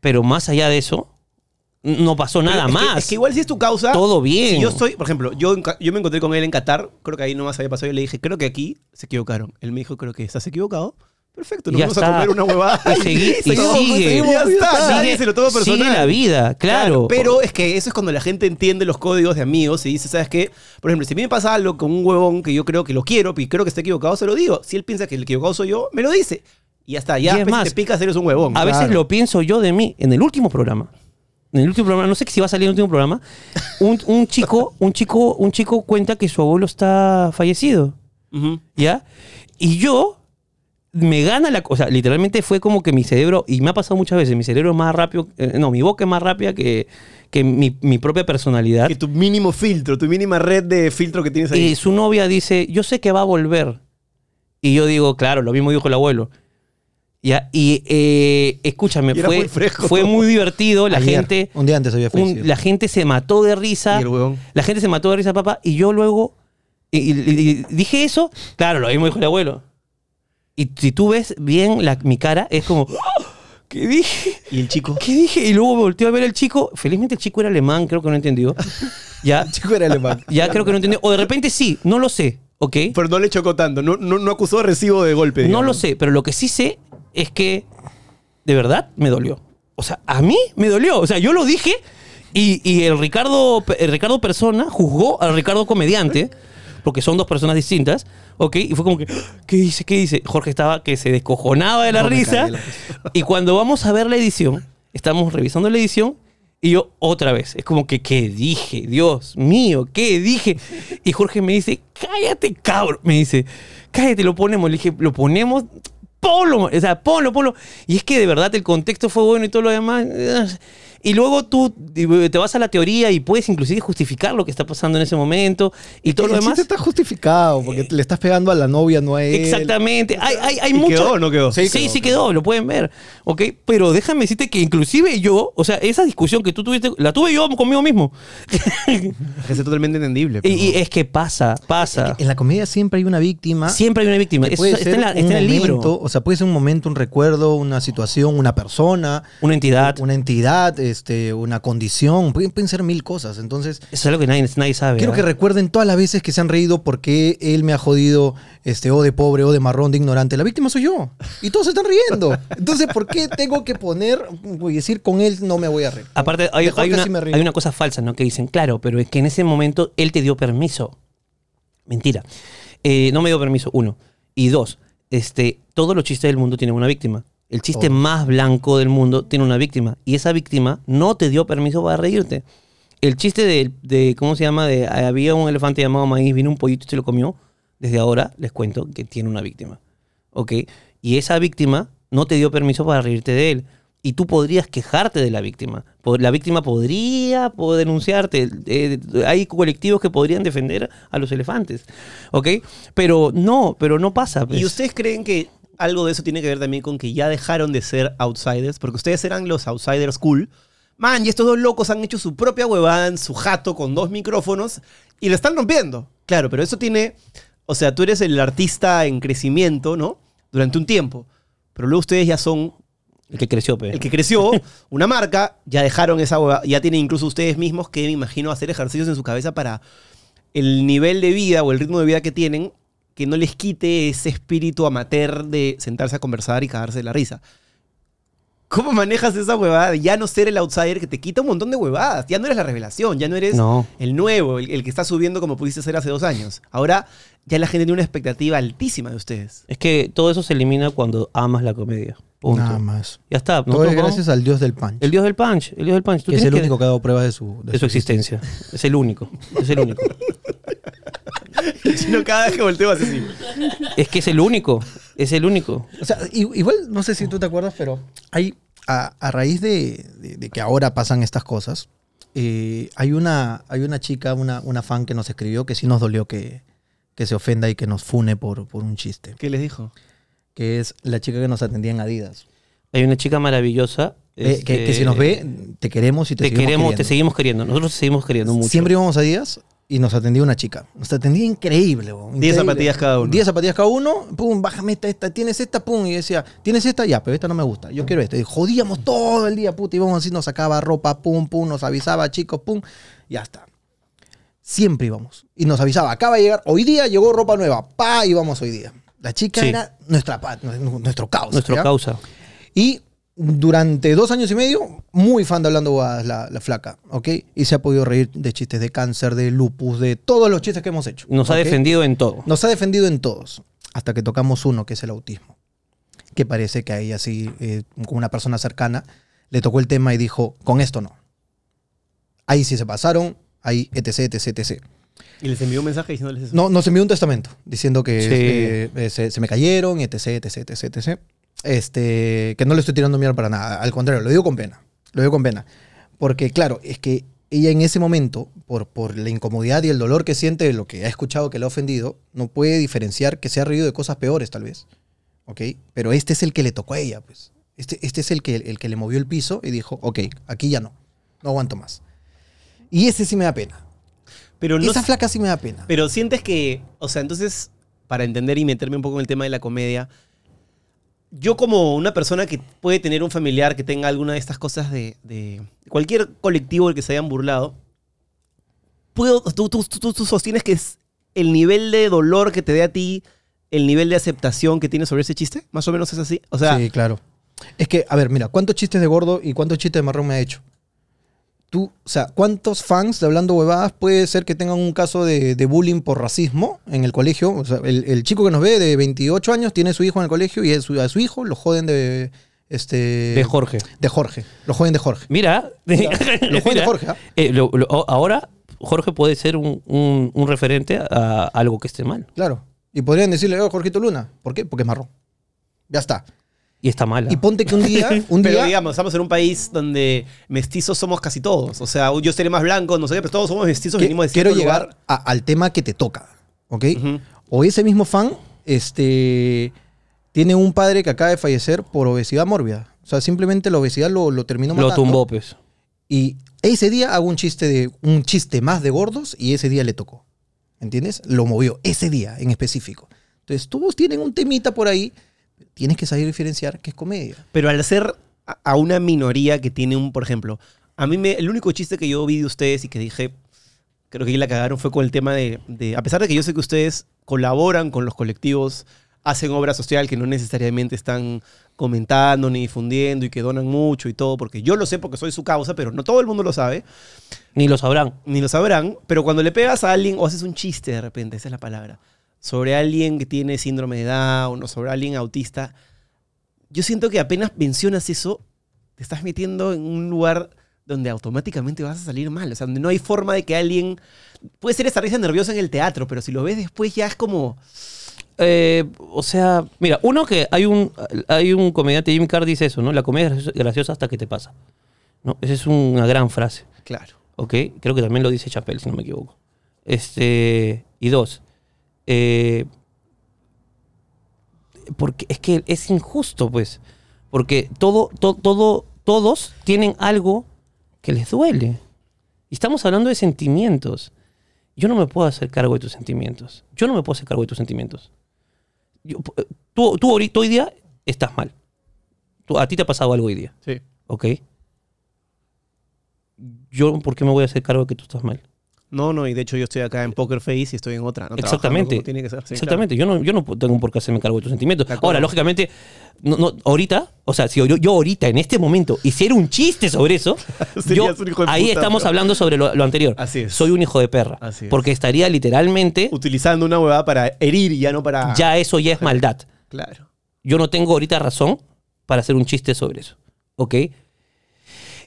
Pero más allá de eso, n- no pasó nada
Pero es que-
más.
es que igual si es tu causa.
Todo bien.
Si yo estoy, por ejemplo, yo, en Ca- yo me encontré con él en Qatar, creo que ahí nomás había pasado, yo le dije, creo que aquí se equivocaron. Él me dijo, creo que estás equivocado. Perfecto, nos
Ya
vamos
está.
a comer una huevada.
Y segui- y
Seguimos,
sigue.
seguimos, ya está.
Sigue-
Nadie se lo toma
sigue
personal.
la vida, claro.
Pero es que eso es cuando la gente entiende los códigos de amigos y dice, ¿sabes qué? Por ejemplo, si a mí me pasa algo con un huevón que yo creo que lo quiero y creo que está equivocado, se lo digo. Si él piensa que el equivocado soy yo, me lo dice. Y ya está,
Y
ya
es
después
más,
si te picas, eres un huevón.
A veces lo pienso yo de mí en el último programa. En el último programa, no sé si va a salir el último programa. Un, un chico, un chico, un chico cuenta que su abuelo está fallecido,
Ujú.
¿ya? Y yo me gana la... O sea, literalmente fue como que mi cerebro, y me ha pasado muchas veces, mi cerebro es más rápido, eh, no, mi boca es más rápida que, que mi, mi propia personalidad.
Que tu mínimo filtro, tu mínima red de filtro que tienes ahí.
¿Ah? Y su novia dice, yo sé que va a volver. Y yo digo, claro, lo mismo dijo el abuelo. Ya, y eh, escúchame,
Y era
fue,
muy fresco.
fue muy divertido. La
Ayer,
gente.
un día antes había
un-
fallecido.
La gente se mató de risa.
Y el huevón.
La gente se mató de risa, papá. Y yo luego. Y, y- y dije eso. Claro, lo mismo dijo el abuelo. Y si tú ves bien la- mi cara, es como. "Ah, ¿Qué dije?
Y el chico.
¿Qué dije? Y luego volteó a ver al chico. Felizmente el chico era alemán, creo que no entendió. Ya,
Chico era alemán.
ya creo que no entendió. O de repente sí, no lo sé, ¿ok?
Pero no le chocó tanto. No, no, no acusó recibo de golpe.
No
digamos.
lo sé, pero lo que sí sé es que de verdad me dolió. O sea, a mí me dolió. O sea, yo lo dije y, y el, Ricardo, el Ricardo Persona juzgó al Ricardo Comediante, porque son dos personas distintas, ¿ok? Y fue como que, ¿qué dice? ¿Qué dice? Jorge estaba que se descojonaba de la,
No, me
risa,
cagué de la
Y cuando vamos a ver la edición, estamos revisando la edición. Y yo otra vez, es como que, ¿qué dije? Dios mío, ¿qué dije? Y Jorge me dice, cállate, cabrón. Me dice, cállate, lo ponemos. Le dije, lo ponemos, ponlo, o sea, ponlo, ponlo. Y es que de verdad el contexto fue bueno y todo lo demás. Y luego tú te vas a la teoría y puedes inclusive justificar lo que está pasando en ese momento y todo lo
El
demás. Eh,
chiste está justificado porque le estás pegando a la novia, no a él.
Exactamente. Hay, hay, hay
¿Y
mucho.
quedó o no quedó?
Sí,
Sí,
sí quedó,
quedó,
lo pueden ver. ¿Ok? Pero déjame decirte que inclusive yo, o sea, esa discusión que tú tuviste, la tuve yo conmigo mismo.
Que es totalmente entendible.
y,
pero-
y es que pasa, pasa.
En la comedia siempre hay una víctima.
Siempre hay una víctima.
que
Eso
puede
está
ser
en, la-
un
está en el
momento,
libro.
O sea, puede ser un momento, un recuerdo, una situación, una persona,
Una entidad.
una entidad, este, una condición. Pueden, pueden ser mil cosas. Entonces,
Eso es algo que nadie, nadie sabe.
quiero que
¿verdad?
recuerden todas las veces que se han reído porque él me ha jodido, este, o de pobre, o de marrón, de ignorante. La víctima soy yo. Y todos se están riendo. Entonces, ¿por qué tengo que poner y decir con él no me voy a reír?
Aparte, hay,
Mejor
hay
que
una,
sí me río.
hay una cosa falsa, ¿no? Que dicen, claro, pero es que en ese momento él te dio permiso. Mentira. Eh, no me dio permiso, uno. Y dos, este, todos los chistes del mundo tienen una víctima. El chiste más blanco del mundo tiene una víctima. Y esa víctima no te dio permiso para reírte. El chiste de, de- ¿cómo se llama? De ah, había un elefante llamado maíz, vino un pollito y se lo comió. Desde ahora les cuento que tiene una víctima. ¿Ok? Y esa víctima no te dio permiso para reírte de él. Y tú podrías quejarte de la víctima. Po- La víctima podría po- denunciarte. Eh, hay colectivos que podrían defender a los elefantes. ¿Ok? Pero no, pero no pasa. pues.
¿Y ustedes creen que algo de eso tiene que ver también con que ya dejaron de ser outsiders? Porque ustedes eran los outsiders cool. Man, y estos dos locos han hecho su propia huevada en su jato con dos micrófonos y la están rompiendo. Claro, pero eso tiene. O sea, tú eres el artista en crecimiento, ¿no? Durante un tiempo. Pero luego ustedes ya son
El que creció, pues. pe.
el que creció, una marca, ya dejaron esa hueva, ya tienen incluso ustedes mismos que me imagino hacer ejercicios en su cabeza para el nivel de vida o el ritmo de vida que tienen, que no les quite ese espíritu amateur de sentarse a conversar y cagarse de la risa. ¿Cómo manejas esa huevada de ya no ser el outsider que te quita un montón de huevadas? Ya no eres la revelación, ya no eres
No.
el nuevo, el, el que está subiendo como pudiste ser hace dos años. Ahora ya la gente tiene una expectativa altísima de ustedes.
Es que todo eso se elimina cuando amas la comedia. Punto.
Nada más.
Ya está.
Todo
Nosotros
es gracias
vamos-
al dios del pan.
El dios del punch. El dios del punch. Tú
Que es
tienes
el
que-
único que ha dado prueba de su,
de su existencia. Es el único. Es el único.
Sino cada vez que volteo hace así.
es que es el único. Es el único.
O sea, i- igual, no sé si tú te acuerdas, pero hay, a, a raíz de, de- de que ahora pasan estas cosas, eh, hay, una, hay una chica, una, una fan que nos escribió que sí nos dolió que, que se ofenda y que nos fune por, por un chiste,
¿Qué les dijo?
que es la chica que nos atendía en Adidas.
Hay una chica maravillosa.
Ve-
este,
Eh, que, que si nos ve, te queremos y te,
te
seguimos
queremos, te
queriendo.
seguimos queriendo. Nosotros te seguimos queriendo mucho.
Siempre íbamos a Adidas y nos atendía una chica. Nos atendía increíble. bo, increíble.
zapatillas cada uno.
10 zapatillas cada uno. Pum, bájame esta, esta. Tienes esta, pum. Y decía, tienes esta, ya, pero esta no me gusta. Yo quiero esta. Y jodíamos todo el día, puta. Íbamos así, nos sacaba ropa, pum, pum. Nos avisaba, chicos, pum. Ya está. Siempre íbamos. Y nos avisaba, acaba de llegar. Hoy día llegó ropa nueva. Pa, íbamos hoy día. La chica
Sí.
era nuestra, pa- nuestro causa.
Nuestro
¿ya?
causa.
Y durante dos años y medio, muy fan de Hablando Bobadas, la, la flaca, ¿ok? Y se ha podido reír de chistes de cáncer, de lupus, de todos los chistes que hemos hecho.
Nos ha
¿ok?
defendido en todo.
Nos ha defendido en todos, hasta que tocamos uno, que es el autismo. Que parece que a ella sí, eh, con una persona cercana, le tocó el tema y dijo, con esto no. Ahí sí se pasaron, ahí etc, etc, etc.
Y les envió un mensaje diciéndoles eso.
No, nos envió un testamento diciendo que
Sí.
eh, eh, se, se me cayeron, etc, etc, etc, etc. Este, que no le estoy tirando mierda para nada. Al contrario, lo digo con pena. Lo digo con pena. Porque, claro, es que ella en ese momento, por, por la incomodidad y el dolor que siente de lo que ha escuchado que le ha ofendido, no puede diferenciar que se ha reído de cosas peores, tal vez. ¿Ok? Pero este es el que le tocó a ella, pues. Este, este es el que, el que le movió el piso y dijo, ok, aquí ya no. No aguanto más. Y ese sí me da pena.
Pero no
Esa flaca sí me da pena.
Pero sientes que, o sea, entonces, para entender y meterme un poco en el tema de la comedia, yo como una persona que puede tener un familiar que tenga alguna de estas cosas de, de cualquier colectivo del que se hayan burlado, puedo, tú, tú- tú- tú sostienes que es el nivel de dolor que te dé a ti, el nivel de aceptación que tienes sobre ese chiste, más o menos es así. O sea,
sí, claro. Es que, a ver, mira, ¿cuántos chistes de gordo y cuántos chistes de marrón me ha hecho? Tú, o sea, ¿cuántos fans de Hablando Huevadas puede ser que tengan un caso de, de bullying por racismo en el colegio? O sea, el, el chico que nos ve de 28 años tiene su hijo en el colegio y a su, a su hijo lo joden de... Este,
De Jorge.
De Jorge. Lo joden de Jorge.
Mira,
Lo joden de
mira,
Jorge, ¿ah?
eh, lo- lo- o- ahora Jorge puede ser un, un- un referente a algo que esté mal.
Claro. Y podrían decirle, oh, Jorgito Luna. ¿Por qué? Porque es marrón. Ya está.
Y está mal.
Y ponte que un día... Un
pero
día
digamos, estamos en un país donde mestizos somos casi todos. O sea, yo seré más blanco, no sé qué, pero todos somos mestizos,
que-
venimos de
quiero
cierto
llegar
lugar.
a- al tema que te toca, ¿ok?
Ujú.
O ese mismo fan, este, tiene un padre que acaba de fallecer por obesidad mórbida. O sea, simplemente la obesidad lo, lo terminó matando.
lo tumbó, pues.
Y ese día hago un chiste, de, un chiste más de gordos y ese día le tocó. ¿Entiendes? Lo movió, ese día en específico. Entonces, todos tienen un temita por ahí. Tienes que saber diferenciar que es comedia.
Pero al ser a- a una minoría que tiene un, por ejemplo, a mí me, el único chiste que yo vi de ustedes y que dije, creo que ahí la cagaron fue con el tema de, de- a pesar de que yo sé que ustedes colaboran con los colectivos, hacen obra social que no necesariamente están comentando ni difundiendo y que donan mucho y todo, porque yo lo sé porque soy su causa, pero no todo el mundo lo sabe,
Ni lo sabrán.
ni lo sabrán, pero cuando le pegas a alguien o haces un chiste de repente, esa es la palabra, sobre alguien que tiene síndrome de Down o sobre alguien autista, yo siento que apenas mencionas eso, te estás metiendo en un lugar donde automáticamente vas a salir mal, o sea, donde no hay forma de que alguien... Puede ser esa risa nerviosa en el teatro, pero si lo ves después ya es como...
Eh, o sea, mira, uno que hay un hay un comediante, Jim Carr dice eso, ¿no? La comedia es graciosa- graciosa hasta que te pasa. ¿No? Esa es una gran frase.
Claro.
¿ok? Creo que también lo dice Chappelle, si no me equivoco. Este, y dos, eh, porque es que es injusto, pues, porque todo, to- todo, todos tienen algo que les duele. Y estamos hablando de sentimientos. Yo no me puedo hacer cargo de tus sentimientos. Yo no me puedo hacer cargo de tus sentimientos. Yo- eh, tú, tú ahorita- hoy día estás mal. Tú- a ti te ha pasado algo hoy día.
Sí.
¿ok? Yo, ¿por qué me voy a hacer cargo de que tú estás mal?
No, no, y de hecho yo estoy acá en Poker Face y estoy en otra. ¿no? Trabajando
exactamente.
como tiene que ser, sí,
exactamente. Yo, no, yo no tengo por qué hacerme cargo de tus sentimientos.
De acuerdo.
Ahora, lógicamente, no, no, ahorita, o sea, si yo, yo ahorita, en este momento, hiciera un chiste sobre eso, yo,
Serías un hijo de
ahí
puta,
estamos
pero-
hablando sobre lo, lo anterior.
Así es.
Soy un hijo de perra.
Así es.
Porque estaría literalmente,
claro. Utilizando una huevada para herir, ya no para...
ya eso ya es maldad.
Claro.
yo no tengo ahorita razón para hacer un chiste sobre eso. ¿Ok?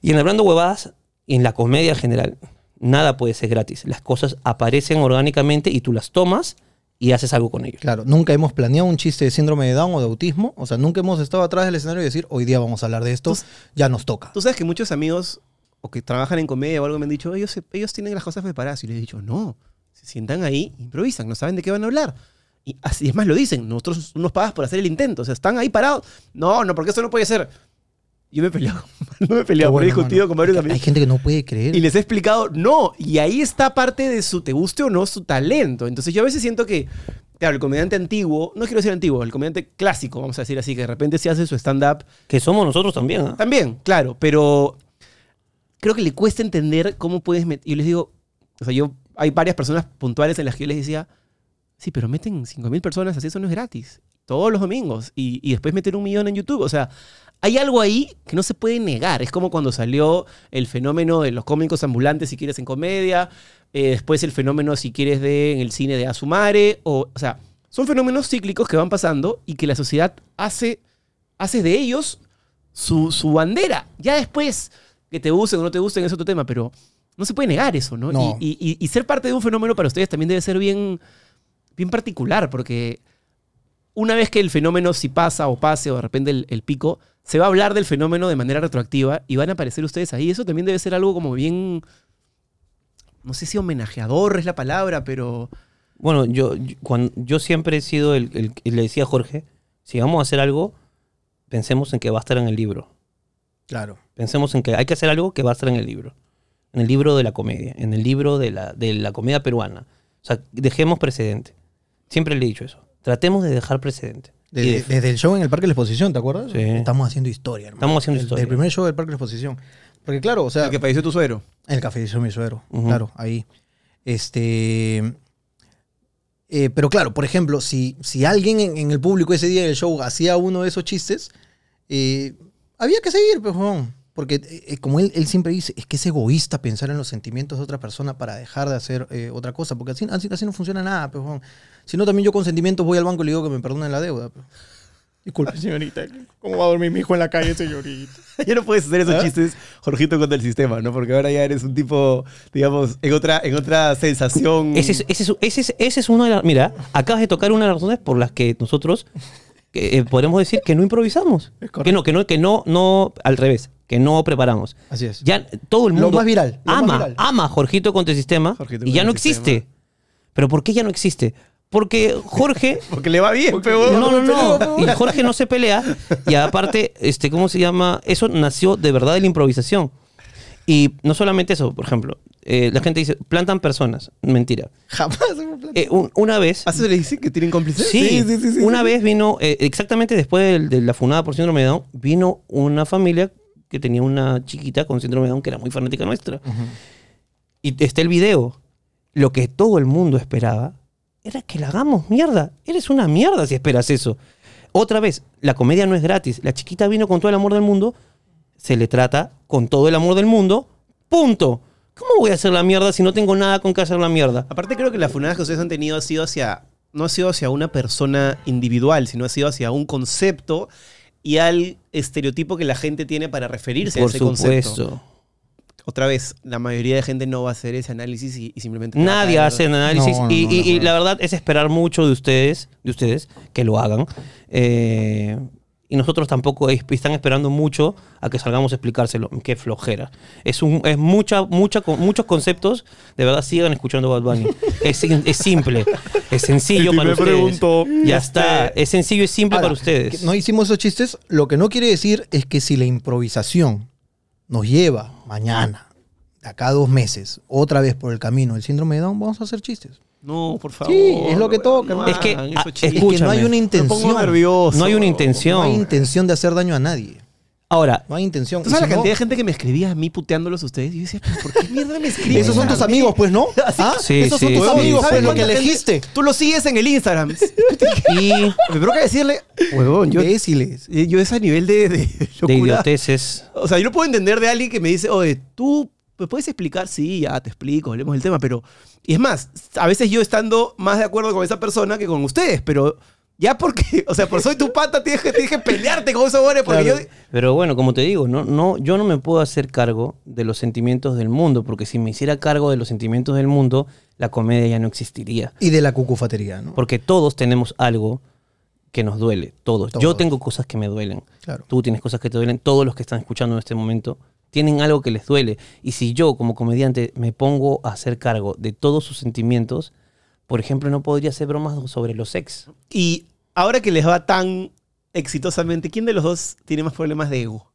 Y en hablando huevadas, y en la comedia en general, nada puede ser gratis. Las cosas aparecen orgánicamente y tú las tomas y haces algo con ello.
Claro, nunca hemos planeado un chiste de síndrome de Down o de autismo. O sea, nunca hemos estado atrás del escenario y decir, hoy día vamos a hablar de esto,
Tú-
ya nos toca.
Tú sabes que muchos amigos o que trabajan en comedia o algo me han dicho, ellos, se- ellos tienen las cosas preparadas. Y les he dicho, no, se sientan ahí, improvisan, no saben de qué van a hablar. Y así es más, lo dicen, nosotros nos pagas por hacer el intento, o sea, están ahí parados. No, no, porque eso no puede ser. Yo me he peleado, no me he
Qué
peleado,
bueno,
me he discutido
mano.
con varios
Hay- Hay
amigos.
gente que no puede creer.
Y les he explicado, no, y ahí está parte de su te guste o no, su talento. Entonces yo a veces siento que, claro, el comediante antiguo, no quiero decir antiguo, el comediante clásico, vamos a decir así, que de repente se hace su stand-up
Que somos nosotros también. ¿ah?
también, claro, pero creo que le cuesta entender cómo puedes meter. Yo les digo, o sea, yo hay varias personas puntuales en las que yo les decía, sí, pero meten 5.000 personas, así eso no es gratis, todos los domingos, y, y después meter un millón en YouTube. O sea, hay algo ahí que no se puede negar. Es como cuando salió el fenómeno de los cómicos ambulantes, si quieres, en comedia, eh, después el fenómeno, si quieres, de, en el cine de Asumare, o, o sea, son fenómenos cíclicos que van pasando y que la sociedad hace, hace de ellos su, su bandera. Ya después, que te gusten o no te gusten es otro tema, pero No se puede negar eso, ¿no?
No.
Y, y- y- y ser parte de un fenómeno para ustedes también debe ser bien, bien particular, porque una vez que el fenómeno si pasa o pase o de repente el, el pico, se va a hablar del fenómeno de manera retroactiva y van a aparecer ustedes ahí. Eso también debe ser algo como bien, no sé si homenajeador es la palabra, pero...
Bueno, yo, yo, cuando, yo siempre he sido el, el- y le decía a Jorge, si vamos a hacer algo, pensemos en que va a estar en el libro.
Claro.
Pensemos en que hay que hacer algo que va a estar en el libro. En el libro de la comedia, en el libro de la, de la comedia peruana. O sea, dejemos precedente. Siempre le he dicho eso. Tratemos de dejar precedente. Y
Desde,
de-
desde el show en el Parque de la Exposición, ¿te acuerdas?
Sí.
Estamos haciendo historia, hermano.
Estamos haciendo
El-
historia.
El primer show del Parque de la Exposición. Porque claro, o sea,
padeció tu suero.
el café hizo mi suero,
Ujú.
claro, ahí. Este... eh, pero claro, por ejemplo, si, si alguien en, en el público ese día del show hacía uno de esos chistes, eh, había que seguir, pues, huevón. porque eh, eh, como él, él siempre dice, es que es egoísta pensar en los sentimientos de otra persona para dejar de hacer eh, otra cosa, porque así, así, así no funciona nada, pues, huevón. si no también yo con sentimientos voy al banco y le digo que me perdonen la deuda. pues. Disculpe.
Señorita, ¿cómo va a dormir mi hijo en la calle, señorita?
Ya no puedes hacer esos
¿Ah?
chistes, Jorgito, contra el sistema, ¿no? Porque ahora ya eres un tipo, digamos, en otra, en otra sensación.
Ese es, ese, es, ese es- ese es una de las. Mira, acabas de tocar una de las razones por las que nosotros eh, eh, podemos decir que no improvisamos.
correcto.
Que no, que no, que no, no, al revés, que no preparamos.
Así es.
Ya todo el
Lo
mundo.
más viral, lo más
ama,
viral.
ama a Jorgito contra el sistema
Jorgito
y ya
contra
no
el sistema.
existe. ¿Pero por qué ya no existe? Porque Jorge.
Porque le va bien,
No,
pero
no, no. Y Jorge no se pelea. Y aparte, este, ¿cómo se llama? Eso nació de verdad de la improvisación. Y no solamente eso, por ejemplo, eh, la gente dice, plantan personas. Mentira.
Jamás hemos platicado.
Eh, un- una vez.
¿Hace le dice que tienen cómplices?
Sí, una vez vino, eh, exactamente después del- de, la funada por síndrome de Down, vino una familia que tenía una chiquita con síndrome de Down que era muy fanática nuestra. Y está el video. Lo que todo el mundo esperaba era que la hagamos mierda. Eres una mierda si esperas eso. Otra vez, la comedia no es gratis. La chiquita vino con todo el amor del mundo, se le trata con todo el amor del mundo, punto. ¿Cómo voy a hacer la mierda si no tengo nada con que hacer la mierda?
Aparte creo que las funadas que ustedes han tenido ha sido hacia, no ha sido hacia una persona individual, sino ha sido hacia un concepto y al estereotipo que la gente tiene para referirse a
Por
ese
supuesto.
concepto. Otra vez, la mayoría de gente no va a hacer ese análisis y, y simplemente... te va a
Nadie
caer.
hace análisis
No, no,
y,
no,
y-
no,
y
no.
la verdad es esperar mucho de ustedes, de ustedes que lo hagan. Eh, y nosotros tampoco es- están esperando mucho a que salgamos a explicárselo. Qué flojera. Es, un, es mucha, mucha, con- muchos conceptos. De verdad, sigan escuchando Bad Bunny. es, sin- es simple. Es sencillo
Si
para
me
ustedes.
pregunto,
ya está. Es sencillo y simple
este, Ahora,
para ustedes.
que No hicimos esos chistes. Lo que no quiere decir es que si la improvisación nos lleva mañana, de acá a dos meses, otra vez por el camino del síndrome de Down, vamos a hacer chistes.
No, por favor.
Sí, es lo que
no
toca,
hagan
es que,
esos
ah,
chistes.
Es que no hay
Me
una
Escúchame,
pongo
intención.
nervioso.
no hay una
No hay
intención.
intención de hacer daño a nadie.
Ahora,
No hay intención.
¿Tú
Y
sabes
si
la
no-
cantidad de gente que me escribía a mí puteándolos a ustedes? Y yo decía, "¿Pero ¿por qué mierda me escriben?
Esos son
a
tus
mí?"
amigos, pues, ¿no? ¿Ah?
Sí,
Esos
sí,
son tus
sí,
amigos, pues, lo
sí. ¿Sabes
que
cuánta gente-
elegiste.
Tú lo sigues en el Instagram.
y
me provoca decirle, huevón, yo,
Imbéciles.
yo ese nivel de, de
de
locura.
idioteces.
O sea, yo lo puedo entender de alguien que me dice, oye, tú me puedes explicar, sí, ya te explico, hablemos del tema, pero. Y es más, a veces yo estando más de acuerdo con esa persona que con ustedes, pero. Ya porque, o sea, por soy tu pata, tienes que, tienes que pelearte con esos buenos porque
Claro.
yo.
Pero bueno, como te digo, no, no, yo no me puedo hacer cargo de los sentimientos del mundo, porque si me hiciera cargo de los sentimientos del mundo, la comedia ya no existiría.
Y de la cucufatería, ¿no?
Porque todos tenemos algo que nos duele, todos. Yo
Todos.
tengo cosas que me duelen.
Claro.
Tú tienes cosas que te duelen. Todos los que están escuchando en este momento tienen algo que les duele. Y si yo, como comediante, me pongo a hacer cargo de todos sus sentimientos, por ejemplo, no podría hacer bromas sobre los ex.
Y ahora que les va tan exitosamente, ¿quién de los dos tiene más problemas de ego?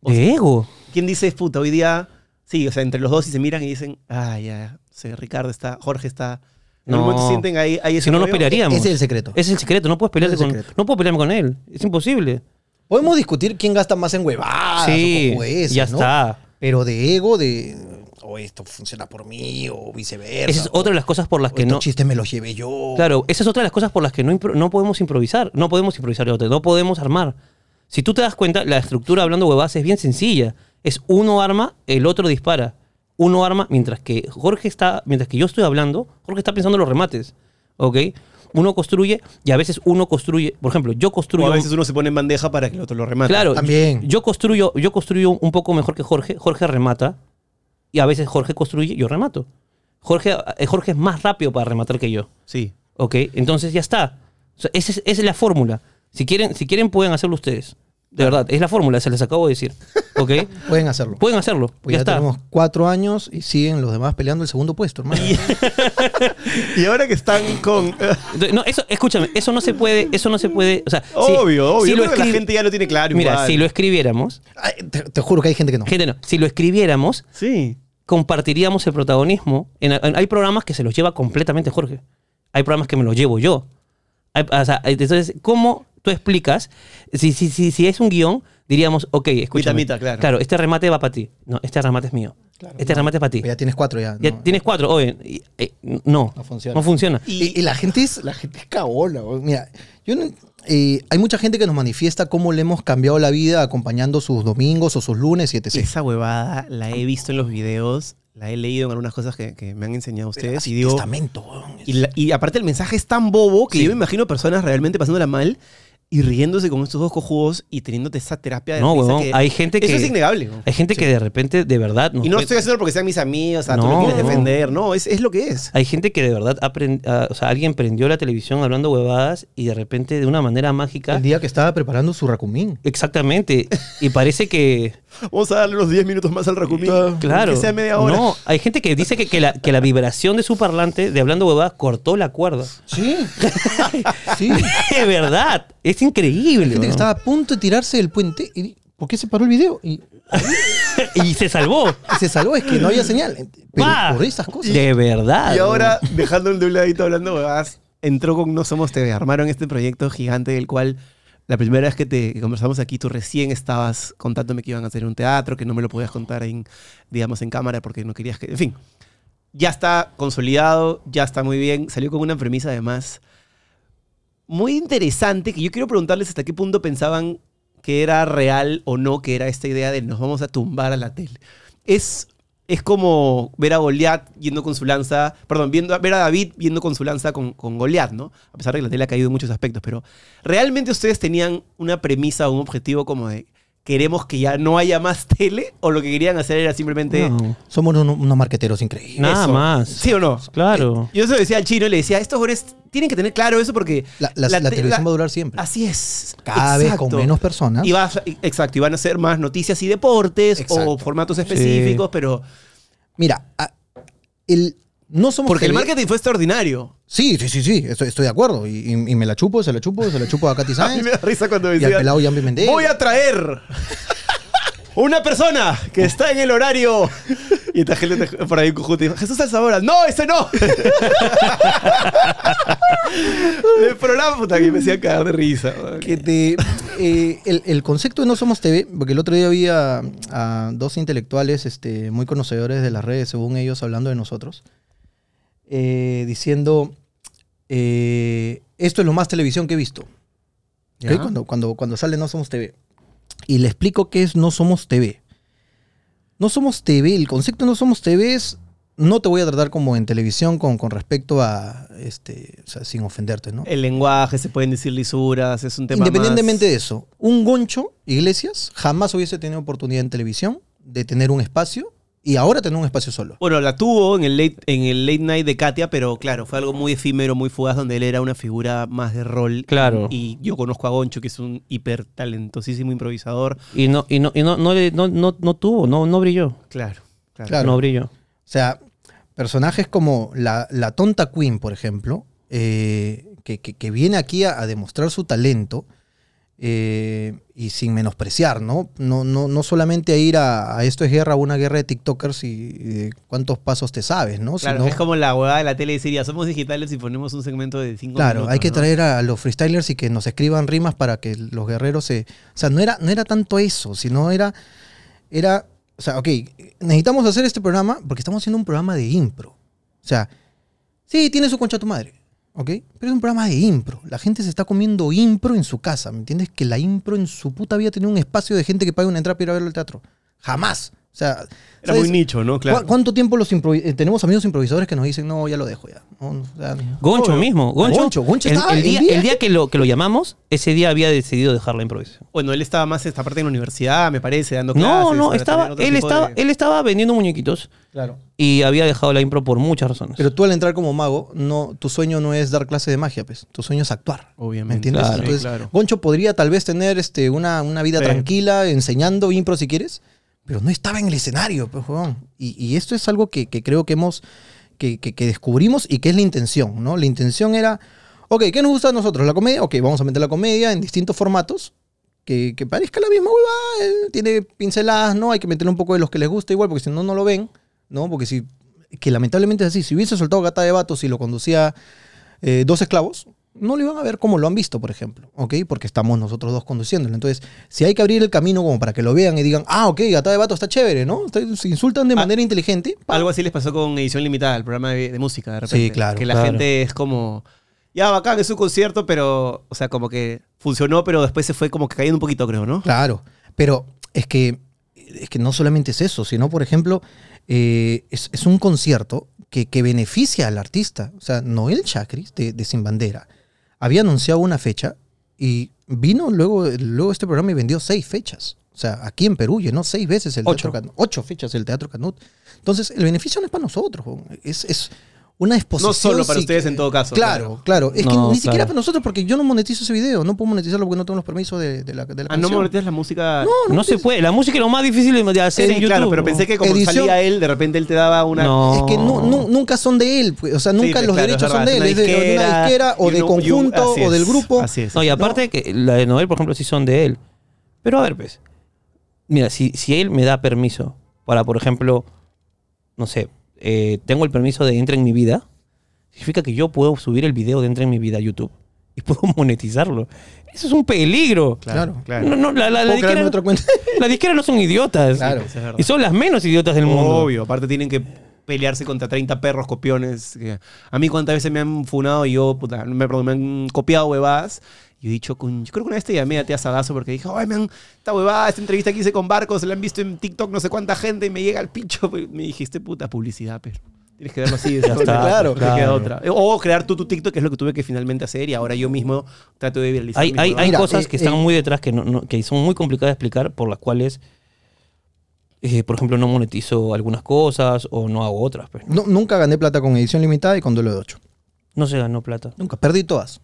O sea,
De ego.
¿Quién dice, puta, hoy día... Sí, o sea, entre los dos y se miran y dicen, ah, ya, sí, Ricardo está, Jorge está... En
No.
un momento sienten ahí... ahí ese
Si no, nos
rollo.
pelearíamos.
Ese es el secreto.
Ese es el secreto. No puedes pelearte
Ese es el
con,
secreto.
no puedo pelearme con él. Es imposible.
Podemos discutir quién gasta más en huevadas
sí,
o cojueces,
ya
¿no?
está.
Pero de ego, de. O esto funciona por mí, o viceversa.
Esa es
o-
otra de las cosas por las
o
que
estos
no.
chistes me los llevé yo.
Claro, esa es otra de las cosas por las que no, impro- no podemos improvisar. No podemos improvisar, Leote, no podemos armar. Si tú te das cuenta, la estructura hablando huevadas es bien sencilla. Es uno arma, el otro dispara. Uno arma, mientras que Jorge está, mientras que yo estoy hablando, Jorge está pensando en los remates. ¿Ok? Uno construye y a veces uno construye. Por ejemplo, yo construyo.
O a veces uno se pone en bandeja para que el otro lo remate.
Claro,
También.
Yo construyo, yo construyo un poco mejor que Jorge. Jorge remata. y a veces Jorge construye, yo remato. Jorge, eh, Jorge es más rápido para rematar que yo.
Sí.
¿Ok? Entonces ya está. O sea, esa, es, esa es la fórmula. Si quieren, si quieren, pueden hacerlo ustedes. De verdad, es la fórmula, se les acabo de decir. ¿Ok?
Pueden hacerlo.
pueden hacerlo.
Pues
ya
ya,
está.
tenemos cuatro años y siguen los demás peleando el segundo puesto, hermano.
Y ahora que están con. eh,
Entonces, No, eso, escúchame, eso no se puede, eso no se puede. O sea, si-
obvio, obvio.
si lo
Creo que la
escribi-
gente ya lo tiene claro.
Mira,
igual.
si lo escribiéramos,
Ay, te, te juro que hay gente que no.
gente no, si lo escribiéramos,
Sí.
compartiríamos el protagonismo. En- en- hay programas que se los lleva completamente Jorge. Hay programas que me los llevo yo. Hay- o sea, entonces, ¿cómo tú explicas? Si, si, si, si es un guión, diríamos, ok, escúchame.
mitad, claro.
Claro, este remate va para ti. No, este remate es mío. este remate es para ti.
Pues Ya tienes cuatro ya.
Ya
no,
tienes cuatro. Oye, y- eh, no.
No funciona.
No funciona.
Y, y la gente es, la gente es caola. weón. Mira, yo no- eh, hay mucha gente que nos manifiesta cómo le hemos cambiado la vida acompañando sus domingos o sus lunes, y etc.
Esa huevada la he visto en los videos, la he leído en algunas cosas que, que me han enseñado ustedes y digo.
Testamento, weón.
Y, la- y aparte el mensaje es tan bobo que yo me imagino personas realmente pasándola mal y riéndose con estos dos cojudos y teniéndote esa terapia de
No,
risa
huevón,
que-
hay gente
Eso
que-
es innegable.
Hay gente que de repente, de verdad, nos
Y no
cuenta-
estoy haciendo porque sean mis amigos, o sea, tú
No,
me quieres
no.
defender, no, es, es lo que es.
Hay gente que de verdad aprend- ah, o sea, alguien prendió la televisión hablando huevadas y de repente de una manera mágica.
El día que estaba preparando su racumín.
Exactamente. Y parece que.
Vamos a darle unos 10 minutos más al Rakumi.
Claro.
Que sea media hora.
No, hay gente que dice que, que la, que la vibración de su parlante de hablando huevadas cortó la cuerda.
Sí. sí.
de verdad. Es increíble.
Gente que
¿no?
estaba a punto de tirarse del puente. Y, ¿Por qué se paró el video? Y,
y se salvó.
y se salvó, es que no había señal. Pero
Ah.
Pa.
por esas cosas.
De verdad.
Y ahora, dejando el de un ladito hablando, huevadas, entró con No Somos TV. Armaron este proyecto gigante del cual la primera vez que te que conversamos aquí, tú recién estabas contándome que iban a hacer un teatro, que no me lo podías contar en, digamos, en cámara porque no querías que... En fin, ya está consolidado, ya está muy bien. Salió con una premisa además muy interesante que yo quiero preguntarles hasta qué punto pensaban que era real o no, que era esta idea de nos vamos a tumbar a la tele. Es, es como ver a Goliat yendo con su lanza, perdón, viendo, ver a David yendo con su lanza con, con Goliat, ¿no? A pesar de que la tele ha caído en muchos aspectos, pero ¿realmente ustedes tenían una premisa o un objetivo como de queremos que ya no haya más tele o lo que querían hacer era simplemente...
No,
Somos unos, unos marqueteros increíbles.
nada
Eso.
más.
¿Sí o no? Eh,
Claro.
Yo se lo decía al chino y le decía, estos jóvenes tienen que tener claro eso porque...
La, la- la
te-
televisión
la-
va a durar siempre.
Así es.
Cada vez con menos personas.
Y vas, exacto, y van a ser más noticias y deportes o
Exacto.
formatos específicos, pero...
Mira, a- el, no somos
Porque el
TV.
marketing fue extraordinario.
Sí, sí, sí, sí, estoy, estoy de acuerdo. Y, y- y me la chupo, se la chupo, se la chupo a Katy
A mí
Sáenz.
me da risa cuando
y al
decía,
pelado Yambi Méndez.
voy a traer una persona que está en el horario. Y esta gente te- por ahí en Cúcuta dijo, Jesús Alzabora, no, ese no. el programa, puta, que me hacía cagar de risa.
Que te- eh, el, el concepto de No Somos TV, porque el otro día vi a, a dos intelectuales este, muy conocedores de las redes, según ellos, hablando de nosotros, eh, diciendo, eh, esto es lo más televisión que he visto. ¿Ok?
Ya.
Cuando, cuando, cuando sale No Somos TV. Y le explico qué es No Somos TV. No Somos TV, el concepto de No Somos TV es... No te voy a tratar como en televisión con, con respecto a, este, o sea, sin ofenderte, ¿no?
El lenguaje, se pueden decir lisuras, es un tema
Independientemente
más-
de eso, un goncho, Iglesias, jamás hubiese tenido oportunidad en televisión de tener un espacio y ahora tener un espacio solo.
Bueno, la tuvo en el, late, en el late night de Katia, pero claro, fue algo muy efímero, muy fugaz, donde él era una figura más de rol.
Claro.
Y yo conozco a Goncho, que es un hiper talentosísimo improvisador.
Y no, y no, y no, no, le- no, no, no tuvo, no, no brilló.
Claro, claro.
Claro.
No brilló.
O sea, personajes como la, la tonta Queen, por ejemplo, eh, que, que- que viene aquí a, a demostrar su talento eh, y sin menospreciar, ¿no? No, no, no solamente a ir a, a esto es guerra, una guerra de TikTokers y, y de cuántos pasos te sabes, ¿no?
Claro,
Sino-
es como la huevada de la tele de Siria. Somos digitales y ponemos un segmento de cinco
Claro,
minutos,
hay que
¿no?
traer a los freestylers y que nos escriban rimas para que los guerreros se... O sea, no era, no era tanto eso, sino era, era... O sea, ok, necesitamos hacer este programa porque estamos haciendo un programa de impro. O sea, sí, tiene su concha tu madre, ¿ok? Pero es un programa de impro. La gente se está comiendo impro en su casa, ¿me entiendes? Que la impro en su puta vida tenía un espacio de gente que pague una entrada para ir a verlo al teatro. Jamás. O sea,
Era
¿sabes?
muy nicho, ¿no?
¿Cu-
Claro.
¿Cuánto tiempo los improvi- eh, tenemos amigos improvisadores que nos dicen, no, ya lo dejo ya? No, no, o sea, no.
Goncho
Obvio.
mismo. Goncho,
Goncho, Goncho
el,
estaba
el
en
día,
día.
el día que lo, que lo llamamos, ese día había decidido dejar la improvisación.
Bueno, él estaba más esta parte en la universidad, me parece, dando clases.
No, no,
para
estaba,
tener otro
él,
tipo
estaba,
de-
él estaba vendiendo muñequitos
Claro.
y había dejado la impro por muchas razones.
Pero tú al entrar como mago, no, tu sueño no es dar clases de magia, pues. Tu sueño es actuar.
Obviamente,
¿Me entiendes?
claro.
Entonces,
Sí, claro.
Goncho podría tal vez tener este, una, una vida
Sí.
tranquila, enseñando impro si quieres, pero no estaba en el escenario, pues, huevón. Y, y esto es algo que, que creo que hemos, que, que- que descubrimos y que es la intención, ¿no? La intención era, ok, ¿qué nos gusta a nosotros? ¿La comedia? Ok, vamos a meter la comedia en distintos formatos. Que, que parezca la misma huevada, eh, tiene pinceladas, ¿no? Hay que meterle un poco de los que les gusta igual, porque si no, no lo ven, ¿no? Porque si, que lamentablemente es así, si hubiese soltado Gata de Vatos y lo conducía eh, dos esclavos, no lo iban a ver como lo han visto, por ejemplo, ¿ok? Porque estamos nosotros dos conduciéndolo. Entonces, si hay que abrir el camino como para que lo vean y digan, ah, ok, gata de vato está chévere, ¿no? Ustedes Se insultan de
Ah,
manera inteligente. pa.
Algo así les pasó con edición limitada, el programa de, de música, de repente.
Sí, claro,
Que la
claro.
gente es como. Ya, bacán, es un concierto, pero. O sea, como que funcionó, pero después se fue como que cayendo un poquito, creo, ¿no?
Claro, pero es que, es que no solamente es eso, sino, por ejemplo, eh, es, es un concierto que, que beneficia al artista. O sea, Noel Chacris, de, de Sin Bandera, había anunciado una fecha y vino luego, luego este programa y vendió seis fechas. O sea, aquí en Perú llenó seis veces el
Ocho.
Teatro Canut. Ocho fechas el Teatro Canut. Entonces, el beneficio no es para nosotros. weón. Es, es una exposición.
No solo para
psique-
ustedes en todo caso.
Claro, claro. Es que
No,
ni siquiera
claro.
para nosotros, porque yo no monetizo ese video. No puedo monetizarlo porque no tengo los permisos de, de la, de la
Ah, no
canción.
monetizas la música.
no se puede. La música es lo más difícil de de hacer
Sí,
en YouTube.
claro, pero pensé que como
Edición.
salía él, de repente él te daba una.
No.
Es que nu- nu- nunca son de él, pues, o sea, nunca
Sí,
los
claro,
derechos
es
son
verdad,
de él, es de de una disquera o
y
de
uno- y un-
conjunto
así
o del
es,
grupo.
Así es.
No, y aparte que la de Noel, por ejemplo, sí son de él. Pero a ver, pues. Mira, si, si él me da permiso para, por ejemplo, no sé, eh, tengo el permiso de Entra en mi vida, significa que yo puedo subir el video de Entra en mi vida a YouTube y puedo monetizarlo. Eso es un peligro.
Claro.
claro.
No, no, la, la- la
¿Puedo crearme
disquera,
otra cuenta?
las disqueras no son idiotas.
Claro.
Eso es verdad.
Y son las menos idiotas del mundo.
Obvio, aparte tienen que pelearse contra 30 perros copiones. que- A mí cuántas veces me han funado y yo, puta, me, perdón, me han copiado huevadas. Y he dicho, con, yo creo que una vez te llamé a tía Sadazo porque dije, ay, man, esta huevada, esta entrevista que hice con Barcos, la han visto en TikTok no sé cuánta gente y me llega al pincho. pues, Me dijiste, puta, publicidad, pero tienes que darlo así. de esa
está,
manera,
claro,
no te queda
claro.
otra. O crear tú tu TikTok, que es lo que tuve que finalmente hacer y ahora yo mismo trato de viralizar.
Hay,
mis
hay, hay
huevadas.
Mira,
cosas
eh,
que están
eh.
muy detrás que, no, no- que son muy complicadas de explicar, por las cuales, eh, por ejemplo, no monetizo algunas cosas o no hago otras. pues.
No, nunca gané plata con edición limitada y con duelo de 8.
No se ganó plata.
Nunca, perdí todas.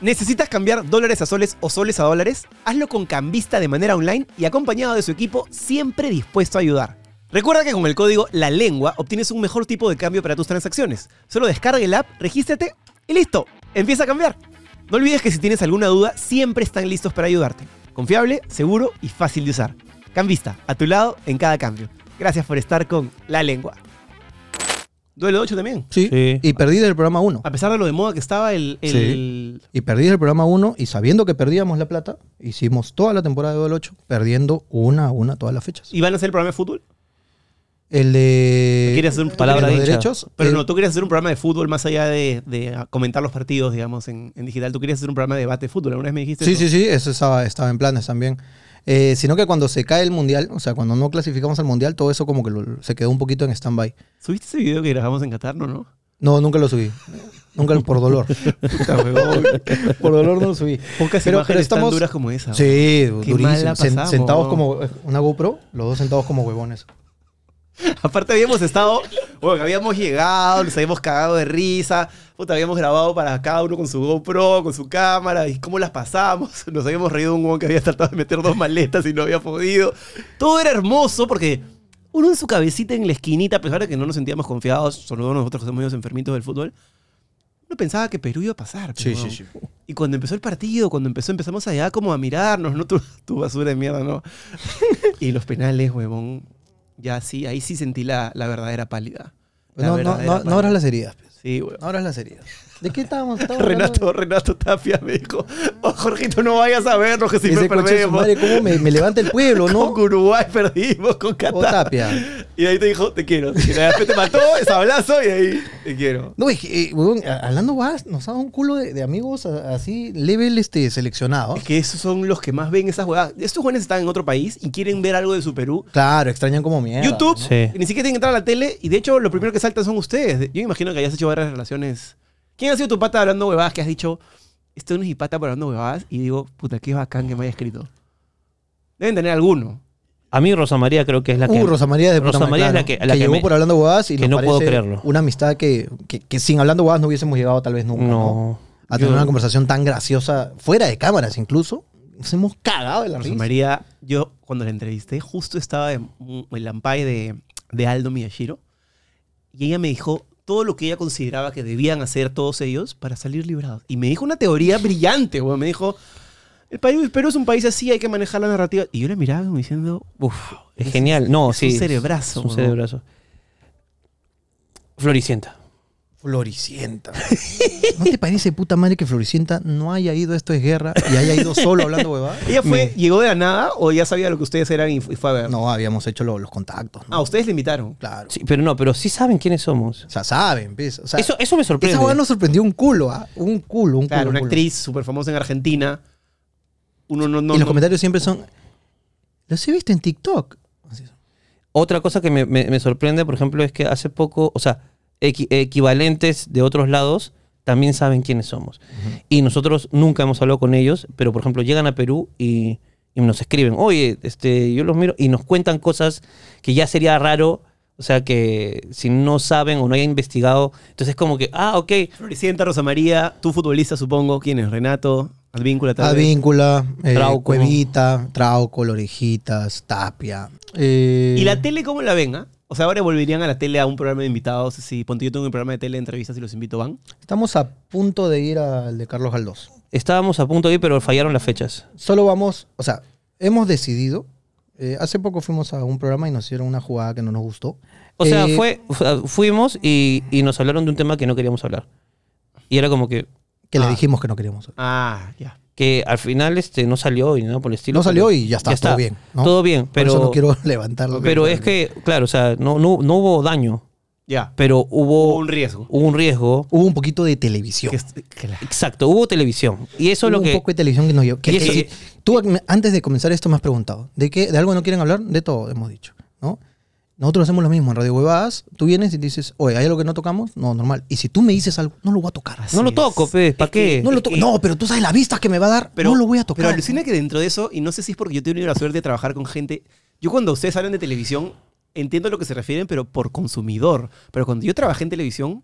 ¿Necesitas cambiar dólares a soles o soles a dólares? Hazlo con Cambista de manera online y acompañado de su equipo siempre dispuesto a ayudar. Recuerda que con el código La Lengua obtienes un mejor tipo de cambio para tus transacciones. Solo descarga el app, regístrate y listo, empieza a cambiar. No olvides que si tienes alguna duda, siempre están listos para ayudarte. Confiable, seguro y fácil de usar. Cambista, a tu lado en cada cambio. Gracias por estar con La Lengua. Duelo 8 también.
Sí.
Sí.
Y perdí del programa 1.
A pesar de lo de moda que estaba el... el-
Y perdí del programa 1 y sabiendo que perdíamos la plata, hicimos toda la temporada de duelo 8, perdiendo una a una todas las fechas.
¿Y van a hacer el programa de fútbol?
El de...
Quieres hacer un-
el Eh, de
palabra
los
dicha.
derechos. Eh,
Pero
el-
no, tú querías hacer un programa de fútbol más allá de, de comentar los partidos, digamos, en, en digital. Tú querías hacer un programa de debate de fútbol. Alguna vez me dijiste.
Sí,
eso?
sí, sí, eso estaba, estaba en planes también. Eh, sino que cuando se cae el mundial, o sea, cuando no clasificamos al mundial, todo eso como que lo- se quedó un poquito en stand-by.
¿Subiste ese video que grabamos en Qatar, no? no?
No, nunca lo subí. Nunca lo- por dolor. por dolor no lo subí.
Pocas
Pero-
imágenes
pero estamos-
tan duras como esa.
Sí, durísimo.
mal la
Sen-
pasamos.
sentados como eh, una GoPro, los dos sentados como huevones.
Aparte, habíamos estado. Bueno, habíamos llegado, nos habíamos cagado de risa. Puta, habíamos grabado para cada uno con su GoPro, con su cámara. ¿Y cómo las pasamos? Nos habíamos reído de un huevón que había tratado de meter dos maletas y no había podido. Todo era hermoso porque. Uno en su cabecita en la esquinita, a pesar de que no nos sentíamos confiados, sobre todo nosotros que somos medio enfermitos del fútbol, uno pensaba que Perú iba a pasar. pues, huevón. Y cuando empezó el partido, cuando empezó, empezamos allá como a mirarnos, ¿no? Tu, tu basura de mierda, ¿no? y los penales, huevón. Ya sí, ahí sí sentí la, la verdadera pálida. La
No, no,
verdadera
no, no abras
pálida.
las heridas. pues.
Sí, huevón.
No abras las heridas. ¿De qué estábamos? Estábamos hablando
Renato, Renato Tapia me dijo, oh, Jorgito, no vayas a vernos que
de-
siempre
ese coche de su
perdemos.
madre, ¿Cómo me, me levanta el pueblo,
Con
no?
Oh, Uruguay perdimos, con Qatar.
O Tapia.
Y ahí te dijo, te quiero. Y después te mató, sablazo, y ahí te quiero.
No, es que, eh, huevón, a- hablando guas, nos ha dado un culo de, de amigos a- así, level este, seleccionado.
Es que esos son los que más ven esas jugadas. Estos jóvenes están en otro país y quieren ver algo de su Perú.
Claro, extrañan como mierda.
YouTube,
Sí.
ni siquiera tienen que entrar a la tele. Y de hecho, lo primero que saltan son ustedes. Yo me imagino que hayas hecho varias relaciones. ¿Quién ha sido tu pata hablando huevadas que has dicho, este no es mi pata por hablando huevadas? Y digo, puta, qué bacán que me haya escrito. Deben tener alguno.
A mí Rosa María creo que es la que...
Uh, Rosa María es de puta
Rosa
madre,
María es la
claro,
que- la que
llegó
me-
por hablando guas y
que
nos
no puedo
parece
creerlo.
Una amistad que, que, que sin hablando guas no hubiésemos llegado tal vez nunca. ¿no?
No.
A tener
Yo-
una conversación tan graciosa, fuera de cámaras incluso. Nos hemos cagado de la
Rosa
risa.
María, yo cuando la entrevisté, justo estaba de- en el ampay de, de Aldo Miyashiro. Y ella me dijo todo lo que ella consideraba que debían hacer todos ellos para salir librados. Y me dijo una teoría brillante, güey. Me dijo, el país, Perú es un país así, hay que manejar la narrativa. Y yo la miraba como diciendo,
Uf, es genial. No,
es
sí.
un cerebrazo,
Es un
¿no?
cerebrazo. Floricienta.
Floricienta. ¿No te parece puta madre que Floricienta no haya ido a Esto es Guerra y haya ido solo hablando huevada?
¿Ella fue, llegó de la nada o ya sabía lo que ustedes eran y, fu- y fue a ver?
No, habíamos hecho lo- los contactos. ¿no?
Ah, ustedes le invitaron.
Claro.
Sí, pero no, pero sí saben quiénes somos.
O sea, saben, ¿ves? O sea,
Eso, eso me sorprende.
esa hueá nos sorprendió un culo, ¿ah? Un culo, un
Claro,
culo.
una
un culo.
actriz súper famosa en Argentina. Uno no, no,
y los
no-
comentarios siempre son, los he visto en TikTok. Así es.
Otra cosa que me, me- me sorprende, por ejemplo, es que hace poco, o sea, equi- equivalentes de otros lados también saben quiénes somos. Y nosotros nunca hemos hablado con ellos, pero por ejemplo llegan a Perú y, y nos escriben, oye, este, yo los miro y nos cuentan cosas que ya sería raro, o sea, que si no saben o no hayan investigado, entonces es como que, ah, ok,
Floricienta, Rosa María, tu futbolista supongo. ¿Quién es? Renato, Advíncula tal vez.
Advíncula, eh,
Trauco.
Cuevita, Trauco, Lorejitas, Tapia. eh,
¿Y la tele cómo la ven? ah? O sea, ahora volverían a la tele a un programa de invitados. Si ponte yo tengo un programa de tele de entrevistas y los invito, van.
Estamos a punto de ir al de Carlos Galdós.
estábamos a punto de ir, pero fallaron las fechas.
Solo vamos, o sea, hemos decidido. eh, hace poco fuimos a un programa y nos hicieron una jugada que no nos gustó.
O sea,
Eh,
fue, fu- fuimos y, y nos hablaron de un tema que no queríamos hablar. Y era como que,
Que le
Ah.
dijimos que no queríamos.
Ah, ya.
que al final este no salió y no por el estilo.
No salió
pero
y ya está, todo bien, ¿no?
Todo bien,
Pero
pero,
no quiero levantarlo.
pero es que, claro, o sea, no, no, no hubo daño,
Ya.
pero hubo
Hubo un riesgo.
hubo un riesgo.
Hubo un poquito de televisión.
Que es- que la-
Exacto, hubo televisión. Y eso es lo
Hubo
que...
un poco de televisión que nos llevó. que-
Y eso-
que- tú ac- antes de comenzar esto me has preguntado, ¿de qué, de algo no quieren hablar? De todo, hemos dicho, ¿no? Nosotros hacemos lo mismo en Radio Huevadas. Tú vienes y dices, oye, ¿hay algo que no tocamos? No, normal. Y si tú me dices algo, no lo voy a tocar.
no lo toco, pues, ¿para qué?
No, lo to- no, pero tú sabes las vistas que me va a dar.
Pero,
no lo voy a tocar.
Pero alucina que dentro de eso, y no sé si es porque yo he tenido la suerte de trabajar con gente. Yo cuando ustedes hablan de televisión, entiendo a lo que se refieren, pero por consumidor. Pero cuando yo trabajé en televisión,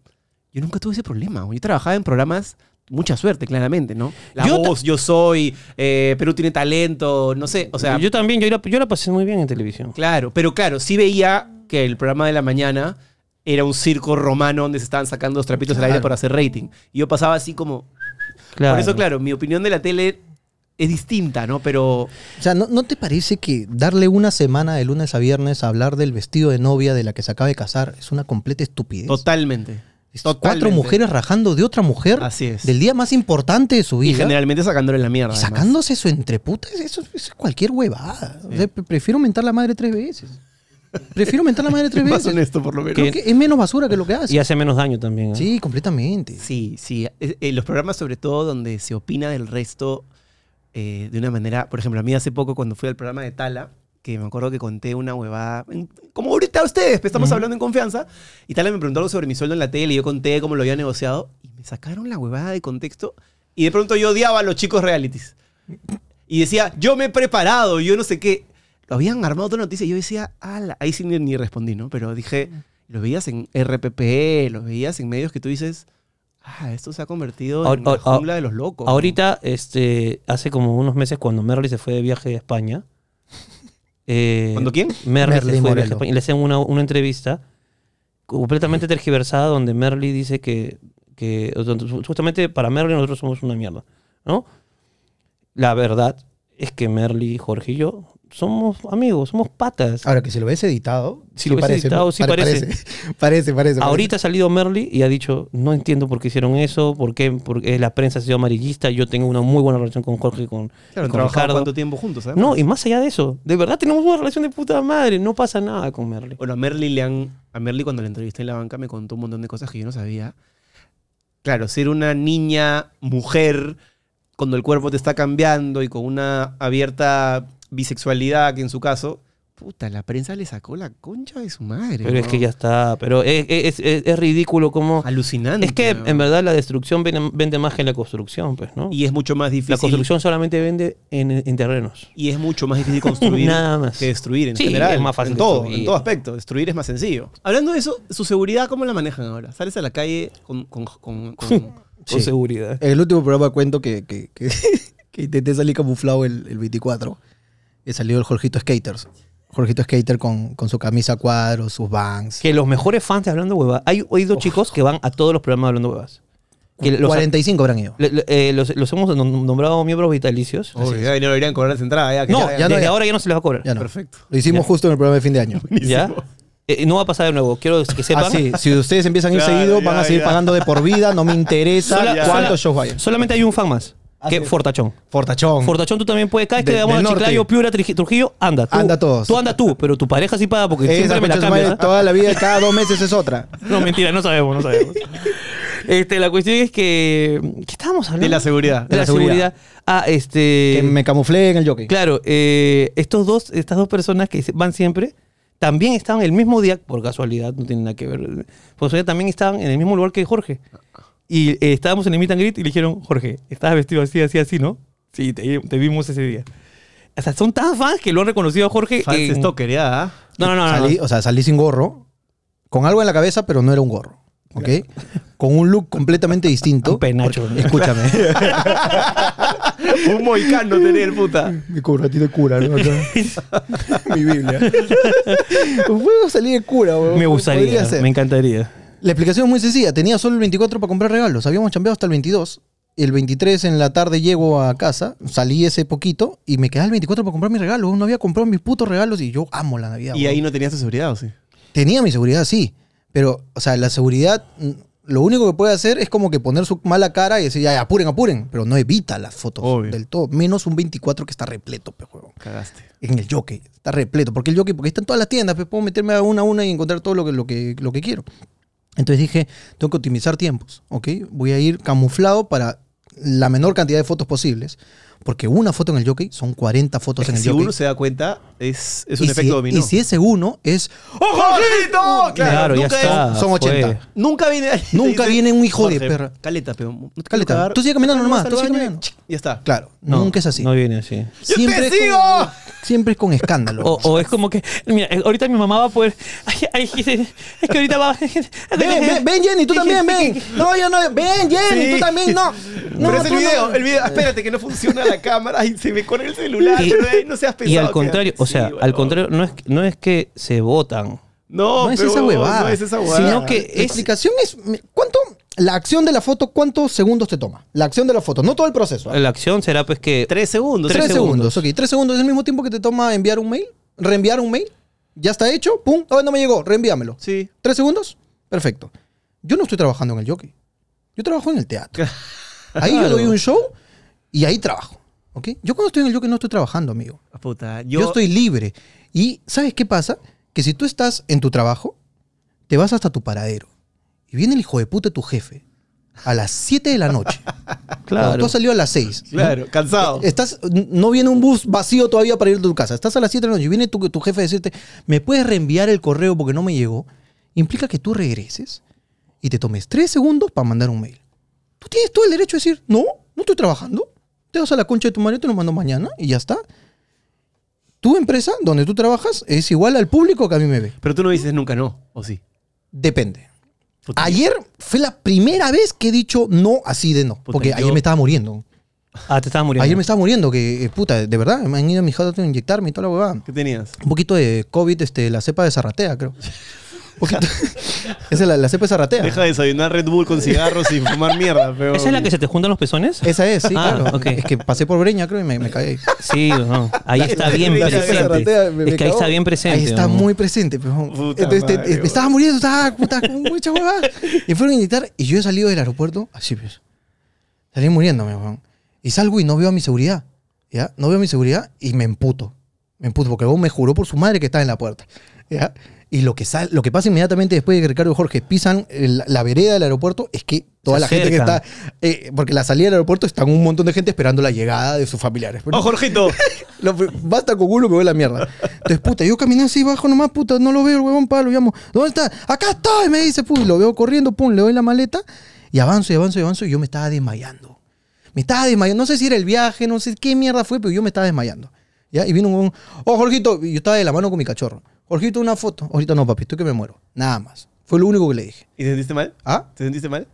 yo nunca tuve ese problema. Yo trabajaba en programas, mucha suerte, claramente, ¿no? La
Yo ta-
voz, yo soy, eh, Perú tiene talento, no sé. O sea,
yo también, yo la, yo la pasé muy bien en televisión.
Claro, pero claro, sí veía que el programa de la mañana era un circo romano donde se estaban sacando los trapitos al aire
Claro.
para hacer rating. Y yo pasaba así como... Por eso, claro, mi opinión de la tele es distinta, ¿no? Pero...
O sea, ¿no, no te parece que darle una semana de lunes a viernes a hablar del vestido de novia de la que se acaba de casar es una completa estupidez?
Totalmente.
Es
totalmente.
Cuatro mujeres rajando de otra mujer
Así es.
del día más importante de su
Y
vida.
generalmente sacándole la mierda.
Y
además.
sacándose su entreputa, eso, eso es cualquier huevada. O sea, pre- prefiero mentar la madre tres veces. Prefiero mentar la madre tres
Más
veces.
honesto, por lo menos.
Creo que es menos basura que lo que hace.
Y hace menos daño también. ¿eh?
Sí, completamente.
Sí, sí. Eh, eh, los programas, sobre todo, donde se opina del resto eh, de una manera. Por ejemplo, a mí hace poco, cuando fui al programa de Tala, que me acuerdo que conté una huevada. en- Como ahorita ustedes, pues, estamos hablando en confianza. Y Tala me preguntó algo sobre mi sueldo en la tele. Y yo conté cómo lo había negociado. Y me sacaron la huevada de contexto. Y de pronto yo odiaba a los chicos realities. Y decía, yo me he preparado, yo no sé qué. Lo habían armado otra noticia. Y yo decía, ala. Ahí sí ni, ni respondí, ¿no? Pero dije, lo veías en RPP, lo veías en medios que tú dices. Ah, esto se ha convertido
Ahor-
en la
ahor-
jungla de los locos. ¿no?
Ahorita, este, hace como unos meses cuando Merly se fue de viaje a España. eh,
¿Cuándo quién?
Merly, se
Merly
fue de viaje a
Moreno.
España. Y le hacen una, una entrevista completamente tergiversada donde Merly dice que, que o sea, justamente para Merly nosotros somos una mierda, ¿no? La verdad es que Merly, Jorge y yo somos amigos, somos patas.
Ahora, que si lo ves editado,
Si lo ves editado, sí
Pa-
parece.
Parece, parece. parece.
Ahorita ha salido Merly y ha dicho, no entiendo por qué hicieron eso, por qué porque la prensa ha sido amarillista, yo tengo una muy buena relación con Jorge y con,
Claro,
y
han
con
trabajado
Ricardo.
cuánto tiempo juntos, además.
No, y más allá de eso, de verdad tenemos una relación de puta madre, no pasa nada con Merly.
Bueno, a Merly le han. A Merly cuando la entrevisté en la banca me contó un montón de cosas que yo no sabía. Claro, ser una niña, mujer, cuando el cuerpo te está cambiando y con una abierta bisexualidad, que en su caso. Puta, la prensa le sacó la concha de su madre.
Pero es
weón.
que ya está, pero es, es- es- es ridículo como...
Alucinante.
Es que
weón.
en verdad la destrucción ven- vende más que la construcción, pues, ¿no?
Y es mucho más
la
difícil.
construcción solamente vende en, en terrenos.
Y es mucho más difícil construir
Nada más.
que destruir en
Sí,
general.
es más fácil
En todo,
destruir.
en todo aspecto. Destruir es más sencillo. Hablando de eso, ¿su seguridad cómo la manejan ahora? ¿Sales a la calle con, con, con- con-
Con seguridad.
En el último programa cuento que, que, que- que intenté salir camuflado el, el 24. Y salió el Jorgito Skaters. Jorgito Skater con, con su camisa a cuadros, sus bangs.
Que los mejores fans de Hablando Huevas, hay oído chicos que van a todos los programas de Hablando Huevas. Que los-
45 habrán ido.
le- le- eh, los, los hemos nom- nombrado miembros vitalicios.
Obvio, ya no deberían cobrar las entradas. Oh, Ya, que
No,
ya,
ya no
Desde ahora ya no se les va a cobrar.
Ya no.
Perfecto.
Lo hicimos justo en el programa de fin de año.
¿Ya? Eh, no va a pasar de nuevo. Quiero que sepan.
Así, si ustedes empiezan a ir
Claro,
seguido, van
ya,
a seguir
ya.
pagando de por vida. No me interesa
Sola-
cuántos
sola-
shows vayan.
Solamente hay un fan más.
Así
Que
es.
Fortachón.
Fortachón.
Fortachón, tú también puedes. Cada vez que
De-
vamos
del
a
norte.
Chiclayo, Piura, Trij- Trujillo, anda. Tú,
Anda todos.
Tú anda tú, pero tu pareja sí paga porque
Esa
siempre me la
concha de su
cambias.
madre, toda la vida, cada dos meses es otra.
¿ah? No, mentira, no sabemos, no sabemos. este, la cuestión es que. ¿Qué estábamos hablando?
De la seguridad.
De la, seguridad. Ah, este.
Que me camuflé en el jockey.
Claro, eh, estos dos, estas dos personas que se- van siempre, también estaban el mismo día, por casualidad, no tiene nada que ver. Por casualidad, también estaban en el mismo lugar que Jorge. Y eh, estábamos en el meet and greet y le dijeron, Jorge, estabas vestido así, así, así, ¿no? Sí, te, te vimos ese día. O sea, son tan fans que lo han reconocido a Jorge.
Fans
en-
stalker, ya, ¿ah?
No, no, no. no, no.
Salí- o sea, salí sin gorro, con algo en la cabeza, pero no era un gorro, ¿ok? Con un look completamente distinto.
Un penacho,
Porque-
¿no?
escúchame.
Un moicano tenía el puta.
Mi cura, tiene cura, ¿no? Mi Biblia. Puedo salir de cura, weón.
Me
Podría
gustaría,
ser.
me encantaría.
La explicación es muy sencilla. Tenía solo el 24 para comprar regalos. Habíamos chambeado hasta el 22. El 23 en la tarde llego a casa, salí ese poquito y me quedaba el 24 para comprar mis regalos. No había comprado mis putos regalos y yo amo la Navidad.
Y
weón.
ahí no tenías tu seguridad, ¿o sí?
Tenía mi seguridad, sí. Pero, o sea, la seguridad, mm, lo único que puede hacer es como que poner su mala cara y decir, ya, ya, apuren, apuren. Pero no evita las fotos
Obvio.
del todo. Menos un 24 que está repleto, pe huevón.
Cagaste.
En el jockey. Está repleto. Porque el jockey, porque están todas las tiendas, pues puedo meterme a una a una y encontrar todo lo que, lo que, lo que quiero. Entonces dije, tengo que optimizar tiempos, ¿ok? Voy a ir camuflado para la menor cantidad de fotos posibles. Porque una foto en el jockey son 40 fotos
Es que
en el
si
jockey.
uno se da cuenta, es, es un
Y si-
efecto dominó.
Y si ese uno es,
¡Oh, Jorgito! Claro,
Claro, ya
nunca
está.
son 80.
fue.
Nunca viene alguien y te
Nunca viene un hijo de perra.
Caleta, peón. No te
Caleta,
quiero cagar.
tú sigue caminando
Saludame,
nomás, tú sigue
saludame.
caminando.
Ch, Ya está.
claro,
No,
nunca es así.
No viene así.
¡Yo te
es
sigo!
con- siempre es con escándalo.
O, o es como que, mira, eh, ahorita mi mamá va a poder. Ay, ay, es que ahorita va.
Ven, ven, ven, Jenny, tú también, ven. No, yo no, ven, Jenny,
Sí.
tú también, no. No,
No, es
tú
el video,
no.
el video. Espérate, que no funciona la cámara y se me corre el celular.
Y-
pero, eh, no seas pesado.
Y al
que-
contrario, o
Sí,
sea,
bueno.
al contrario, no es, que- no es que se votan.
No,
No es
pero,
esa huevada.
No es esa huevada.
Sino que la explicación Eh, es cuánto la acción de la foto, cuántos segundos te toma. La acción de la foto, no todo el proceso. ¿ah?
La acción será pues que...
Tres segundos.
Tres, segundos. ok. Tres segundos es el mismo tiempo que te toma enviar un mail, reenviar un mail. Ya está hecho, pum, oh, no me llegó, reenvíamelo.
Sí.
¿Tres segundos? Perfecto. Yo no estoy trabajando en el jockey. Yo trabajo en el teatro. Ahí yo doy un show y ahí trabajo. ¿ok? Yo cuando estoy en el jockey no estoy trabajando, amigo.
Puta, yo,
Yo, estoy libre. Y ¿sabes qué pasa? Que si tú estás en tu trabajo, te vas hasta tu paradero. Y viene el hijo de puta de tu jefe a las 7 de la noche. Cuando Tú
Claro.
has salido a las 6.
Claro, cansado.
Estás, no viene un bus vacío todavía para ir a tu casa. Estás a las 7 de la noche y viene tu, tu jefe a decirte, ¿me puedes reenviar el correo porque no me llegó? Implica que tú regreses y te tomes 3 segundos para mandar un mail. Tú tienes todo el derecho a decir, no, no estoy trabajando. Te vas a la concha de tu marido, te lo mando mañana y ya está. Tu empresa, donde tú trabajas, es igual al público que a mí me ve.
Pero tú no dices nunca no, ¿o sí?
Depende.
Puta,
Ayer fue la primera vez que he dicho no así de no.
Puta,
Porque ayer
yo-
me estaba muriendo.
Ah, te estabas muriendo.
Ayer me estaba muriendo, que eh, puta, de verdad, me han ido a mi casa a inyectarme y toda la huevada.
¿Qué tenías?
Un poquito de COVID, este, la cepa de zarratea, creo. Un poquito, Esa es la, la cepa de zarratea.
Deja de desayunar Red Bull con cigarros y fumar mierda, pero.
¿Esa es la que se te juntan los pezones?
Esa es, sí,
Ah,
claro.
ok.
Es que pasé por Breña, creo, y me, me caí ahí.
Sí, no. Ahí está
la-
bien
la- la- la-
presente.
zarratea me- me
es que ahí
cagó.
está bien presente.
Ahí está
¿no?
muy presente. Pero,
Puta
entonces te-
madre,
te- me estaba muriendo, estaba, puta, con mucha huevada. Y fueron a inyectar y yo he salido del aeropuerto así, pues. Salí muriéndome, weón. Y salgo y no veo a mi seguridad. ¿Ya? No veo a mi seguridad y me emputo. Me emputo porque vos me juró por su madre que estaba en la puerta. ¿Ya? Y lo que, sal, lo que pasa inmediatamente después de que Ricardo y Jorge pisan el- la vereda del aeropuerto es que toda
Se
la gente que
acercan.
está. eh, porque la salida del aeropuerto están un montón de gente esperando la llegada de sus familiares. pues, Pero-
¡Oh, Jorgito!
lo- basta con culo que voy a la mierda. Entonces, puta, yo caminé así bajo nomás, puta, no lo veo, el huevón palo, llamo, ¿dónde está? Acá estoy, me dice, pum, lo veo corriendo, pum, le doy la maleta y avanzo y avanzo y avanzo y yo me estaba desmayando. Me estaba desmayando, no sé si era el viaje, no sé qué mierda fue, pero yo me estaba desmayando. ¿Ya? Y vino un, huevón, oh, Jorgito, y yo estaba de la mano con mi cachorro. Jorgito, una foto. Ahorita no, papi, estoy que me muero. Nada más. Fue lo único que le dije.
¿Y te sentiste mal?
¿Ah?
¿Te sentiste mal?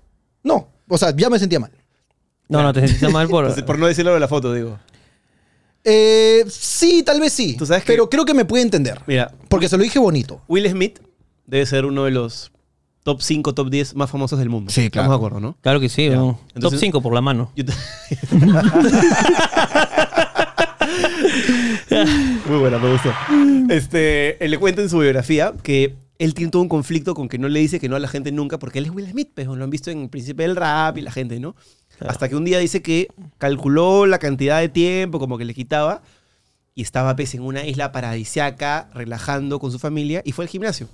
No. O sea, ya me sentía mal.
No, no, te sentiste mal
Entonces,
por.
por no decirlo de la foto, digo.
Eh, sí, tal vez sí.
Tú sabes que-
pero creo que me puede entender.
Mira,
Porque se lo dije bonito.
Will Smith debe ser uno de los top 5, top 10 más famosos del mundo.
Sí, claro.
Estamos de acuerdo, ¿no?
Claro que sí, ¿no? Top
Entonces-
5 por la mano.
Yo te- Muy buena, me gustó. Este, él le cuenta en su biografía que él tiene todo un conflicto con que no le dice que no a la gente nunca porque él es Will Smith, pero lo han visto en Príncipe del Rap y la gente, ¿no? Hasta que un día dice que calculó la cantidad de tiempo como que le quitaba y estaba pues, en una isla paradisiaca, relajando con su familia y fue al gimnasio.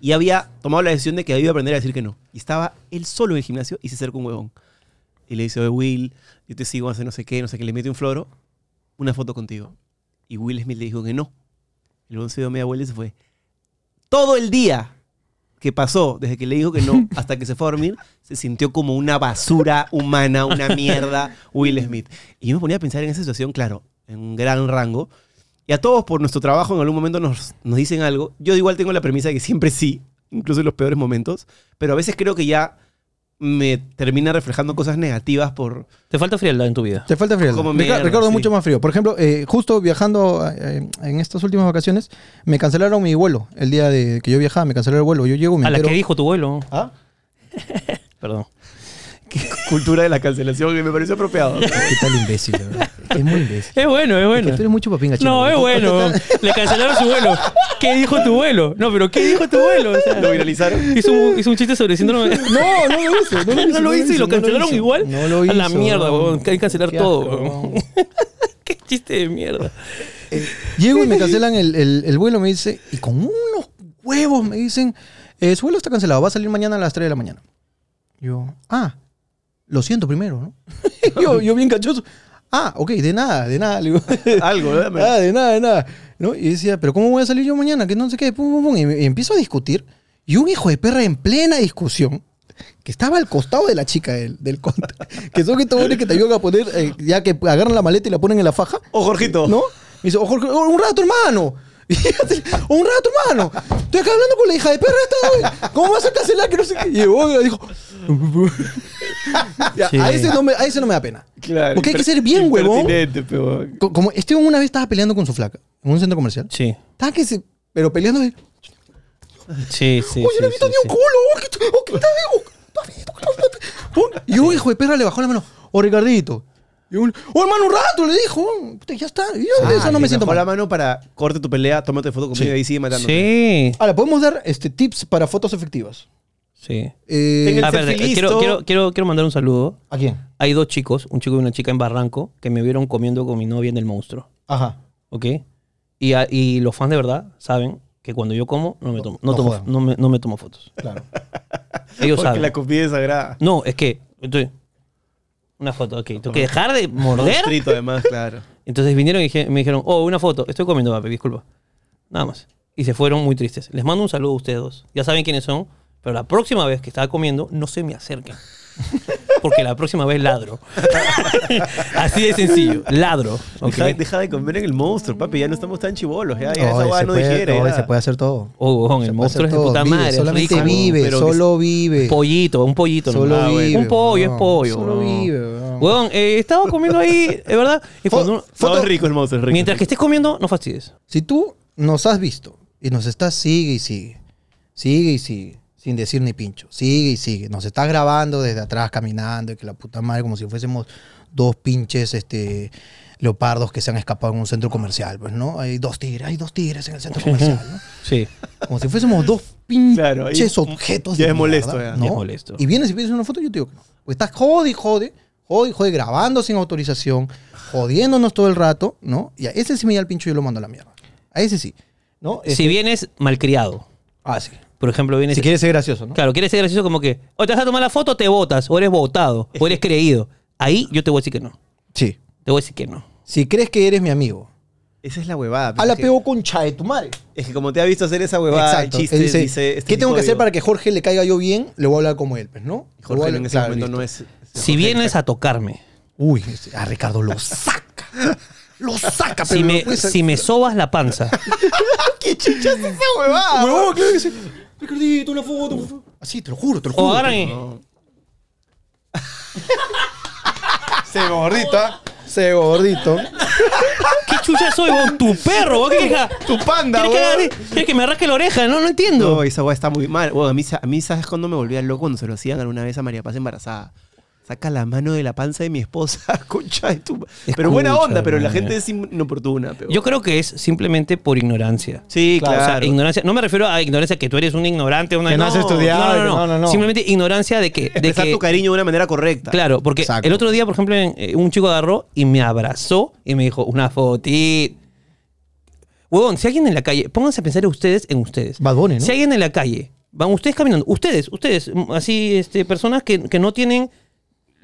Y había tomado la decisión de que iba a aprender a decir que no. Y estaba él solo en el gimnasio y se acerca un huevón. Y le dice, oye, Will, yo te sigo hace no sé qué, no sé qué. Le mete un floro, una foto contigo. Y Will Smith le dijo que no. El huevón se dio media vuelta y se fue. Todo el día que pasó desde que le dijo que no hasta que se fue a dormir, se sintió como una basura humana, una mierda, Will Smith. Y yo me ponía a pensar en esa situación, claro, en un gran rango. Y a todos por nuestro trabajo en algún momento nos, nos dicen algo. Yo igual tengo la premisa de que siempre sí, incluso en los peores momentos, pero a veces creo que ya me termina reflejando cosas negativas por...
Te falta frialdad en tu vida.
Te falta frío.
Como
Rica-
mierda,
Ricardo,
sí.
mucho más frío. Por ejemplo, eh, justo viajando eh, en estas últimas vacaciones, me cancelaron mi vuelo. El día de que yo viajaba, me cancelaron el vuelo. Yo llego, me
A la
entero-
que dijo tu abuelo.
¿Ah?
Perdón.
Cultura de la cancelación que me pareció apropiado.
¿Qué tal imbécil, de verdad? Es muy imbécil.
Es bueno, es
Que
bueno.
tú eres mucho papinga, chico.
No, es bueno. Le cancelaron su vuelo. ¿Qué dijo tu vuelo? No, pero ¿qué dijo tu vuelo? O sea,
Lo viralizaron.
Hizo un, hizo un chiste sobre síndrome.
No, no lo hizo. No lo hizo,
No lo hizo y
hizo,
lo
no
cancelaron
hizo.
igual.
No lo
A la
hizo,
mierda,
no.
huevón. Que hay que cancelar
Qué
todo,
asco,
huevón.
huevón.
Qué chiste de mierda.
Llego y me cancelan el, el- el vuelo, me dice, y con unos huevos me dicen, eh, su vuelo está cancelado, va a salir mañana a las 3 de la mañana. Yo, ah, lo siento primero, ¿no? yo, yo bien cachoso. Ah, ok, de nada, de nada. Le digo,
Algo, dame.
Ah, de nada, de nada. ¿No? Y decía, pero ¿cómo voy a salir yo mañana? Que no sé qué, pum, pum, pum. Y, y empiezo a discutir. Y un hijo de perra en plena discusión, que estaba al costado de la chica del, del contra, que son estos hombres que te ayudan a poner, eh, ya que agarran la maleta y la ponen en la faja,
Oh, Jorgito.
¿no? Me dice, "Oh, Jorge, oh, un rato, hermano. Y hace, "Oh, un rato, hermano. Estoy acá hablando con la hija de perra esta, güey. ¿Cómo vas a cancelar que no sé qué? Y luego dijo. Ya, a, ese no me, a ese no me da pena.
Claro.
Porque hay que ser bien, huevón.
Impertinente, pe, huevón.
Co- Como este una vez estaba peleando con su flaca en un centro comercial.
Sí,
Estaba que se. Pero peleando. de,
sí, sí.
Oye,
sí,
no he visto
sí,
ni un
sí.
culo. oh, que tú- oh, que está bien, oh, está bien, oh, está bien". Y un hijo de perra le bajó la mano. O Ricardito. Y un. Oh, hermano, un rato, le dijo. "Oh, puta, Ya está. Y Yo de eso no
Ah,
me
le
siento
bajó
mal.
la mano para corte tu pelea, tómate foto conmigo y sigue matando.
Sí,
Ahora, podemos dar este, tips para fotos efectivas.
sí.
Eh,
Tenga-
Ah, espérate,
selfie listo.
quiero, quiero, quiero, quiero mandar un saludo.
¿A quién?
Hay dos chicos, un chico y una chica en Barranco, que me vieron comiendo con mi novia en el monstruo.
Ajá.
¿Ok? Y, a- y los fans de verdad saben que cuando yo como, no me tomo, no
No
tomo,
jodan.
no me, no me tomo fotos.
Claro.
Ellos
Porque
saben.
la comida es sagrada.
No, es que. Entonces, una foto, ok. Tengo que dejar de morder.
Monstruito, además, claro.
Entonces vinieron y dije- me dijeron, oh, una foto. Estoy comiendo, papi, disculpa. Nada más. Y se fueron muy tristes. Les mando un saludo a ustedes dos. Ya saben quiénes son, pero la próxima vez que estaba comiendo, no se me acerquen. Porque la próxima vez ladro. Así de sencillo. Ladro. ¿ok?
Deja, deja de comer en el monstruo, papi. Ya no estamos tan chivolos. Ya, ya esa
Oye,
hueá
se,
no
puede,
digiere.
oye,
ya.
se puede hacer todo.
Oh, huevón, el
Se puede
monstruo es
hacer
de puta
todo. Vive,
madre. es
solamente
rico.
vive,
pero que-
solo vive.
Pollito, un pollito.
Solo
nomás.
vive,
un pollo es
huevón.
pollo.
Solo
huevón.
vive, huevón.
Huevón, eh, estaba comiendo ahí, es verdad. Y cuando uno-
No, es rico el monstruo, es rico.
Mientras que estés comiendo, no fastidies.
Si tú nos has visto y nos estás sigue y sigue, Sigue y sigue, sin decir ni pincho. Sigue y sigue. Nos estás grabando desde atrás caminando y que la puta madre, como si fuésemos dos pinches este, leopardos que se han escapado en un centro comercial. Pues, ¿no? Hay dos tigres, hay dos tigres en el centro comercial, ¿no?
Sí.
Como si fuésemos dos pinches
Claro, ahí
objetos.
ya
de
es molesto,
mierda,
ya.
¿no?
Ya es molesto.
Y vienes y pides una foto y yo te digo que no. O estás jode y jode, jode y jode, grabando sin autorización, jodiéndonos todo el rato, ¿no? Y a ese sí me da el pincho y yo lo mando a la mierda. A ese sí, ¿no? Este-
Si vienes malcriado,
Ah, sí.
por ejemplo, vienes.
Si quieres ser gracioso, ¿no?
Claro, quieres ser gracioso como que, o te vas a tomar la foto, te votas, o eres votado, o eres creído. Ahí yo te voy a decir que no.
Sí.
Te voy a decir que no.
Si crees que eres mi amigo,
Esa es la huevada.
a la
peor
peo concha de tu madre.
Es que como te ha visto hacer esa huevada, Ah, el chiste
Él
dice,
dice,
este
¿Qué tengo que hacer
código.
para que Jorge le caiga yo bien? Le voy a hablar como él, pues, ¿no? Le voy a
Jorge
hablar-
en ese
claro,
momento
listo.
no es...
Si vienes a tocarme,
Uy, este, a Ricardo lo saca. Lo saca, Ah, pero
si
no
me,
puede ser-
si me sobas la panza,
Huevón, claro que sí. Ah, Ricardito, una foto, por favor. Así, te lo juro, te lo
o
juro.
agarran y-
Se gordita.
Se gordito.
¿Qué chucha soy vos? Tu perro, vos qué hija?
¡Tu panda,
¿Quieres que, agarre- quieres que me arrasque la oreja, no, no entiendo.
No, esa hueá está muy mal. Bueno, a, mí, sa- a mí, ¿sabes cuando me volvía loco? Cuando se lo hacían alguna vez a María Paz embarazada. Saca la mano de la panza de mi esposa, concha de tu... ma- pero buena
Escúchame.
onda, pero la gente es inoportuna. Pero...
Yo creo que es simplemente por ignorancia.
Sí, claro.
O sea, ignorancia. No me refiero a ignorancia que tú eres un ignorante, una
Que no has estudiado,
No, no, no.
no, no, no.
Simplemente ignorancia de que. De
Expresar
que
tu cariño de una manera correcta.
claro, porque
Exacto.
el otro día, por ejemplo, en- eh, un chico agarró y me abrazó y me dijo, una fotita. Huevón, si alguien en la calle, pónganse a pensar ustedes en ustedes.
Bad Bunny, ¿no?
Si alguien en la calle, van ustedes caminando, ustedes, ustedes, mm, así, este, personas que, que no tienen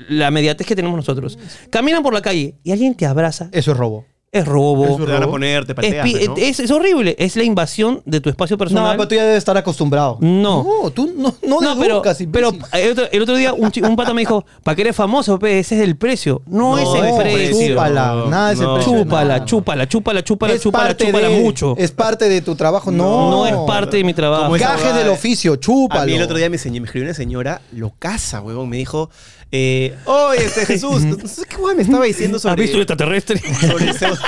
la mediatez que tenemos nosotros, caminan por la calle y alguien te abraza,
Eso es robo.
es robo,
Te van a poner, te
es,
paltean,
pi-
pues, ¿no?
es- es horrible. Es la invasión de tu espacio
No,
personal.
pero tú ya debes estar acostumbrado.
No.
No, tú no, no,
No, pero,
deduzcas,
pero
imbécil.
el, otro, el otro día un, chi- un pata me dijo, ¿para qué eres famoso? pe? Ese es el precio. No,
No,
es el
ese
precio.
Chúpala,
No,
nada es el
no.
precio.
Chúpala,
nada.
chúpala, chúpala, chúpala,
Es
chúpala,
parte
chúpala
de-
mucho.
Es parte de tu trabajo. No,
no, es parte de mi trabajo.
Como esa
Gajes
huevada
del
de-
oficio, chúpalo.
A mí el otro día me, enseñó- me escribió una señora locaza, huevón. Me dijo, eh, oye, este Jesús, no sé qué huevón me estaba diciendo sobre...
¿Has Ah, visto un extraterrestre?
sobre el segundo-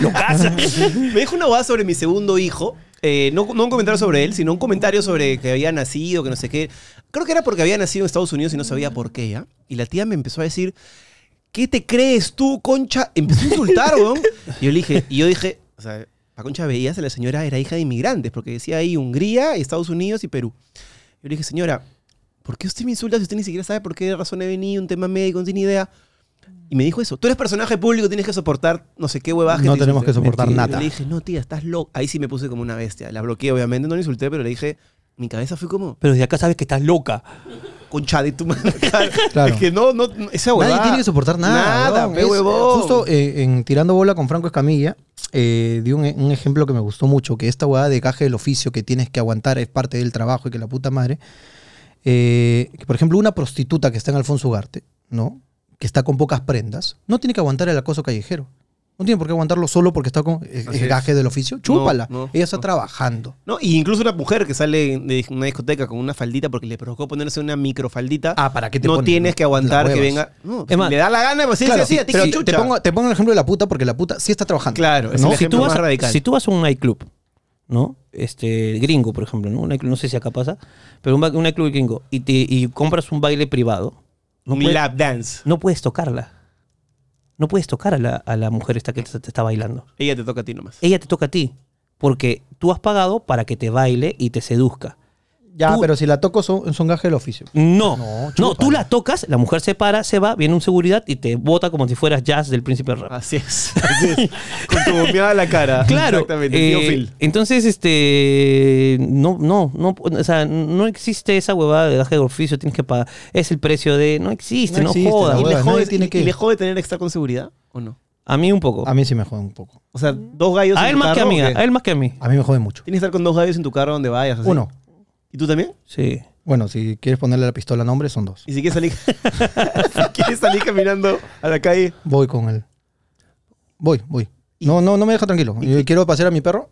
Lo caza.
me dijo una guada sobre mi segundo hijo. eh, no, no un comentario sobre él, sino un comentario sobre que había nacido, que no sé qué. Creo que era porque había nacido en Estados Unidos y no sabía por qué, ¿ya? Y la tía me empezó a decir, ¿qué te crees tú, concha? Empezó a insultar, weón. Y yo le dije, y yo dije, o sea, la concha veías, la señora era hija de inmigrantes, porque decía ahí Hungría, Estados Unidos y Perú. Yo le dije, señora, ¿por qué usted me insulta si usted ni siquiera sabe por qué razón he venido, un tema médico, no tiene idea? Y me dijo eso, tú eres personaje público, tienes que soportar no sé qué huevaje.
No tenemos que soportar
nada.
nata.
Le dije, no, tía, estás loca. Ahí sí me puse como una bestia. La bloqueé, obviamente, no la insulté, pero le dije, mi cabeza fue como
Pero de acá sabes que estás loca.
concha de tu madre.
Claro.
Es que no, no, no, esa
Nadie
huevada.
tiene que soportar nada.
Nada,
huevón.
pe
Es, eh,
huevón.
Justo eh, en Tirando Bola con Franco Escamilla, eh, dio un, un ejemplo que me gustó mucho, que esta huevada de caja del oficio que tienes que aguantar es parte del trabajo y que la puta madre. eh, que, por ejemplo, una prostituta que está en Alfonso Ugarte, ¿no? Que está con pocas prendas, no tiene que aguantar el acoso callejero. No tiene por qué aguantarlo solo porque está con eh,
Así
el gaje del oficio. Chúpala.
no,
Ella está
no.
trabajando.
No, y incluso una mujer que sale de una discoteca con una faldita porque le provocó ponerse una microfaldita.
Ah, ¿para qué te
No
pones?
tienes que aguantar
La
que
huevas.
venga. No,
Es más,
le da la gana, pues sí,
Claro,
sí, sí, a ti
pero
sí,
te
chucha.
pongo, te pongo el ejemplo de la puta porque la puta sí está trabajando.
Claro, es
¿no?
el
si
ejemplo
tú, vas
más
a,
radical.
si tú vas a un nightclub, ¿no? Este, gringo, por ejemplo, ¿no? Un nightclub, no sé si acá pasa, pero un, ba- un nightclub gringo y, te, y compras un baile privado, no,
Mi
puede-
lap dance.
no puedes tocarla. No puedes tocar a la, a la mujer esta que te, te está bailando.
Ella te toca a ti nomás.
Ella te toca a ti, porque tú has pagado para que te baile y te seduzca.
Ya,
Tú-
pero si la toco son, son gajes del oficio.
No,
No,
no,
chupa.
tú la tocas, la mujer se para, se va, viene un seguridad y te bota como si fueras jazz del príncipe
Ah,
rap.
Así es. Así es. Con tu bombeada a la cara.
Claro.
Exactamente.
eh,
Tío Phil.
Entonces, este. No, no, no. O sea, no existe esa huevada de gaje de oficio, tienes que pagar. Es el precio de. No existe,
No
no,
existe,
jodas.
la
¿Y
hueva.
le,
Nadie
jode,
tiene
y-
que-
y le jode tener que estar con seguridad o no?
A mí un poco.
A mí sí me jode un poco.
O sea, dos gallos
A
en
él
tu
más que a
carro.
mí,
¿o
a
qué?
él más que a mí.
A mí me jode mucho.
Tienes que estar con dos gallos en tu carro donde vayas. así.
Uno.
¿Y tú también?
Sí.
Bueno, si quieres ponerle la pistola a nombre, son dos.
¿Y si quieres salir, si quieres salir caminando a la calle?
Voy con él. Voy, voy. No, no, no me deja tranquilo.
y-
Yo quiero pasear a mi perro.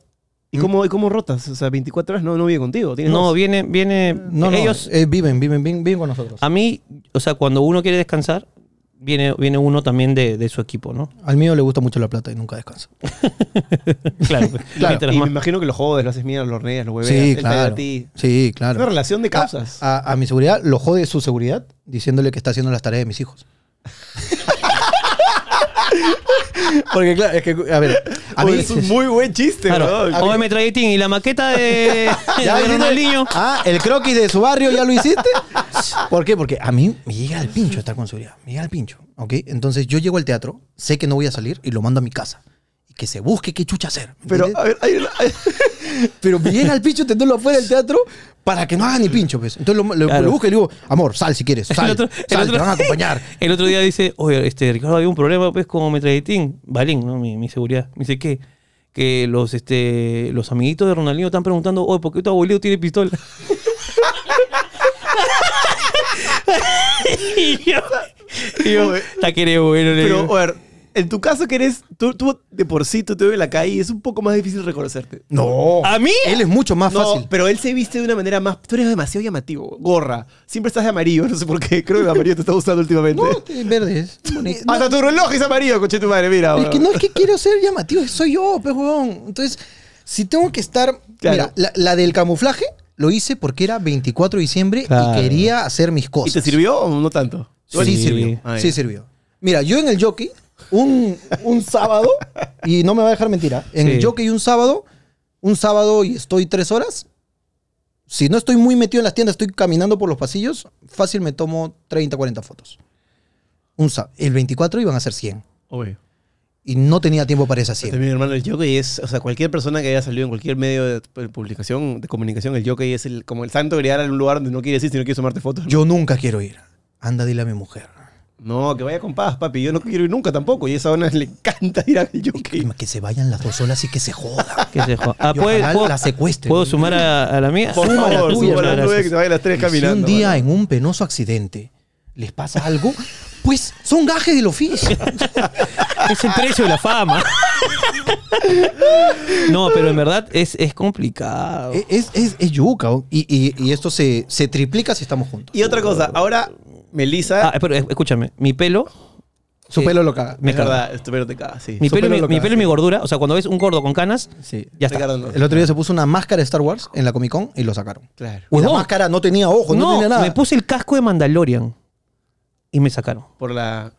¿Y cómo, y cómo rotas? O sea, 24 horas no, no vive contigo. ¿tienes
No,
dos?
viene, viene.
No, no.
ellos.
eh, viven, viven, viven, viven con nosotros.
A mí, o sea, cuando uno quiere descansar, viene, viene uno también de, de su equipo, ¿no?
Al mío le gusta mucho la plata y nunca descansa.
Claro, pues, mientras
Y me
más-
imagino que lo jodes, lo haces mierda, lo horneas, lo hueveas.
Sí,
él te da
claro.
a ti.
Sí,
Es una
claro.
relación de causas.
A, a mi seguridad lo jode su seguridad diciéndole que está haciendo las tareas de mis hijos. Porque claro, es que, a ver, a mí,
Oye, es un muy buen chiste,
Claro,
weón.
OM Trading y la maqueta de,
¿Ya
de
hiciste?
Ronaldinho.
Ah, el croquis de su barrio ya lo hiciste. ¿Por qué? Porque a mí me llega al pincho estar con seguridad. Me llega al pincho. ¿Ok? Entonces yo llego al teatro, sé que no voy a salir y lo mando a mi casa. Y que se busque qué chucha hacer. ¿me
Pero,
entiendes?
a ver, hay una-
pero me llega al pincho tenerlo afuera del teatro para que no haga ni pincho. Pues. Entonces lo, lo-
Claro.
lo busco y le digo, amor, sal si quieres. Sal,
El otro-
sal,
el
te
otro-
van a acompañar.
El otro día dice, oye, este, Ricardo, había un problema pues con Metraditín, Balín, ¿no? Mi, mi seguridad. Me dice, ¿qué? Que los, este, los amiguitos de Ronaldinho están preguntando, oye, ¿por qué tu abuelito tiene pistola? y yo, y yo, está que eres bueno, le
Pero,
digo.
a ver, en tu caso que eres, tú, tú de por sí, tú te ves en la calle y es un poco más difícil reconocerte. Ah,
No.
¿A mí?
Él es mucho más
No,
fácil.
pero él se viste de una manera más. Tú eres demasiado llamativo. Gorra. Siempre estás de amarillo. No sé por qué. Creo que el amarillo te está gustando últimamente.
No, es verde, es bonito.
Ah,
Hasta tu reloj es amarillo, coche tu madre. Mira.
Es que no es que quiero ser llamativo, soy yo, pues, huevón. Entonces, si tengo que estar.
Claro.
Mira, la, la del camuflaje lo hice porque era 24 de diciembre y
Claro.
quería hacer mis
¿Y
cosas.
te sirvió o no tanto?
Sí,
Sí.
sirvió.
Ah, ya.
sí, sirvió. Mira, yo en el jockey, un, un sábado, y no me va a dejar mentira, en el
Sí.
jockey un sábado, un sábado y estoy tres horas. Si no estoy muy metido en las tiendas, estoy caminando por los pasillos, fácil me tomo 30, 40 fotos. Un sá- el 24 iban a ser 100.
Obvio.
Y no tenía tiempo para esas 100.
También, hermano, el jockey es, o sea, cualquier persona que haya salido en cualquier medio de de publicación, de comunicación, el jockey es el, como el santo grial en un lugar donde no quieres ir, sino quieres tomarte fotos.
Yo nunca quiero ir. Anda, dile a mi mujer.
No, que vaya con paz, papi. Yo no quiero ir nunca tampoco. Y a esa hora le encanta ir al jockey.
Que se vayan las dos solas y que se joda.
Que se joda. Ah,
Y
¿puedo-
ojalá
puedo-
la secuestren.
¿Puedo sumar a, a la mía?
Por
Suma la
favor,
tuya,
suba la
hermano,
nube que se vayan las tres
Y si
caminando.
un día
mano.
en un penoso accidente les pasa algo, pues son gajes del oficio.
Es el precio de la fama. no, pero en verdad es, es complicado.
es, es, es- es yuca. ¿o? Y, y- y esto se, se triplica si estamos juntos.
Y otra cosa, ahora Melissa.
Ah, pero eh, escúchame, mi pelo
Su
eh,
pelo lo caga.
me
es
caga.
verdad, esto, pero te caga, sí.
Mi
Su
pelo, y mi-
lo
mi
caga,
pelo y mi gordura, o sea, cuando ves un gordo con canas,
Sí,
ya
te
está.
caga, no.
El otro día se puso una máscara de Star Wars en la Comic Con y lo sacaron.
Claro.
Y la
Huevón.
máscara no tenía ojos, no,
no,
tenía nada.
me puse el casco de Mandalorian y me sacaron.
Por la.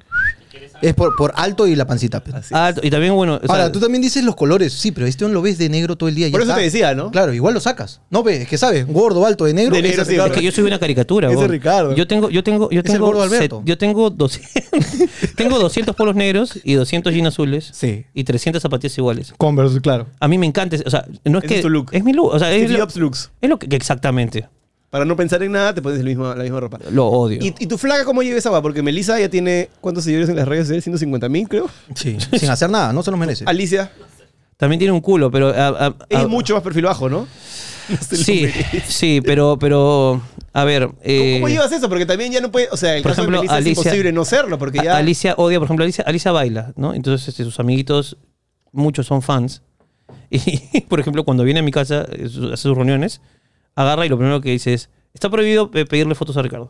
Es por, por alto y la pancita. pe.
Así.
Ah, y también, bueno, o sea,
Ahora, tú también dices los colores. Sí, pero este hombre lo ves de negro todo el día. y
Por
ya
eso
está.
te decía, ¿no?
Claro, igual lo sacas. No, ve, es que sabes, gordo, alto, de negro.
De negro,
ese
sí,
Ricardo.
es que yo soy una caricatura.
Ese
huevón.
Ricardo.
Yo tengo, yo tengo, yo
Es el
tengo,
gordo Alberto.
set- yo tengo 200, tengo 200 polos negros y 200 jeans azules
Sí.
y 300 zapatillas iguales.
Converse, claro.
A mí me encanta, ese- o sea, no es
Ese
que
es tu look.
mi look, o sea, es
Steve
lo,
Jobs looks.
es lo que exactamente.
Para no pensar en nada, te pones el mismo, la misma ropa.
Lo odio.
¿Y, y tu flaca cómo lleva esa va? Porque Melissa ya tiene. ¿Cuántos seguidores en las redes sociales? 150 mil, creo.
Sí, sin hacer nada, no se los merece.
Alicia.
También tiene un culo, pero a- a-
Ella
a-
es mucho más perfil bajo, ¿no? No se lo
Sí,
merece.
sí, pero, pero, a ver.
¿Cómo,
eh,
cómo llevas eso? Porque también ya no puede. O sea, el
por
caso
ejemplo,
de Melissa es
Alicia-
imposible no serlo, porque
a-
ya.
Alicia odia, por ejemplo, Alicia, Alicia baila, ¿no? Entonces este, sus amiguitos, muchos son fans. Y, por ejemplo, cuando viene a mi casa, eh, su- hace sus reuniones, agarra y lo primero que dice es, está prohibido eh, pedirle fotos a Ricardo.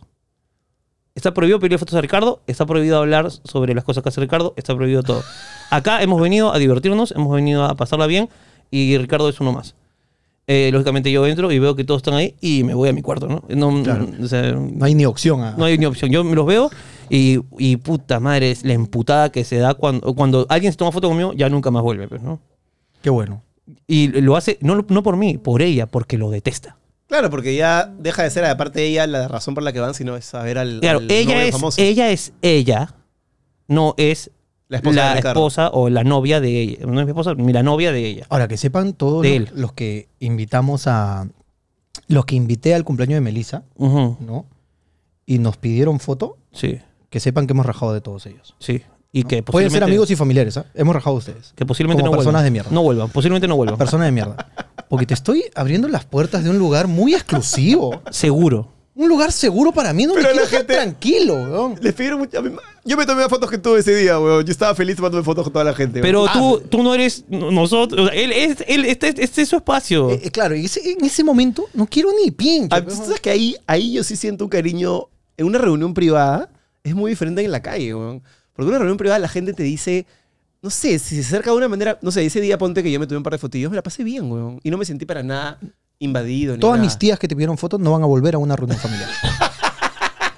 Está prohibido pedirle fotos a Ricardo, está prohibido hablar sobre las cosas que hace Ricardo, está prohibido todo. Acá hemos venido a divertirnos, hemos venido a pasarla bien y Ricardo es uno más. Eh, lógicamente yo entro y veo que todos están ahí y me voy a mi cuarto, ¿no? No, o sea,
No hay ni opción a.
no hay ni opción. Yo me los veo y, y puta madre, es la emputada que se da cuando, cuando alguien se toma foto conmigo, ya nunca más vuelve, pues, ¿no?
Qué bueno.
Y lo hace, no, lo- no por mí, por ella, porque lo detesta.
Claro, porque ya deja de ser, aparte ella, la razón por la que van, sino es saber al.
Claro,
al
ella
novio
es,
famoso.
ella es ella, no es
La
la
esposa
esposa,
de Ricardo.
o la novia de ella. No es mi esposa, ni la novia de ella.
Ahora, que sepan todos
De
los,
él.
los que invitamos a. Los que invité al cumpleaños de Melissa,
Ujú,
¿no? Y nos pidieron foto,
Sí,
que sepan que hemos rajado de todos ellos.
sí. Y
¿no? Pueden ser
que Eh, posiblemente-
amigos y familiares, ¿ah? Hemos rajado de ustedes.
que posiblemente
como
no
personas
vuelvan.
de mierda.
No vuelvan, posiblemente no vuelvan.
Personas de mierda. Porque te estoy abriendo las puertas de un lugar muy exclusivo.
Seguro.
Un lugar seguro para mí, donde
Pero
quiero
la
estar
gente-
tranquilo, weón.
Les pidieron mucho. a mí- Yo me tomé fotos que tuve ese día, weón. Yo estaba feliz tomándome fotos con toda la gente.
Pero
weón.
Ah.
tú, tú no eres nosotros. o sea, él, es- él- este, este es su espacio.
Eh, eh, claro, y ese- en ese momento no quiero ni pinche.
Ah,
pe,
¿tú
weón.
sabes que ahí, ahí yo sí siento un cariño. En una reunión privada, es muy diferente en la calle, weón. Porque en una reunión privada la gente te dice, no sé, si se acerca de una manera, no sé, ese día ponte que yo me tuve un par de fotillos, me la pasé bien, weón. Y no me sentí para nada invadido. Ni
Todas
nada.
mis tías que te pidieron fotos no van a volver a una reunión familiar.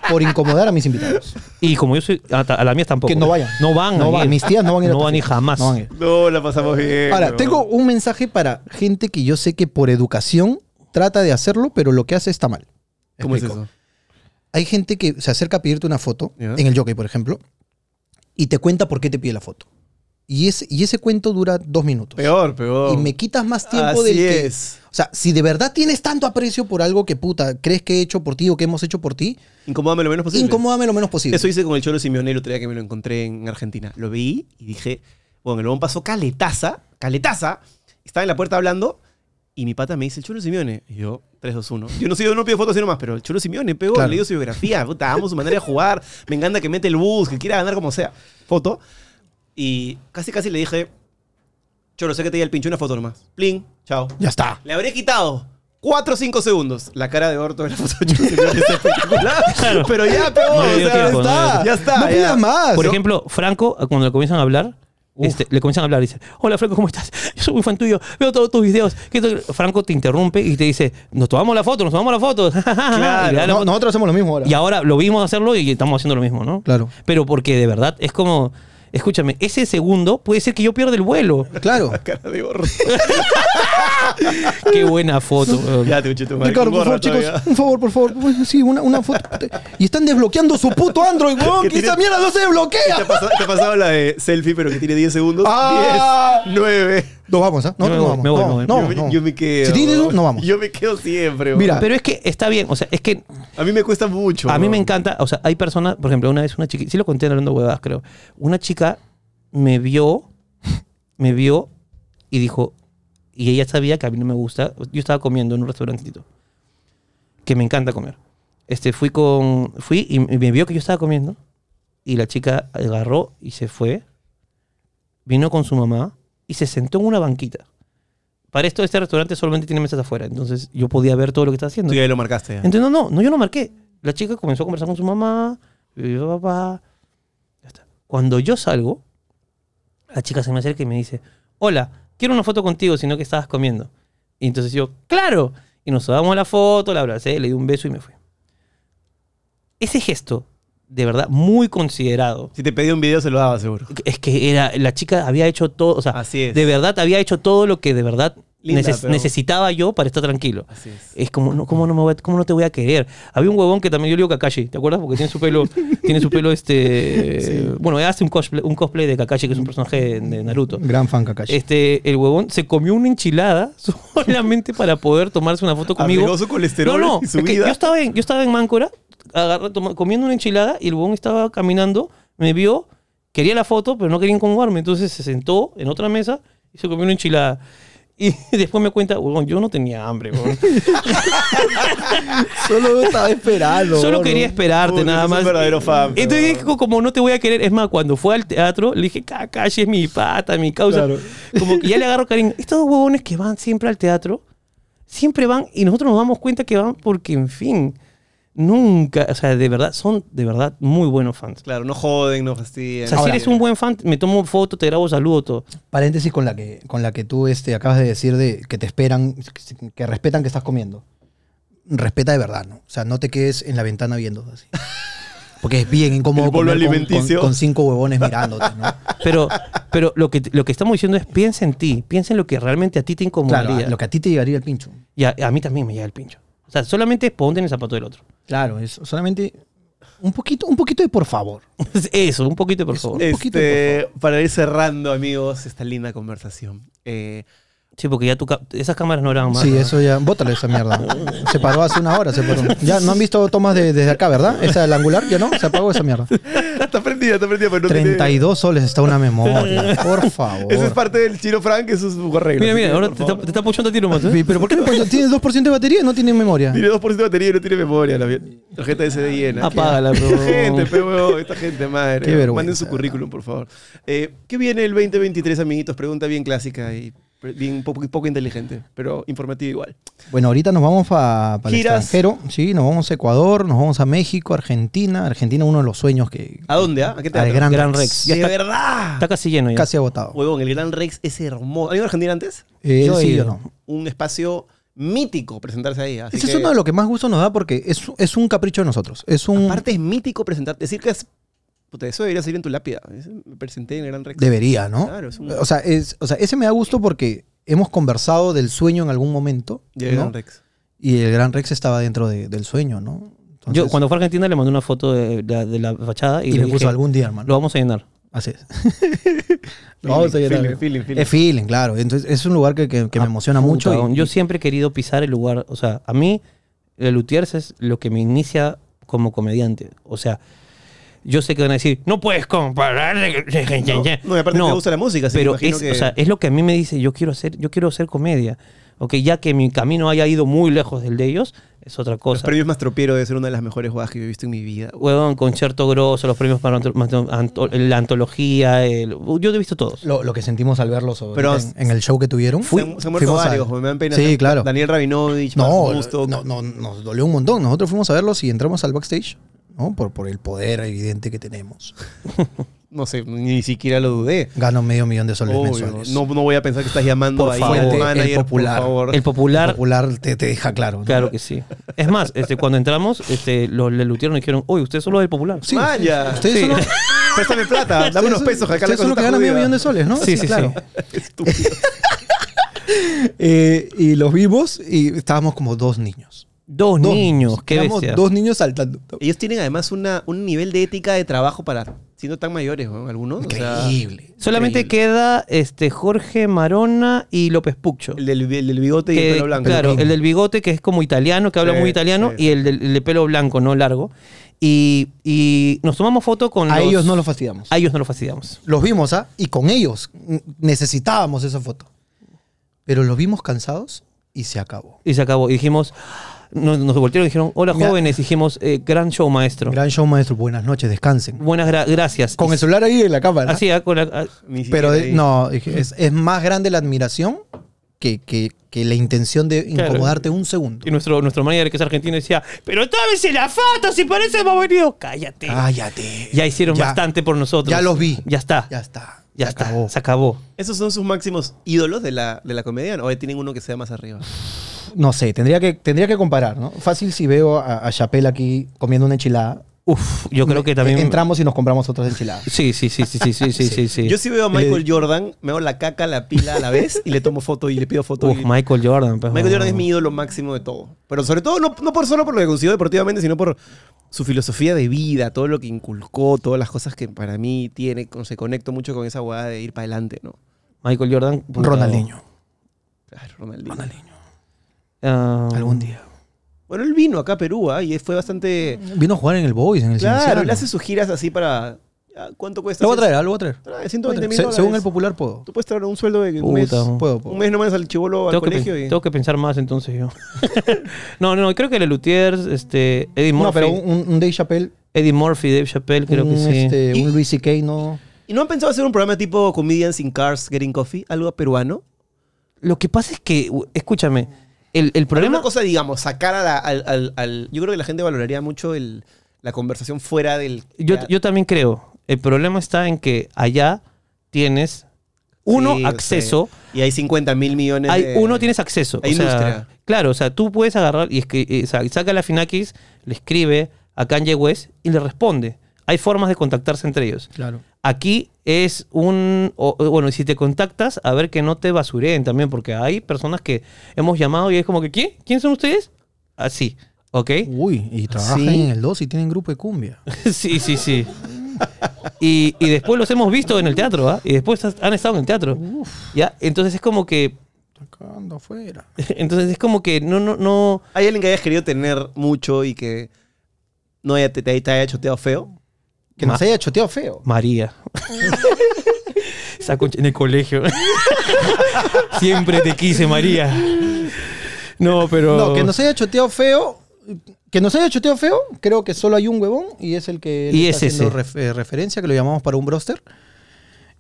Por incomodar a mis invitados.
Y como yo soy, a, ta- a las mías tampoco. ¿eh?
Que no vayan.
No van.
No
a
van.
ir.
Mis tías no van a ir a
No
tu
van ni
fiesta.
jamás.
No van a ir.
No, la pasamos bien.
Ahora,
weón.
tengo un mensaje para gente que yo sé que por educación trata de hacerlo, pero lo que hace está mal.
¿Cómo es
Explico.
eso?
Hay gente que se acerca a pedirte una foto,
Ya.
en el jockey, por ejemplo, y te cuenta por qué te pide la foto. Y ese, y ese cuento dura dos minutos.
Peor, peor.
Y me quitas más tiempo
Así
del que-
es.
O sea, si de verdad tienes tanto aprecio por algo que puta crees que he hecho por ti o que hemos hecho por ti,
Incomódame lo menos posible.
incomódame lo menos posible.
Eso hice con el Cholo Simeone el otro día que me lo encontré en Argentina. Lo vi y dije, bueno, el huevón pasó caletaza, caletaza, estaba en la puerta hablando y mi pata me dice, el Cholo Simeone. Y yo, 3, 2, 1. Yo no sé, yo no pido fotos sino más, pero el Cholo Simeone pegó,
Claro.
le dio su biografía, puta, amo su manera de jugar, me encanta que mete el bus, que quiera ganar como sea. Foto. Y casi casi le dije, Cholo, sé que te di el pincho una foto nomás. Plin, chao.
Ya está.
Le habré quitado 4 o 5 segundos. La cara de orto de la foto de Cholo Simeone es espectacular. Pero ya, peor.
No le dio
o sea,
tiempo, no le dio
está,
tiempo.
ya está.
No
ya.
pidas más.
Por
Yo-
ejemplo, Franco, eh, cuando le comienzan a hablar, este, le comienzan a hablar y dice, hola Franco, ¿cómo estás? Yo soy muy fan tuyo, veo todos tus videos. ¿Qué tal? Franco te interrumpe y te dice, nos tomamos la foto, nos tomamos la foto. Y le da la
No,
foto.
nosotros hacemos lo mismo ahora.
Y ahora lo vimos hacerlo y estamos haciendo lo mismo, ¿no?
Claro.
Pero porque de verdad es como, escúchame, ese segundo puede ser que yo pierda el vuelo.
Claro.
Cara de orto.
Qué buena foto. eh. weón.
ya, te escuché tu madre.
Ricardo,
con
por
gorra
favor, chicos,
todavía.
un favor, por favor. Sí, una, una foto. Y están desbloqueando su puto Android, weón.
Que
Que esa
tiene-
mierda no se
Te ha,
desbloquea.
pasado, te ha pasado la de selfie, pero que tiene 10 segundos.
Ah.
10, 9.
No vamos, ¿ah? No,
Yo me
no
voy,
vamos.
me voy,
no,
me voy.
no,
yo, me-
no.
yo me quedo.
Si tienes eso, no vamos.
Yo me quedo siempre.
Mira.
weón.
Pero es que está bien, o sea, es que
a mí me cuesta mucho.
A mí me
weón.
encanta, o sea, hay personas, por ejemplo, una vez una chica, sí lo conté en hablando huevadas, creo. Una chica me vio, me vio y dijo, y ella sabía que a mí no me gusta, yo estaba comiendo en un restaurantito, que me encanta comer. Este, fui con, fui y me vio que yo estaba comiendo y la chica agarró y se fue, vino con su mamá y se sentó en una banquita. Para esto, este restaurante solamente tiene mesas afuera, entonces yo podía ver todo lo que estaba haciendo.
Tú ya lo marcaste. ya.
Entonces, no, no, no, yo no marqué. La chica comenzó a conversar con su mamá, y yo, papá. Ya está. Cuando yo salgo, la chica se me acerca y me dice, hola, quiero una foto contigo, sino que estabas comiendo. Y entonces yo, claro. Y nos damos la foto, la abracé, le di un beso y me fui. Ese gesto, de verdad, muy considerado.
Si te pedí un video, se lo daba, seguro.
Es que era, la chica había hecho todo, o sea,
Así es.
de verdad había hecho todo lo que de verdad
Linda,
neces-
pero-
necesitaba yo para estar tranquilo.
Así es.
Es como, no, ¿cómo, no me voy a- ¿cómo no te voy a querer? Había un huevón que también yo le digo Kakashi, ¿te acuerdas? Porque tiene su pelo, tiene su pelo este... Bueno, él hace un cosplay, un cosplay de Kakashi, que es un personaje de, de Naruto.
Gran fan, Kakashi.
Este, el huevón se comió una enchilada solamente para poder tomarse una foto conmigo.
Arriesgó su colesterol
No, no,
y su
es que
vida.
yo estaba en, yo estaba en Máncora, agarra- toma- comiendo una enchilada y el huevón estaba caminando, me vio, quería la foto, pero no quería incomodarme. Entonces se sentó en otra mesa y se comió una enchilada. Y después me cuenta, huevón, yo no tenía hambre, huevón.
Solo estaba esperando.
Solo
weón.
quería esperarte,
Uy,
nada
es un
más.
verdadero fan, pero-
Entonces, dije, co- como no te voy a querer, es más, cuando fue al teatro, le dije, Kakashi es mi pata, mi causa.
Claro.
Como que ya le agarro cariño. Estos huevones que van siempre al teatro, siempre van, y nosotros nos damos cuenta que van porque, en fin, nunca, o sea, de verdad, son de verdad muy buenos fans.
Claro, no joden, no fastidian.
O sea, si eres un buen fan, me tomo foto, te grabo saludo, todo.
Paréntesis con la que, con la que tú este, acabas de decir de que te esperan, que, que respetan que estás comiendo. Respeta de verdad, ¿no? O sea, no te quedes en la ventana viendo así. Porque es bien incómodo
El bolo
comer con-
alimenticio.
Con, con cinco huevones mirándote, ¿no?
Pero, pero lo, que, lo que estamos diciendo es piensa en ti, piensa en lo que realmente a ti te incomodaría.
Claro, a- lo que a ti te llegaría el pincho.
Y a, a mí también me llega el pincho. O sea, solamente ponte en el zapato del otro.
Claro, es solamente un poquito, un poquito de por favor.
Eso, un poquito, por
Es-
favor.
un poquito,
Este, para ir cerrando, amigos, esta linda conversación. Eh,
Sí, porque ya tu ca- esas cámaras no eran más.
Sí,
¿no?
eso ya. Bótale esa mierda. Se paró hace una hora, se paró. Ya no han visto tomas de- desde acá, ¿verdad? Esa del angular, ya no, se apagó esa mierda.
está prendida, está prendida, pero no tiene-
32 soles está una memoria, por favor.
Ese es parte del Chino Frank, eso es su arreglo.
Mira,
Así
mira,
que,
ahora
por
te está,
favor.
te está puchando a ¿eh? tiro más.
Sí, pero ¿por qué no pon- tiene 2% de batería y no tiene memoria?
Tiene 2% de batería y no tiene memoria. La vi- tarjeta de SD llena.
Apágala,
Qué-
bro.
Gente, pero huevón, esta gente, madre.
Qué vergüenza,
Manden su currículum, por favor. Eh, ¿Qué viene el 2023, amiguitos? Pregunta bien clásica y pero bien un poco, poco inteligente, pero informativo igual.
Bueno, ahorita nos vamos para el
Giras.
extranjero. Sí, nos vamos a Ecuador, nos vamos a México, Argentina. Argentina, uno de los sueños que
¿A dónde? ah? ¿A qué te
Al Gran Gran Rex.
De
Ya está-
verdad.
Está casi lleno ya.
casi agotado.
Huevón, el Gran Rex es hermoso. ¿Has ido a Argentina antes?
Eh,
Yo he
sí,
ido.
yo no.
Un espacio mítico presentarse ahí. así
Ese es
que-
uno de los que más gusto nos da porque es, es un capricho de nosotros. Es un.
Aparte es mítico presentarte. Decir que es... Puta, eso debería salir en tu lápida. Es- Me presenté en el Gran Rex.
Debería, ¿no?
Claro, es un-
o, sea, es, o sea, ese me da gusto porque hemos conversado del sueño en algún momento.
Y el
¿no?
Gran Rex.
Y el Gran Rex estaba dentro de- del sueño, ¿no? Entonces-
Yo cuando fue a Argentina le mandé una foto de, la- de la fachada y,
y
le
le puso
dije,
algún día, hermano.
Lo vamos a llenar.
Así es. Lo vamos a
Feeling,
llenar.
feeling, feeling, feeling.
Es feeling, claro. Entonces, es un lugar que, que- que me
Ah,
emociona
puta,
mucho. y-
weón. yo siempre he querido pisar el lugar. O sea, a mí, el Lutiers es lo que me inicia como comediante. O sea, yo sé que van a decir, no puedes comparar.
No, no, y aparte te gusta la música, así que
pero
imagino
es,
que-
o sea, es lo que a mí me dice, yo quiero hacer, yo quiero hacer comedia. Ok, ya que mi camino haya ido muy lejos del de ellos, es otra
Los
cosa.
premios más tropiero debe ser una de las mejores jugadas que yo he visto en mi vida.
Huevón, concierto grosso, los premios para anto- anto- anto- la antología, el- yo he visto todos.
lo, lo que sentimos al verlos ahorita
Pero-
en, en el show que tuvieron.
Se han- se han muerto
fuimos a-
varios, me dan pena.
Sí, claro.
Daniel Rabinovich,
No,
Marco Busto.
no, no, nos dolió un montón. Nosotros fuimos a verlos y entramos al backstage, ¿no? Por, por el poder evidente que tenemos.
No sé, ni siquiera lo dudé.
Gano medio millón de soles
Obvio,
mensuales.
no, no voy a pensar que estás llamando
Por
ahí
favor,
al
el
manager,
popular.
por favor.
El
popular,
popular
popular te, te deja claro. ¿no?
Claro que sí. Es más, este, cuando entramos, este, los lelutieron y dijeron, uy, usted solo es del popular.
Sí,
Maya.
Ustedes
Sí.
solo,
Préstame plata, dame unos pesos. Acá la
ustedes
cosa
solo que
está
ganan medio
jodida.
millón de soles, ¿no?
Sí, sí, sí.
Estúpido.
Eh, y los vimos y estábamos como dos niños.
Dos,
Dos
niños, qué
Estábamos
bestia.
dos niños saltando.
Ellos tienen además una, un nivel de ética de trabajo para siendo tan mayores, ¿no? algunos. o sea,
Increíble.
Solamente queda este, Jorge Marona y López Puccho.
el, del, el del bigote y
Que-
el pelo blanco.
Claro, el del bigote que es como italiano, que habla
Sí,
muy italiano,
sí.
y el del el de pelo blanco, no largo. Y, y nos tomamos foto con
A
los-
ellos no los fastidiamos.
A ellos no los fastidiamos.
Los vimos, ¿ah? Y con ellos mm, necesitábamos esa foto. Pero los vimos cansados y se acabó.
Y se acabó. Y dijimos... Nos, nos voltearon y dijeron, hola
Mira.
jóvenes. Y dijimos, "Eh, gran show, maestro.
Gran show, maestro. Buenas noches, descansen.
Buenas gra- gracias.
Con
Y-
el celular ahí en la cámara.
Así, ah, con la- ah,
Ni siquiera
Pero de-
ahí.
no, dije, es, es más grande la admiración que, que- que la intención de
Claro.
incomodarte un segundo.
Y nuestro, nuestro manager, que es argentino, decía, pero tómense la foto, si parece hemos venido. Cállate.
Cállate.
ya hicieron
Ya.
bastante por nosotros.
Ya los vi.
Ya está.
Ya
Ya,
está. se
está.
acabó.
Se acabó.
¿Esos son sus máximos ídolos de la, de la comedia? ¿O tienen uno que sea más arriba?
No sé, tendría que, tendría que comparar, ¿no? Fácil si veo a, a Chapelle aquí comiendo una enchilada.
Uf, yo creo que
Me-
también.
Entramos y nos compramos otras enchiladas.
Sí, sí, sí, sí, sí, sí, sí, sí, sí.
Yo sí
Eh,
veo a Michael Jordan, me hago la caca, la pila a la vez y le tomo foto y le pido foto.
Uf,
y-
Michael Jordan. pues,
Michael Jordan es
no.
mi ídolo máximo de todo. Pero sobre todo, no, no por solo por lo que consiguió deportivamente, sino por su filosofía de vida, todo lo que inculcó, todas las cosas que para mí tiene, con- se conecto mucho con esa hueá de ir para adelante, ¿no?
Michael Jordan. puta,
Ronaldinho.
Claro, Ronaldinho.
Ronaldinho.
ah,
Algún día.
Bueno, él vino acá a Perú ¿ah? y fue bastante...
Mm.
Vino a jugar en el Boys, en el
Claro,
Cienciano.
él hace sus giras así para... ah, ¿Cuánto cuesta?
Lo voy a traer, ah, lo voy a traer.
Trae 120 mil
Se-
dólares.
según el popular puedo.
Tú puedes traer un sueldo de un mes,
Puta,
Puedo,
un
puedo.
mes nomás al chivolo al
Tengo que,
colegio
pen-
y...
tengo que pensar más entonces yo. no, no, creo que Le Luthiers, este, Eddie Murphy,
No, pero un, un Dave Chappelle,
Eddie Murphy, Dave Chappelle, creo
un,
que sí.
este,
Y-
un Luis C.K. no...
¿Y no han pensado hacer un programa tipo Comedians in Cars, Getting Coffee? ¿Algo peruano?
Lo que pasa es que, u- escúchame, el, el
Pero
problema.
una cosa, digamos, sacar a la- al, al- al- Yo creo que la gente valoraría mucho el, la conversación fuera del...
Yo,
teatro.
yo también creo. El problema está en que allá tienes uno
Sí, yo
acceso.
sé. Y hay 50 mil millones
Hay,
de-
uno tienes acceso.
hay
o sea,
industria.
Claro, o sea, tú puedes agarrar y, escri- y sa- saca a la Finakis, le escribe a Kanye West y le responde. Hay formas de contactarse entre ellos.
Claro.
Aquí es un. o- o, bueno, y si te contactas, a ver que no te basureen también, porque hay personas que hemos llamado y es como que, ¿quién? ¿Quién son ustedes? Así, ¿ok?
Uy, y trabajan
Sí.
en el 2 y tienen grupo de cumbia.
Sí, sí, sí. Y, y después los hemos visto en el teatro, ¿ah? Y después has- han estado en el teatro. ¿Ya? Entonces es como que.
Tocando afuera.
Entonces es como que no, no, no.
¿Hay alguien que hayas querido tener mucho y que no haya, te, te- te haya choteado feo?
Que nos haya choteado feo.
María. Esa concha- en el colegio. Siempre te quise, María. No, pero.
No, que nos haya choteado feo. Que nos haya choteado feo, creo que solo hay un huevón y es el que le
Y
está
es
haciendo
ese.
ref- eh, referencia, que lo llamamos para un broster.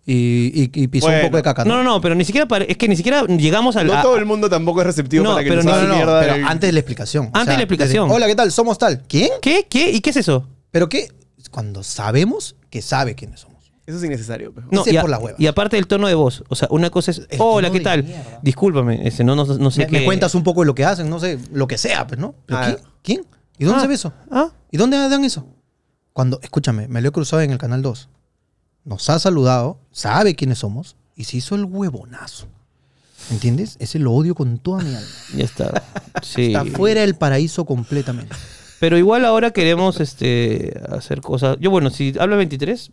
y, y- y pisó
Bueno.
un poco de caca.
No, no, no, pero ni siquiera pare- es que ni siquiera llegamos al.
No
a-
todo el mundo tampoco es receptivo
No,
para que
pero
nos
no,
hagas
No, no,
mierda.
pero
del-
antes de la explicación.
Antes de la explicación.
Hola, ¿qué tal? Somos tal. ¿Quién?
¿Qué? ¿Qué? ¿Y qué es eso?
¿Pero qué? Cuando sabemos que sabe quiénes somos.
Eso es innecesario. pues.
Ese
y,
es
a-
por las huevas.
y aparte del tono de voz. O sea, una cosa es.
El
Hola,
tono
¿qué
de
tal?
mierda.
Discúlpame, este, no, no, no sé
me,
qué.
me cuentas un poco de lo que hacen, no sé, lo que sea, pues, ¿no? ¿Pero
Ah.
quién? ¿Quién? ¿Y dónde
Ah,
se ve eso?
ah.
¿Y dónde dan eso? Cuando, escúchame, me lo he cruzado en el canal 2. Nos ha saludado, sabe quiénes somos y se hizo el huevonazo. ¿Entiendes? Ese lo odio con toda mi alma.
Ya está. Sí.
Está fuera del paraíso completamente.
Pero igual ahora queremos este, hacer cosas. Yo, bueno, si hablo 23,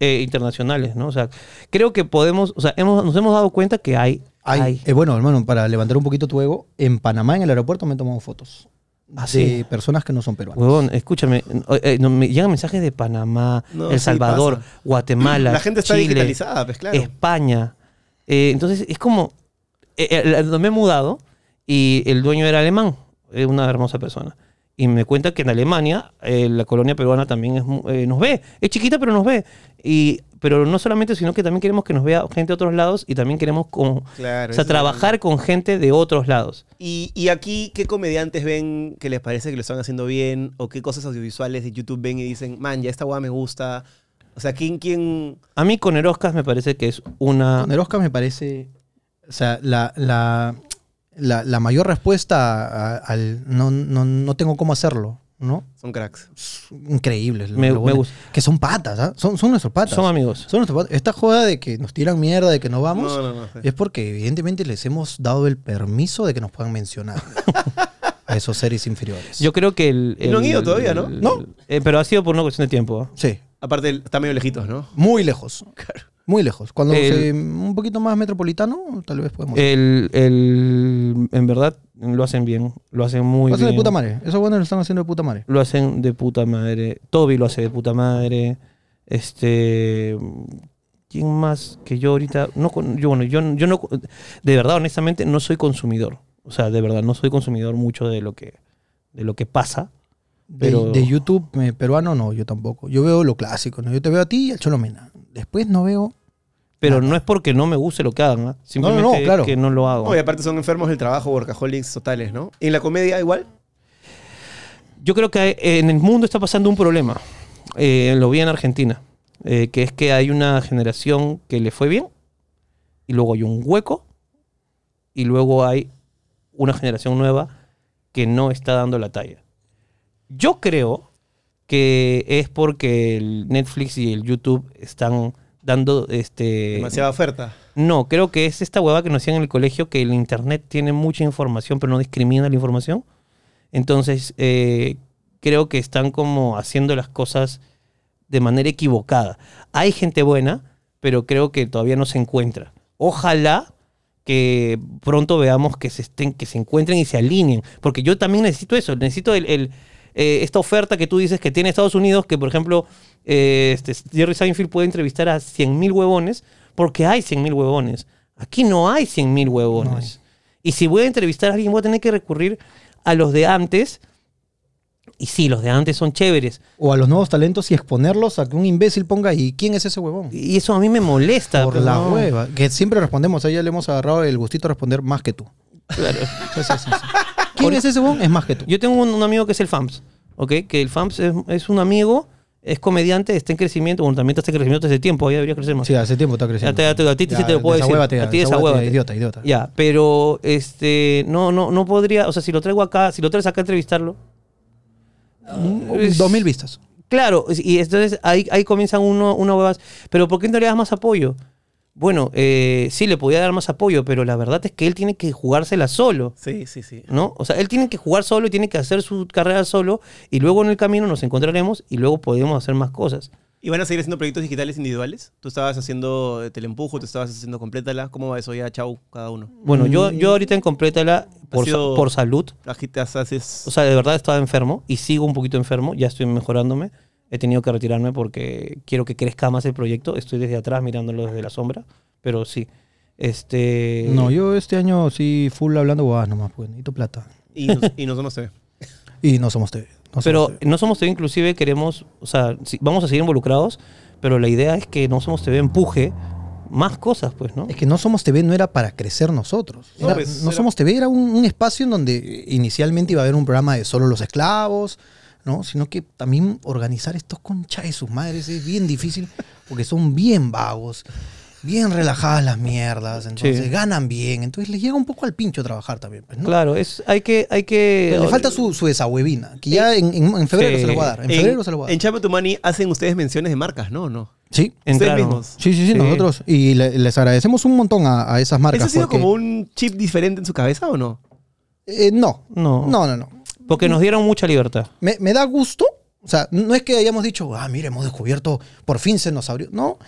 eh, internacionales, ¿no? O sea, creo que podemos. O sea, hemos, nos hemos dado cuenta que hay.
Ay,
hay.
eh, bueno, hermano, para levantar un poquito tu ego, en Panamá, en el aeropuerto, me he tomado fotos
Ah,
de
sí.
personas que no son peruanas.
Huevón, escúchame. eh, eh, no, me llegan mensajes de Panamá,
No,
El
sí,
Salvador,
pasa.
Guatemala.
La gente está
Chile,
digitalizada, pues claro.
España. Eh, entonces, es como. eh, eh, la- me he mudado y el dueño era alemán, es una hermosa persona. Y me cuenta que en Alemania eh, la colonia peruana también es mu- eh, nos ve. Es chiquita, pero nos ve. Y, pero no solamente, sino que también queremos que nos vea gente de otros lados y también queremos como,
Claro,
o
eso
sea,
es
trabajar con gente de otros lados.
Y, y aquí, ¿qué comediantes ven que les parece que lo están haciendo bien? ¿O qué cosas audiovisuales de YouTube ven y dicen, man, ya esta guada me gusta? O sea, ¿quién, quién?
A mí Coneroscas me parece que es una...
Nerosca me parece. O sea, la, la, la, la mayor respuesta a- al no, no, no tengo cómo hacerlo, ¿no?
Son cracks.
Es increíble. lo-
Me-
lo
me
bueno.
gusta.
Que son patas, ¿ah? Son, son nuestros patas.
Son amigos.
Son nuestros patas. Esta joda de que nos tiran mierda, de que no vamos, Eh.
No, no, no. sí.
es porque evidentemente les hemos dado el permiso de que nos puedan mencionar a esos seres inferiores.
Yo creo que el...
Y no han
el-
ido todavía, ¿no?
el-
No.
eh, pero ha sido por una cuestión de tiempo. ¿eh?
Sí,
Aparte, está medio lejitos, ¿no?
muy lejos. Muy lejos. Cuando
El- Eh,
se- un poquito más metropolitano, tal vez podemos.
El, el- en verdad lo hacen bien, lo hacen muy
Lo hacen
bien.
de puta madre. Esos buenos lo están haciendo de puta madre.
Lo hacen de puta madre. Toby lo hace de puta madre. Este. ¿Quién más que yo ahorita? No, con- yo, bueno, yo, yo no. De verdad, honestamente, no soy consumidor. O sea, de verdad, no soy consumidor mucho de lo que, de lo que pasa.
De,
Pero-
de YouTube eh, peruano no, yo tampoco. Yo veo lo clásico, ¿no? Yo te veo a ti y al Cholomena. Después no veo.
Pero no es porque no me guste lo que hagan, ¿ah? simplemente
no, claro.
es que no lo
Oh.
hago.
No, y aparte son enfermos del trabajo, workaholics totales, ¿no? ¿Y en la comedia igual?
Yo creo que hay- en el mundo está pasando un problema. Eh, lo vi en Argentina. eh, que es que hay una generación que le fue bien. Y luego hay un hueco. Y luego hay una generación nueva que no está dando la talla. Yo creo que es porque el Netflix y el YouTube están dando este
Demasiada oferta.
no, creo que es esta hueva que nos hacían en el colegio que el internet tiene mucha información, pero no discrimina la información. Entonces, eh, creo que están como haciendo las cosas de manera equivocada. Hay gente buena, pero creo que todavía no se encuentra. Ojalá que pronto veamos que se estén, que se encuentren y se alineen. Porque yo también necesito eso, necesito el, el, eh, esta oferta que tú dices que tiene Estados Unidos, que por ejemplo eh, este, Jerry Seinfeld puede entrevistar a 100.000 huevones, porque hay 100.000 huevones. Aquí no hay 100.000 huevones. Y si voy a entrevistar a alguien, voy a tener que recurrir a los de antes. Y sí, los de antes son chéveres.
O a los nuevos talentos y exponerlos a que un imbécil ponga, ¿y quién es ese huevón?
Y eso a mí me molesta.
Por
pero
la
no.
hueva. Que siempre respondemos, a ella le hemos agarrado el gustito de responder más que tú.
Claro.
Entonces, sí, sí, sí. ¿Quién es ese huevón? Es más que tú.
Yo tengo un, un amigo que es el FAMS, ¿ok? Que el FAMS es, es un amigo, es comediante, está en crecimiento, bueno, también está en crecimiento desde tiempo, ahí debería crecer más.
Sí, hace tiempo está creciendo.
Ya te- ya te- a ti sí
Ya,
te lo puedo decir.
desahuévate,
a ti
desahuévate,
desahuévate.
Idiota, idiota.
Ya, pero este, no, no, no podría, o sea, si lo traigo acá, si lo traes acá a entrevistarlo. es-
Ah, Dos mil vistas.
Claro, es- y entonces ahí, ahí comienzan uno, una huevas. Pero ¿por qué no le das más apoyo? Bueno, eh, sí, le podía dar más apoyo, pero la verdad es que él tiene que jugársela solo.
Sí, sí, sí.
¿no? O sea, él tiene que jugar solo y tiene que hacer su carrera solo y luego en el camino nos encontraremos y luego podemos hacer más cosas.
¿Y van a seguir haciendo proyectos digitales individuales? Tú estabas haciendo eh, Teleempujo, tú estabas haciendo Complétala. ¿Cómo va eso ya? Chau, cada uno.
Bueno, yo, yo ahorita en Complétala, por, sa-
sido-
por salud,
Agitas, haces...
o sea, de verdad estaba enfermo y sigo un poquito enfermo, ya estoy mejorándome. He tenido que retirarme porque quiero que crezca más el proyecto. Estoy desde atrás mirándolo desde la sombra, pero sí. Este...
No, yo este año sí full hablando huevadas nomás, porque necesito pues, plata.
y, nos, y nosotros no se ve.
Y no somos TV. No
pero
somos TV.
no somos TV, inclusive queremos, o sea, sí, vamos a seguir involucrados, pero la idea es que no somos TV empuje más cosas, pues, ¿no?
Es que No Somos TV no era para crecer nosotros.
No,
Era- No,
pues, era-
Somos TV era un, un espacio en donde inicialmente iba a haber un programa de solo los esclavos, ¿no? Sino que también organizar estos conchas de sus madres es bien difícil porque son bien vagos, bien relajadas las mierdas, entonces
Sí.
ganan bien, entonces les llega un poco al pincho trabajar también, pues, ¿no?
Claro, es, hay que, hay que.
Pero
eh,
Le falta su, su desahuevina, que ya en, en- en febrero
Sí.
se lo voy a dar. En febrero se lo voy a
En
dar.
Chapa Tu Money hacen ustedes menciones de marcas, ¿no? no.
Sí.
Entraron.
mismos.
Sí, sí, sí,
Sí.
nosotros. Y le- les agradecemos un montón a, a esas marcas.
¿Eso ha sido
porque-
como un chip diferente en su cabeza o no?
Eh, no,
No.
no, no, no. no.
Porque nos dieron mucha libertad.
Me, me da gusto. O sea, no es que hayamos dicho, ah, mire, hemos descubierto, por fin se nos abrió. No.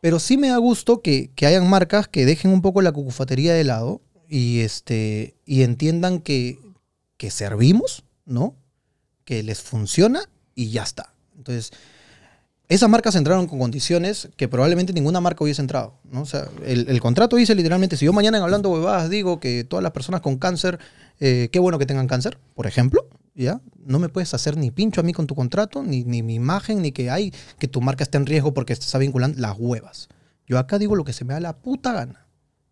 Pero sí me da gusto que, que hayan marcas que dejen un poco la cucufatería de lado y, este, y entiendan que, que servimos, ¿no? Que les funciona y ya está. Entonces, esas marcas entraron con condiciones que probablemente ninguna marca hubiese entrado. ¿no? O sea, el, el contrato dice literalmente, si yo mañana en Hablando Huevadas digo que todas las personas con cáncer, eh, qué bueno que tengan cáncer, por ejemplo, ¿ya? No me puedes hacer ni pincho a mí con tu contrato, ni, ni mi imagen, ni que, hay, que tu marca esté en riesgo porque se está vinculando las huevas. Yo acá digo lo que se me da la puta gana.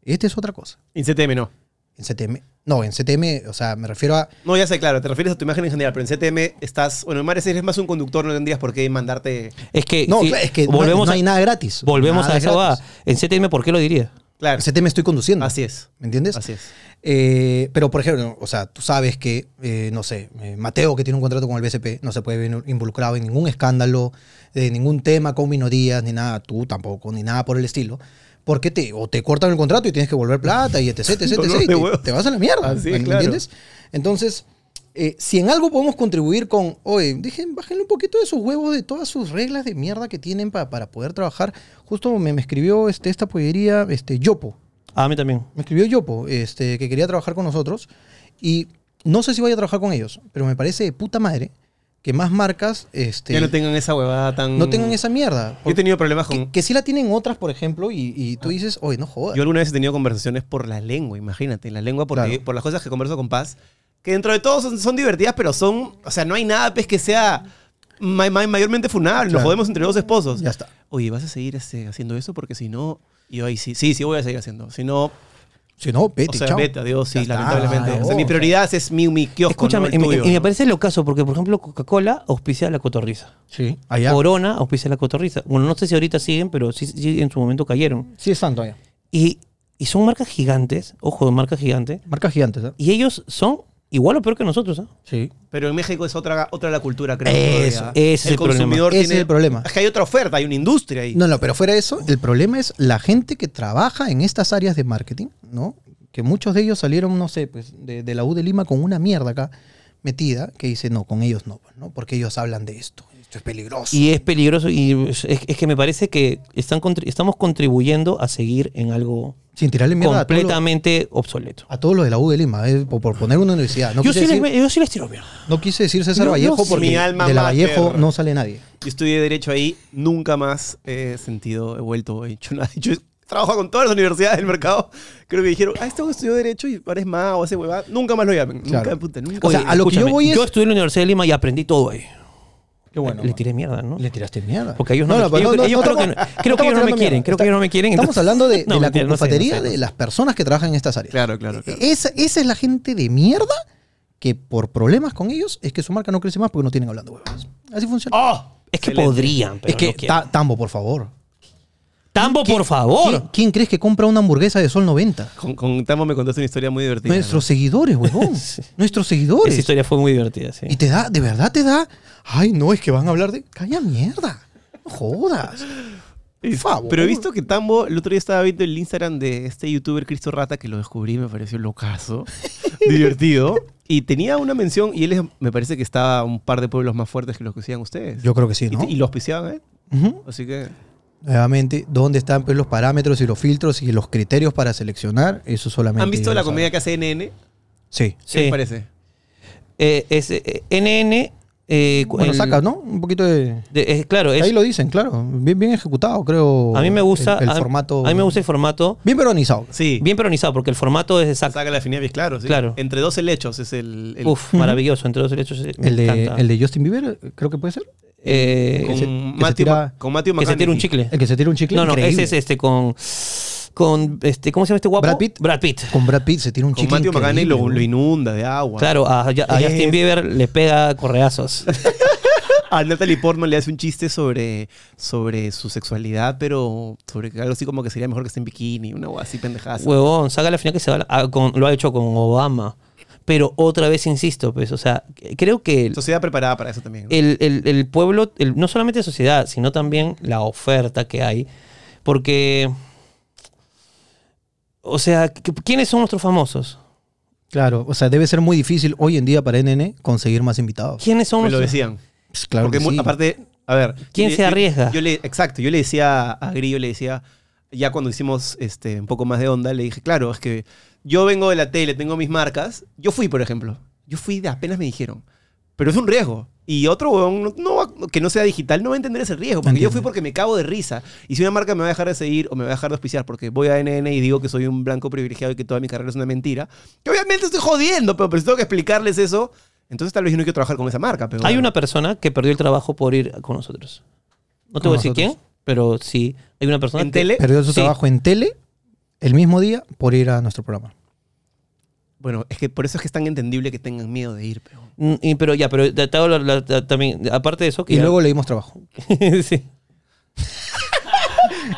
Esta es otra cosa.
En CTM no.
En CTM, no, en CTM, o sea, me refiero a...
No, ya sé, claro, te refieres a tu imagen en general, pero en CTM estás. Bueno, en Mares eres más un conductor, no tendrías por qué mandarte.
Es que.
No,
si
claro, es que no-
Eh, volvemos
no
a-
hay nada gratis.
Volvemos
Nada
a
es
esa
gratis.
va. En CTM, ¿por qué lo diría?
Claro.
En CTM estoy conduciendo.
Así es.
¿Me entiendes?
Así es.
Eh, pero, por ejemplo, o sea, tú sabes que, eh, no sé, eh, Mateo, que tiene un contrato con el BCP, no se puede ver involucrado en ningún escándalo, de ningún tema con minorías, ni nada, tú tampoco, ni nada por el estilo. Porque te, o te cortan el contrato y tienes que volver plata y etc, etc, etc,
Dolor
y
de
te-
huevos.
te vas a la mierda.
Así es,
¿me
claro.
entiendes? Entonces, eh, si en algo podemos contribuir con, oye, dejen, bájenle un poquito de sus huevos, de todas sus reglas de mierda que tienen pa- para poder trabajar. Justo me, me escribió este, esta pollería, este, Yopo,
A mí también.
me escribió Yopo, este, que quería trabajar con nosotros. Y no sé si voy a trabajar con ellos, pero me parece de puta madre que más marcas este,
Ya
no,
no tengan esa huevada tan.
tengan esa mierda.
Yo he tenido problemas con.
que, que sí la tienen otras, por ejemplo, y, y tú dices, oye, no jodas.
Yo alguna vez he tenido conversaciones por la lengua, imagínate. La lengua, porque-
Claro.
por las cosas que converso con Paz, que dentro de todo son, son divertidas, pero son. O sea, no hay nada pues, que sea ma- ma- mayormente funable. Nos
Claro.
jodemos entre los esposos.
ya está.
Oye, ¿vas a seguir este, haciendo eso? Porque si no. Y yo ahí sí, sí, sí voy a seguir haciendo. Si no,
Si no, vete,
o sea,
chao.
vete, adiós, sí,
Ya está,
lamentablemente.
adiós.
o sea, mi prioridad es mi, mi kiosco, no
Escúchame,
el
y me-
tuyo,
y me
¿no?
parece lo caso, porque, por ejemplo, Coca-Cola auspicia la cotorriza.
Sí, allá.
Corona auspicia la cotorriza. Bueno, no sé si ahorita siguen, pero sí, sí en su momento cayeron.
Sí, es santo allá.
Y, y son marcas gigantes, ojo, marcas gigantes.
Marcas gigantes, ¿eh?
Y ellos son igual o peor que nosotros, ¿ah?
Sí.
Pero en México es otra, otra la cultura, creo.
Eso,
todavía.
ese es el problema.
consumidor
Ese
tiene-
es el problema.
Es que hay otra oferta, hay una industria ahí.
No, no, pero fuera de eso, el problema es la gente que trabaja en estas áreas de marketing, ¿no? Que muchos de ellos salieron, no sé, pues de, de la U de Lima con una mierda acá metida, que dice, no, con ellos no, pues, ¿no? Porque ellos hablan de esto, esto es peligroso.
Y es peligroso. Y es, es que me parece que están contri- estamos contribuyendo a seguir en algo
sin tirarle mierda a todo lo-
completamente obsoleto.
a todos los de la U de Lima, eh, por, por poner una universidad. No,
yo,
quise
sí les,
decir,
yo sí les tiro mierda.
no quise decir César
Yo- yo
Vallejo
sí.
porque
Mi alma
de la
mater.
Vallejo no sale nadie.
Yo estudié Derecho ahí, nunca más he sentido, he vuelto, he hecho nada. Yo he trabajado con todas las universidades del mercado. Creo que dijeron, ah, este güey estudió Derecho y ahora es más o ese huevada. Nunca más lo llamen. Nunca,
Claro.
puta, nunca.
O sea,
Oye,
a lo que yo
escúchame,
voy es-
Yo estudié en la Universidad de Lima y aprendí todo ahí.
Qué bueno.
Les tiré mierda, ¿no?
Le tiraste mierda.
Porque ellos no me- ellos- ellos creo que no-
estamos-
creo que ellos
estamos
no me
tirando
quieren,
mierda.
creo que ellos no me quieren,
Estamos
entonces-
hablando de,
No,
de la
mentira, no sé,
confatería
no sé, no
de
sé.
las personas que trabajan en estas áreas.
Claro, claro, claro.
Eh, Esa, esa es la gente de mierda que por problemas con ellos es que su marca no crece más porque no tienen hablando huevas. Así funciona.
Oh,
Es que
Excelente.
podrían, pero
es que,
no quieren.
Ta- Tambo, por favor.
Tambo, por
¿Quién,
favor.
quién crees que compra una hamburguesa de Sol 90?
Con, con Tamo me contaste una historia muy divertida.
eh. Nuestros seguidores, huevón.
Sí.
Nuestros
Esa
seguidores.
historia fue muy divertida, sí.
Y te da, de verdad te da. Ay, no, es que van a hablar de. Calla mierda. No jodas.
¿no? Es-
favor.
Pero he visto que Tambo, el otro día estaba viendo el Instagram de este youtuber Cristo Rata, que lo descubrí, y me pareció locazo, divertido. Y tenía una mención, y él es- me parece que estaba un par de pueblos más fuertes que los que hacían ustedes.
Yo creo que sí,
Y
¿no?
te- Y, lo auspiciaban, ¿eh?
Ujú.
Así que.
Nuevamente, ¿dónde están pues, los parámetros y los filtros y los criterios para seleccionar? Eso solamente.
¿Han visto
ellos
la
lo saben.
comedia que hace NN?
Sí.
¿Qué les
Sí.
parece?
Eh, es, eh, NN eh, cu-
Bueno,
el-
saca, ¿no? Un poquito de...
de- eh, claro, es-
Ahí lo dicen, claro. Bien, bien ejecutado, creo.
a mí me gusta.
El, el
a-
formato.
A mí me gusta el formato.
Bien peronizado.
Sí.
Bien peronizado, porque el formato es exacto.
Saca la afinidad bien claro, ¿sí?
Claro.
Entre dos helechos es el. el-
Uf, maravilloso. Entre dos derechos. me
El de,
encanta.
el de Justin Bieber, creo que puede ser.
Eh,
con,
que se- que se
Matthew,
tira-
con Matthew
que se tira un
McConaughey.
chicle.
El que se tira un chicle.
No, no,
increíble.
ese es este con. Con este, ¿cómo se llama este guapo?
Brad Pitt.
Brad Pitt.
Con Brad Pitt se tira un
Con
chicle.
Matthew McConaughey
increíble,
lo,
güey.
lo inunda de agua.
Claro, a, a Justin
Es-
Bieber le pega correazos.
A Natalie Portman le hace un chiste sobre, sobre su sexualidad, pero sobre que algo así como que sería mejor que esté en bikini, una hueá así pendejada.
Huevón, saca la final que se va. a la- a- con- lo ha hecho con Obama. Pero otra vez insisto, pues, o sea, creo que. el-
Sociedad preparada para eso también. ¿no?
el, el- el pueblo, el- no solamente la sociedad, sino también la oferta que hay. Porque, o sea, ¿qu- ¿quiénes son nuestros famosos?
Claro, o sea, debe ser muy difícil hoy en día para NN conseguir más invitados.
¿Quiénes son
Me lo
nuestros-
decían.
Pues claro
Porque
que
mu-
sí.
aparte, a ver.
¿Quién
yo-
se
yo-
arriesga?
Yo, le, exacto, yo le decía a Grillo, yo le decía, ya cuando hicimos este, un poco más de onda, le dije, claro, es que yo vengo de la tele, tengo mis marcas. Yo fui, por ejemplo. Yo fui de apenas me dijeron. Pero es un riesgo. Y otro huevón no- no va- que no sea digital no va a entender ese riesgo. Porque yo
Entiendo.
fui porque me cago de risa. Y si una marca me va a dejar de seguir o me va a dejar de auspiciar porque voy a NN y digo que soy un blanco privilegiado y que toda mi carrera es una mentira, que obviamente estoy jodiendo, pero, pero si tengo que explicarles eso, entonces tal vez yo no quiero trabajar con esa marca. Pero
Hay
bueno.
una persona que perdió el trabajo por ir con nosotros. No te
Con
voy a decir
nosotros.
quién, pero sí, hay una persona
¿En
que-
tele?
Perdió su
Sí.
trabajo en tele el mismo día por ir a nuestro programa.
Bueno, es que por eso es que es tan entendible que tengan miedo de ir, pero.
Mm, y- pero ya, pero te- te hago la- la- la- también, aparte de eso, que
Y
ya-
luego le dimos trabajo.
sí.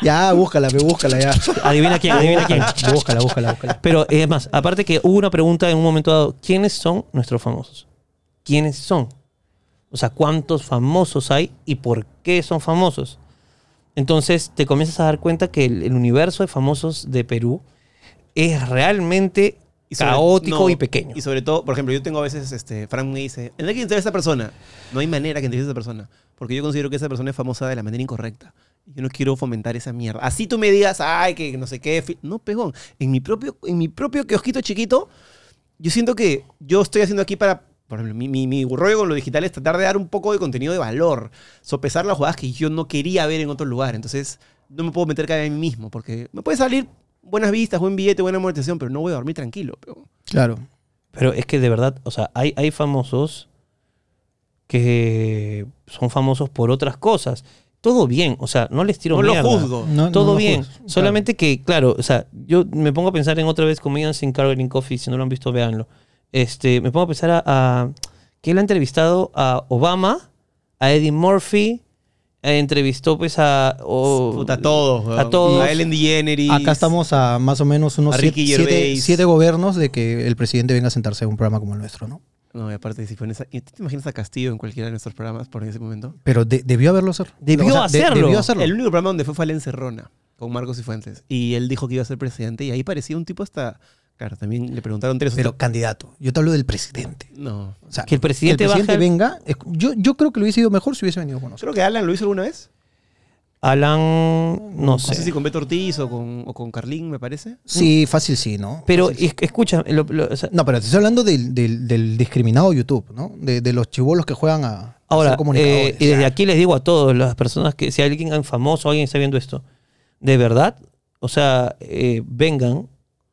Ya, búscala, pe, búscala ya.
Adivina quién, adivina quién.
Búscala, búscala, búscala.
Pero es más, aparte que hubo una pregunta en un momento dado, ¿quiénes son nuestros famosos? ¿Quiénes son? O sea, ¿cuántos famosos hay y por qué son famosos? Entonces te comienzas a dar cuenta que el, el universo de famosos de Perú es realmente
sobre-
caótico
no,
y pequeño.
Y sobre todo, por ejemplo, yo tengo a veces, este, Frank me dice, ¿en qué entrevista a esa persona? No hay manera que entrevista a esa persona, porque yo considero que esa persona es famosa de la manera incorrecta. Yo no quiero fomentar esa mierda. Así tú me digas, ay, que no sé qué. fi-". No, pegón. En mi propio, en mi propio kiosquito chiquito, yo siento que yo estoy haciendo aquí para. Por ejemplo, mi, mi, mi rollo con lo digital es tratar de dar un poco de contenido de valor, sopesar las jugadas que yo no quería ver en otro lugar. Entonces, no me puedo meter cada vez en mí mismo, porque me puede salir buenas vistas, buen billete, buena amortización, pero no voy a dormir tranquilo. pegón.
Claro.
Pero es que de verdad, o sea, hay, hay famosos que son famosos por otras cosas. Todo bien, o sea, no les tiro
No lo
mierda.
juzgo.
No, no,
Todo
no
bien.
juzgues. Claro.
Solamente que, claro, o sea, yo me pongo a pensar en otra vez Comedians in Carolyn Coffee. Si no lo han visto, véanlo. Este, me pongo a pensar a, a- que él ha entrevistado a Obama, a Eddie Murphy, eh, entrevistó pues a. o-
Oh, Puta, a todos. weón.
A todos.
A Ellen DeGeneres.
Acá estamos a más o menos unos
A
siete,
Ricky
siete,
Gervais.
siete gobiernos de que el presidente venga a sentarse a un programa como el nuestro, ¿no?
No, y aparte, si pones a- ¿y tú ¿Te imaginas a Castillo en cualquiera de nuestros programas por ese momento?
Pero de- debió haberlo hacer.
Debió
de-
hacerlo.
debió hacerlo.
El único programa donde fue fue a la encerrona con Marcos y Fuentes. Y él dijo que iba a ser presidente y ahí parecía un tipo hasta... Claro, también le preguntaron tres o
Pero candidato. Yo te hablo del presidente.
No.
O sea,
Que el presidente baje al-
venga. es- Yo, yo creo que lo hubiese ido mejor si hubiese venido con nosotros.
Creo que Alan lo hizo alguna vez.
Alan. No
No sé si
sé.
con Beto Ortiz o con, o con Carlín, me parece.
Sí,
Mm.
fácil sí, ¿no?
Pero es- escucha, lo- lo- o sea,
No, pero te estoy hablando del, del- del discriminado YouTube, ¿no? De, de los chivolos que juegan a, a
Ahora,
ser comunicadores.
eh, y desde aquí les digo a todas las personas que si alguien famoso, alguien está viendo esto, de verdad, o sea, eh, vengan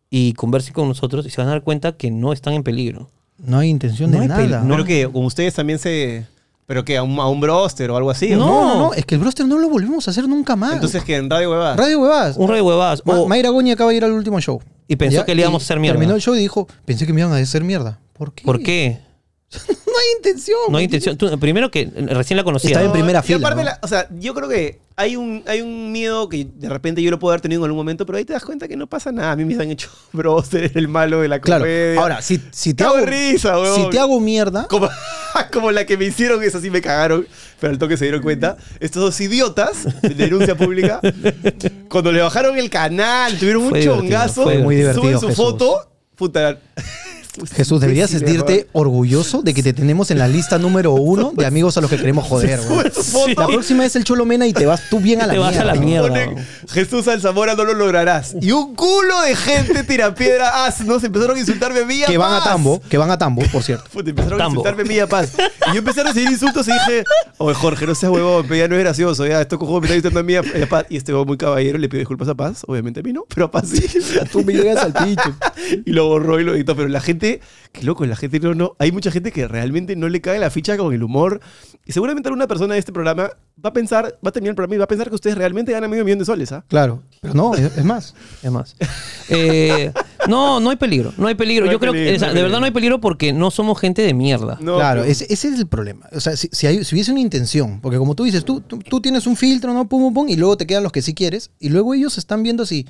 y conversen con nosotros y se van a dar cuenta que no están en peligro.
no hay intención
no
de
hay pel-
nada.
no.
Creo que con ustedes también se... Pero que a un, a un broster o algo así. ¿o
no,
no?
no, no, es que el broster no lo volvimos a hacer nunca más.
Entonces que en Radio Huevada.
Radio Huevadas.
Un rey de huevadas. Oh,
Ma-
o-
Mayra Goñi acaba de ir al último show.
y pensó
Ya,
que le íbamos
y
a hacer mierda.
Terminó el show y dijo, pensé que me iban a hacer mierda. ¿Por qué?
¿Por qué?
no hay intención.
No hay intención. Tú, primero que eh, recién la conocía.
Está en
¿no?
primera
y
fila,
aparte
¿no?
la- o sea, yo creo que hay un, hay un miedo que de repente yo lo puedo haber tenido en algún momento, pero ahí te das cuenta que no pasa nada. A mí me han hecho, bro, eres el malo de la
Claro.
comedia.
Ahora, si, si te
Cago
hago...
de risa, weón.
si te hago mierda...
Como, como la que me hicieron, es así me cagaron, pero al toque se dieron cuenta. Estos dos idiotas, de denuncia pública, cuando le bajaron el canal, tuvieron
Fue
un
divertido,
chongazo,
fue
Muy divertido,
suben su
Jesús.
foto, puta,
Jesús, deberías
Difícil,
sentirte
¿verdad?
orgulloso de que te tenemos en la lista número uno de amigos a los que queremos joder, güey.
Sí.
La próxima es el Cholo Mena y te vas tú bien a la
Te
mierda.
vas a la mierda.
Ponen, Jesús Alzamora no lo lograrás. Y un culo de gente tirapiedra haz, ¿no? Se empezaron a insultarme a mí.
Que van a
Paz.
Tambo, que van a Tambo, por cierto.
Puta, empezaron
Tambo.
a insultarme a mí y a Paz. Y yo empecé a recibir insultos y dije, oye Jorge, no seas huevón, pero ya no es gracioso, ya esto cojo me está insultando a mí y a- y a Paz. Y este huevón muy caballero le pidió disculpas a Paz, obviamente a mí no, pero a Paz sí.
Tú me llegas al picho.
y lo borró y lo editó. Pero la gente, qué loco, la gente no, no. Hay mucha gente que realmente no le cae la ficha con el humor. Y seguramente alguna persona de este programa va a pensar, va a terminar el programa y va a pensar que ustedes realmente ganan medio millón de soles, ¿ah?
Claro. Pero no, es, es más.
Es más. Eh, no, no hay peligro. No hay peligro.
No hay
Yo creo
peligro,
que, o sea,
no hay
de
peligro.
verdad no hay peligro porque no somos gente de mierda.
No,
claro,
pero-
ese, ese es el problema. O sea, si, si hay- si hubiese una intención, porque como tú dices, tú, tú, tú tienes un filtro, ¿no? Pum, pum, pum, y luego te quedan los que sí quieres, y luego ellos están viendo si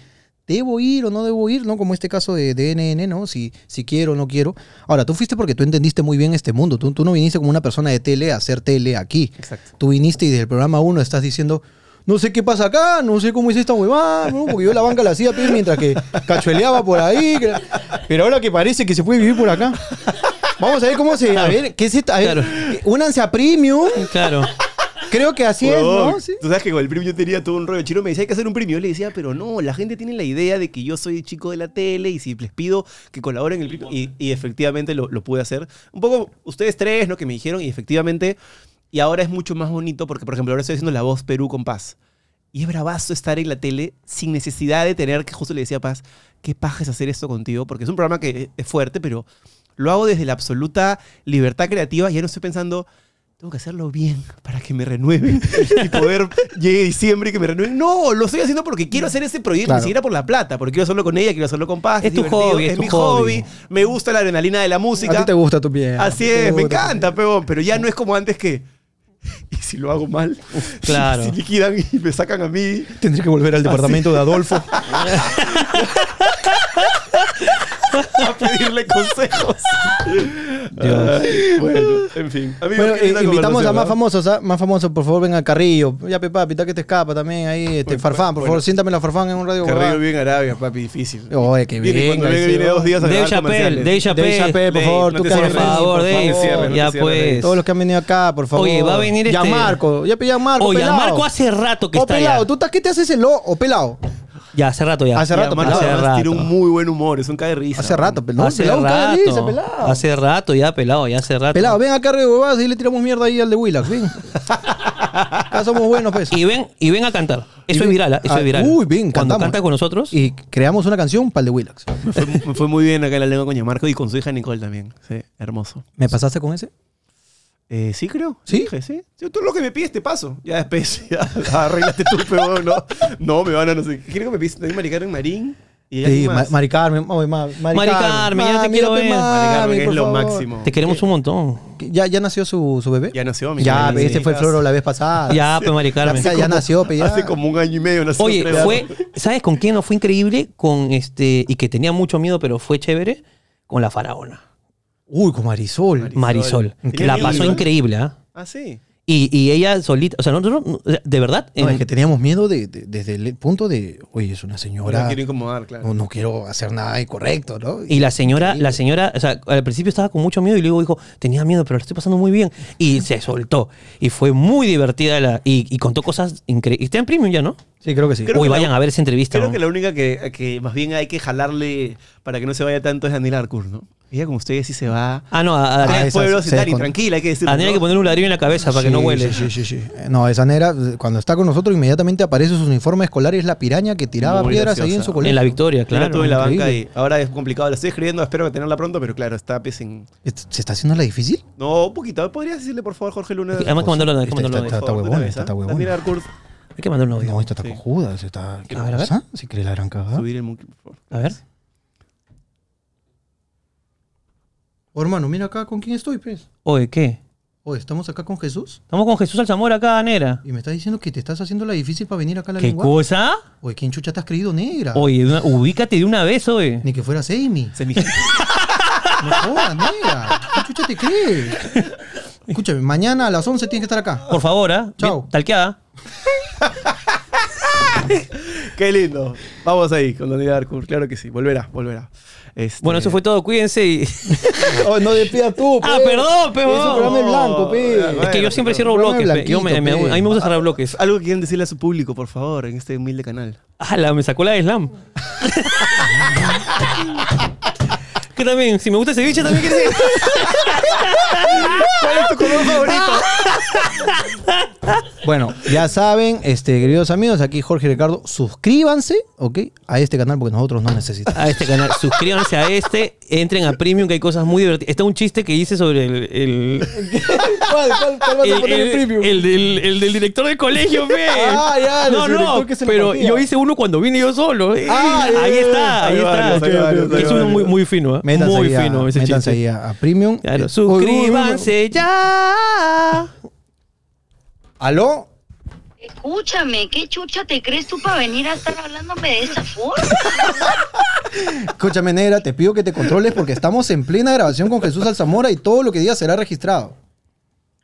debo ir o no debo ir, ¿no? Como este caso de DNN, ¿no? Si, si quiero o no quiero. Ahora, tú fuiste porque tú entendiste muy bien este mundo. Tú, tú no viniste como una persona de tele a hacer tele aquí.
Exacto.
Tú viniste y desde el programa 1 estás diciendo. No sé qué pasa acá, no sé cómo hice esta huevada, ¿no? porque yo la banca la hacía pues, mientras que cachueleaba por ahí. que- Pero ahora que parece que se puede vivir por acá. Vamos a ver cómo se. A ver, ¿qué es esto? A ver,
Claro.
únanse a Premium.
Claro.
Creo que así es,
Huevón,
¿no? Sí.
Tú sabes que con el premio yo tenía todo un rollo. El chino me decía, hay que hacer un premio. Yo le decía, pero no, la gente tiene la idea de que yo soy chico de la tele y si les pido que colaboren en el premio. Y, y efectivamente lo, lo pude hacer. Un poco ustedes tres, ¿no? Que me dijeron y efectivamente. Y ahora es mucho más bonito porque, por ejemplo, ahora estoy haciendo La Voz Perú con Paz. Y es bravazo estar en la tele sin necesidad de tener, que justo le decía a Paz, qué paja es hacer esto contigo, porque es un programa que es fuerte, pero lo hago desde la absoluta libertad creativa. Ya no estoy pensando, tengo que hacerlo bien para que me renueven y poder llegue diciembre y que me renueven. No, lo estoy haciendo porque quiero hacer ese proyecto,
Claro.
ni siquiera por la plata, porque quiero hacerlo con ella, quiero hacerlo con Paz.
Es tu
divertido,
hobby, es tu
mi
hobby.
Me gusta la adrenalina de la música.
A ti te gusta tu piel.
Así es, me encanta, peón, pero ya no es como antes que. ¿Y si lo hago mal?
claro.
Si liquidan y me sacan a mí.
Tendré que volver al departamento de Adolfo.
a pedirle consejos. Ay, bueno, en fin. Amigos,
Bueno,
qué
eh,
linda
invitamos a
conversación,
más
¿ah?
famosos, ¿ah? más famosos, por favor, ven a Carrillo. Ya, Pepa, pita que te escapa también ahí. Este,
Bueno,
farfán, por
bueno.
favor, siéntame la Farfán en un radio.
Carrillo
huevada.
vive en Arabia, papi, difícil.
Oye, que
Viene, cuando
Oh, venga,
venga,
sí,
viene dos días a
Dave
grabar
Chappelle,
comerciales.
Dave
Dave Chappelle,
Chappelle.
por favor,
no
tú
te
que
Por
cierres,
hagas-
favor,
por
Dave.
favor, cierres, no
Ya
te cierres, Dave.
pues.
Todos los que han venido acá, por favor.
Oye, va a venir
Ya
este-
Marco, ya pedí a Marco.
Oye, a
pelado.
Marco hace rato que
O
está
pelado,
allá.
¿tú estás, qué te haces el o, o pelado?
Ya, hace rato ya.
Hace
Y
rato,
además,
pelado.
además
Hace
tiene un
rato.
muy buen humor, es un cae de risa.
Hace rato, pelado.
hace
pelado,
rato.
cae de risa, pelado.
Hace rato ya, pelado, ya hace rato.
Pelado, ven acá, Rey Huevadas, y le tiramos mierda ahí al de Willax, ven. Acá somos buenos, pues.
Y ven, y ven a cantar.
Y
Eso
ven-
es viral, ¿ah? eso
ah,
es viral.
Uy, bien,
Cuando
cantamos.
canta con nosotros.
Y creamos una canción para el de Willax.
Me fue, me fue muy bien acá en la lengua con Marco y con su hija Nicole también. Sí, hermoso.
¿Me pasaste con ese?
Eh, sí, creo.
¿Sí?
Dije, sí. Sí, Tú lo que me pides te paso. Ya después, ya, arréglate tú, pero no. No, me van a no sé. qué. Creo que me pides también Maricar en Marín. Y ya
Sí,
ni más.
Ma- Mari Carmen. oye, ma- Mari,
Mari
Carmen,
Carmen, ya te
Mami,
quiero
pe,
ver.
mami,
Mari Carmen es
por
lo
favor.
máximo.
Te queremos un montón.
¿Ya, ¿Ya nació su, su bebé?
Ya nació, mi
Ya,
Carmen,
pe,
sí.
este fue el floro la vez pasada.
Ya, pues, Mari Carmen.
Ya, ya nació, pe, ya.
Hace como un año y medio nació.
Oye,
creo.
fue, ¿sabes con quién no fue increíble? Con este, y que tenía mucho miedo, pero fue chévere, con la faraona.
Uy, con Marisol.
Marisol.
¿Tenía
La
miedo,
pasó
Marisol?
increíble, ¿ah?
Ah, sí.
Y, y ella solita, o sea, nosotros, o sea, de verdad,
No,
en-
es que teníamos miedo de- de- desde el punto de, oye, es una señora.
No quiero incomodar, claro.
no, no quiero hacer nada incorrecto, ¿no?
y la señora, la señora, o sea, al principio estaba con mucho miedo y luego dijo, tenía miedo, pero la estoy pasando muy bien. Y se soltó. Y fue muy divertida la, y, y contó cosas increíbles. Está en premium ya, ¿no?
Sí, creo que sí.
Creo
Uy,
que la-
vayan a ver esa entrevista.
Creo
¿no?
que la única que, que más bien hay que jalarle para que no se vaya tanto es Daniel Arcur, ¿no? Ella como ustedes sí se va
Ah, no, a, a-
a
Ah,
tres
esa
pueblos y
se
tal, y
descon-
tranquila, hay que decirlo.
a Daniel hay que
¿no?
poner un ladrillo en la cabeza para que no
Sí,
huele.
Sí, sí, sí, sí. Eh, No, esa nera, eh, cuando está con nosotros, inmediatamente aparece su uniforme escolar y es la piraña que tiraba
Muy
piedras ahí en
graciosa.
su
En
colegio.
la victoria,
Yo la
claro.
tuve en la banca y
increíble.
ahora es complicado. La estoy escribiendo, espero tenerla pronto, pero claro, está pues, en...
Est- ¿Se está haciendo la difícil?
No, un poquito. ¿Podrías decirle, por favor, Jorge Luna?
Además, que mandarlo, hay que mandarlo,
Está-
Por favor,
huevona,
una vez,
está-
¿ah?
está huevona.
Daniel Arcur,
hay que mandarlo.
No, esta está
Sí.
cojuda, se está. ¿Qué
A ver, a ver.
cosa? Si cree la gran cagada.
subir el monkey, por favor.
A ver.
Oh, hermano, mira acá con quién estoy, pues.
Oye, ¿qué?
Oye, estamos acá con Jesús
Estamos con Jesús Alzamora acá, negra.
y me estás diciendo que te estás haciendo la difícil para venir acá a la
¿Qué
lengua.
cosa?
Oye, ¿quién chucha te has creído negra?
Ah.
Oye, una- ubícate de una vez, oye.
Ni que fueras Amy.
Semi-
No jodas, negra. ¿Quién chucha te crees? Escúchame, mañana a las 11 tienes que estar acá.
Por favor, ¿ah?
Chao.
Bien, Talqueada.
Qué lindo. Vamos ahí con Daniel Arcur. Claro que sí. Volverá, volverá. Este-
Bueno, eso fue todo. Cuídense y.
Oh, no despida tú,
Ah,
pe.
perdón, pe,
Es un programa en
no.
blanco, pe.
Es que yo siempre cierro
Pero
bloques.
ponme
pe. Yo me- me-
blanquito, pe.
a mí me gusta cerrar bloques.
Algo que quieren decirle a su público, por favor, en este humilde canal.
¡Hala! Me sacó la de slam. que también, si me gusta ese bicho, también quiere decir.
¿Cuál es tu color favorito?
Bueno, ya saben, este, queridos amigos, aquí Jorge y Ricardo, suscríbanse, ¿ok? A este canal porque nosotros no necesitamos.
A este canal, suscríbanse a este, entren a Premium, que hay cosas muy divertidas. Está un chiste que hice sobre el. el
¿Cuál, cuál, cuál vas a
el,
poner en
el-
preview?
el del, el del director de colegio, fe.
Ah, ya, el
no, no,
director que se le
pero
partía.
yo hice uno cuando vine yo solo. eh.
Ah, ya,
ahí
ya,
está,
ya.
ahí
Ahí va,
está.
ahí va, ahí va,
es
ahí va.
uno muy, muy fino, ¿eh?
Métanse
muy
ahí a-
fino ese
métanse ahí
chiste.
a, a Premium.
Claro,
Eh, uy, uy, uy, uy.
suscríbanse ya.
¿Aló?
Escúchame, ¿qué chucha te crees tú para venir a estar hablándome de esa forma?
Escúchame, negra, te pido que te controles porque estamos en plena grabación con Jesús Alzamora y todo lo que diga será registrado.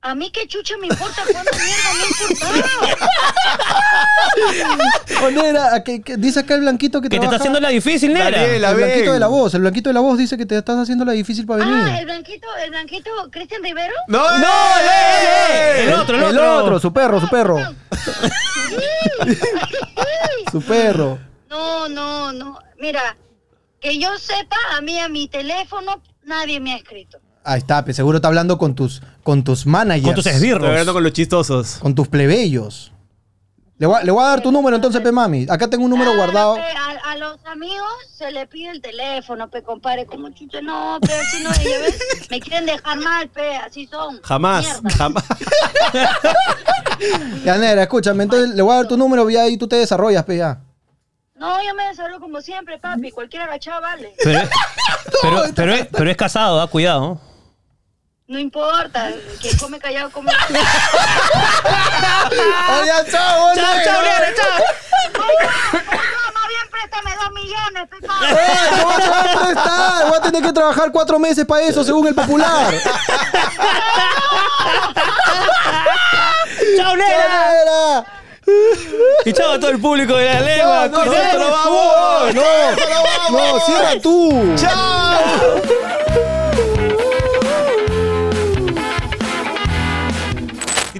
A mí qué chucha me importa cuánto mierda me importa.
Oh, negra, ¿a qué- qué- dice acá el blanquito que,
Que te está
trabaja-
haciendo la difícil, negra.
Daniela.
El blanquito
ven.
de la voz, el blanquito de la voz dice que te estás haciendo la difícil para venir.
Ah, el blanquito, el blanquito, Cristian Rivero.
¡No!
¡No! ¡eh, eh, eh! El otro, el otro.
su perro, su perro,
Mm.
su perro.
No, no, no. Mira, que yo sepa, a mí a mi teléfono nadie me ha escrito.
Ahí está, pe, seguro está hablando con tus, con tus managers.
Con tus
Estoy hablando
esbirros.
con los chistosos.
Con tus plebeyos. Le voy, a- le voy a dar tu número entonces, pe mami. Acá tengo un número
Ah,
guardado.
pe, a, a los amigos se le pide el teléfono, pe, compare como chucha, no, pe, así no es, ya ves, me quieren dejar mal, pe, así son.
Jamás,
Mierda.
jamás.
Ya, negra, escúchame, entonces le voy a dar tu número y ahí tú te desarrollas, pe ya.
No, yo me desarrollo como siempre, papi, cualquier agachado vale.
Pero, pero, pero, es- pero es casado, ah, cuidado.
No importa, que come callado como...
Oh, ya, chao, oh, negra.
Más bien préstame dos millones, pe, papi.
¡Ey, ¿Cómo te vas a prestar? Voy a tener que trabajar cuatro meses para eso, según el popular.
¡Chao, negra!
¡Negra!
Y chao a todo el público de la lengua.
no,
Con esto
no,
nos
no,
vamos.
no, no, cierra tú.
Si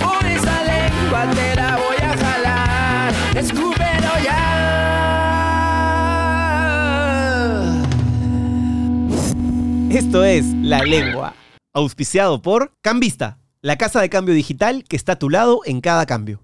Con esa lengua te la voy a jalar. Escúpelo ya.
Esto es La Lengua. Auspiciado por Cambista, la casa de cambio digital que está a tu lado en cada cambio.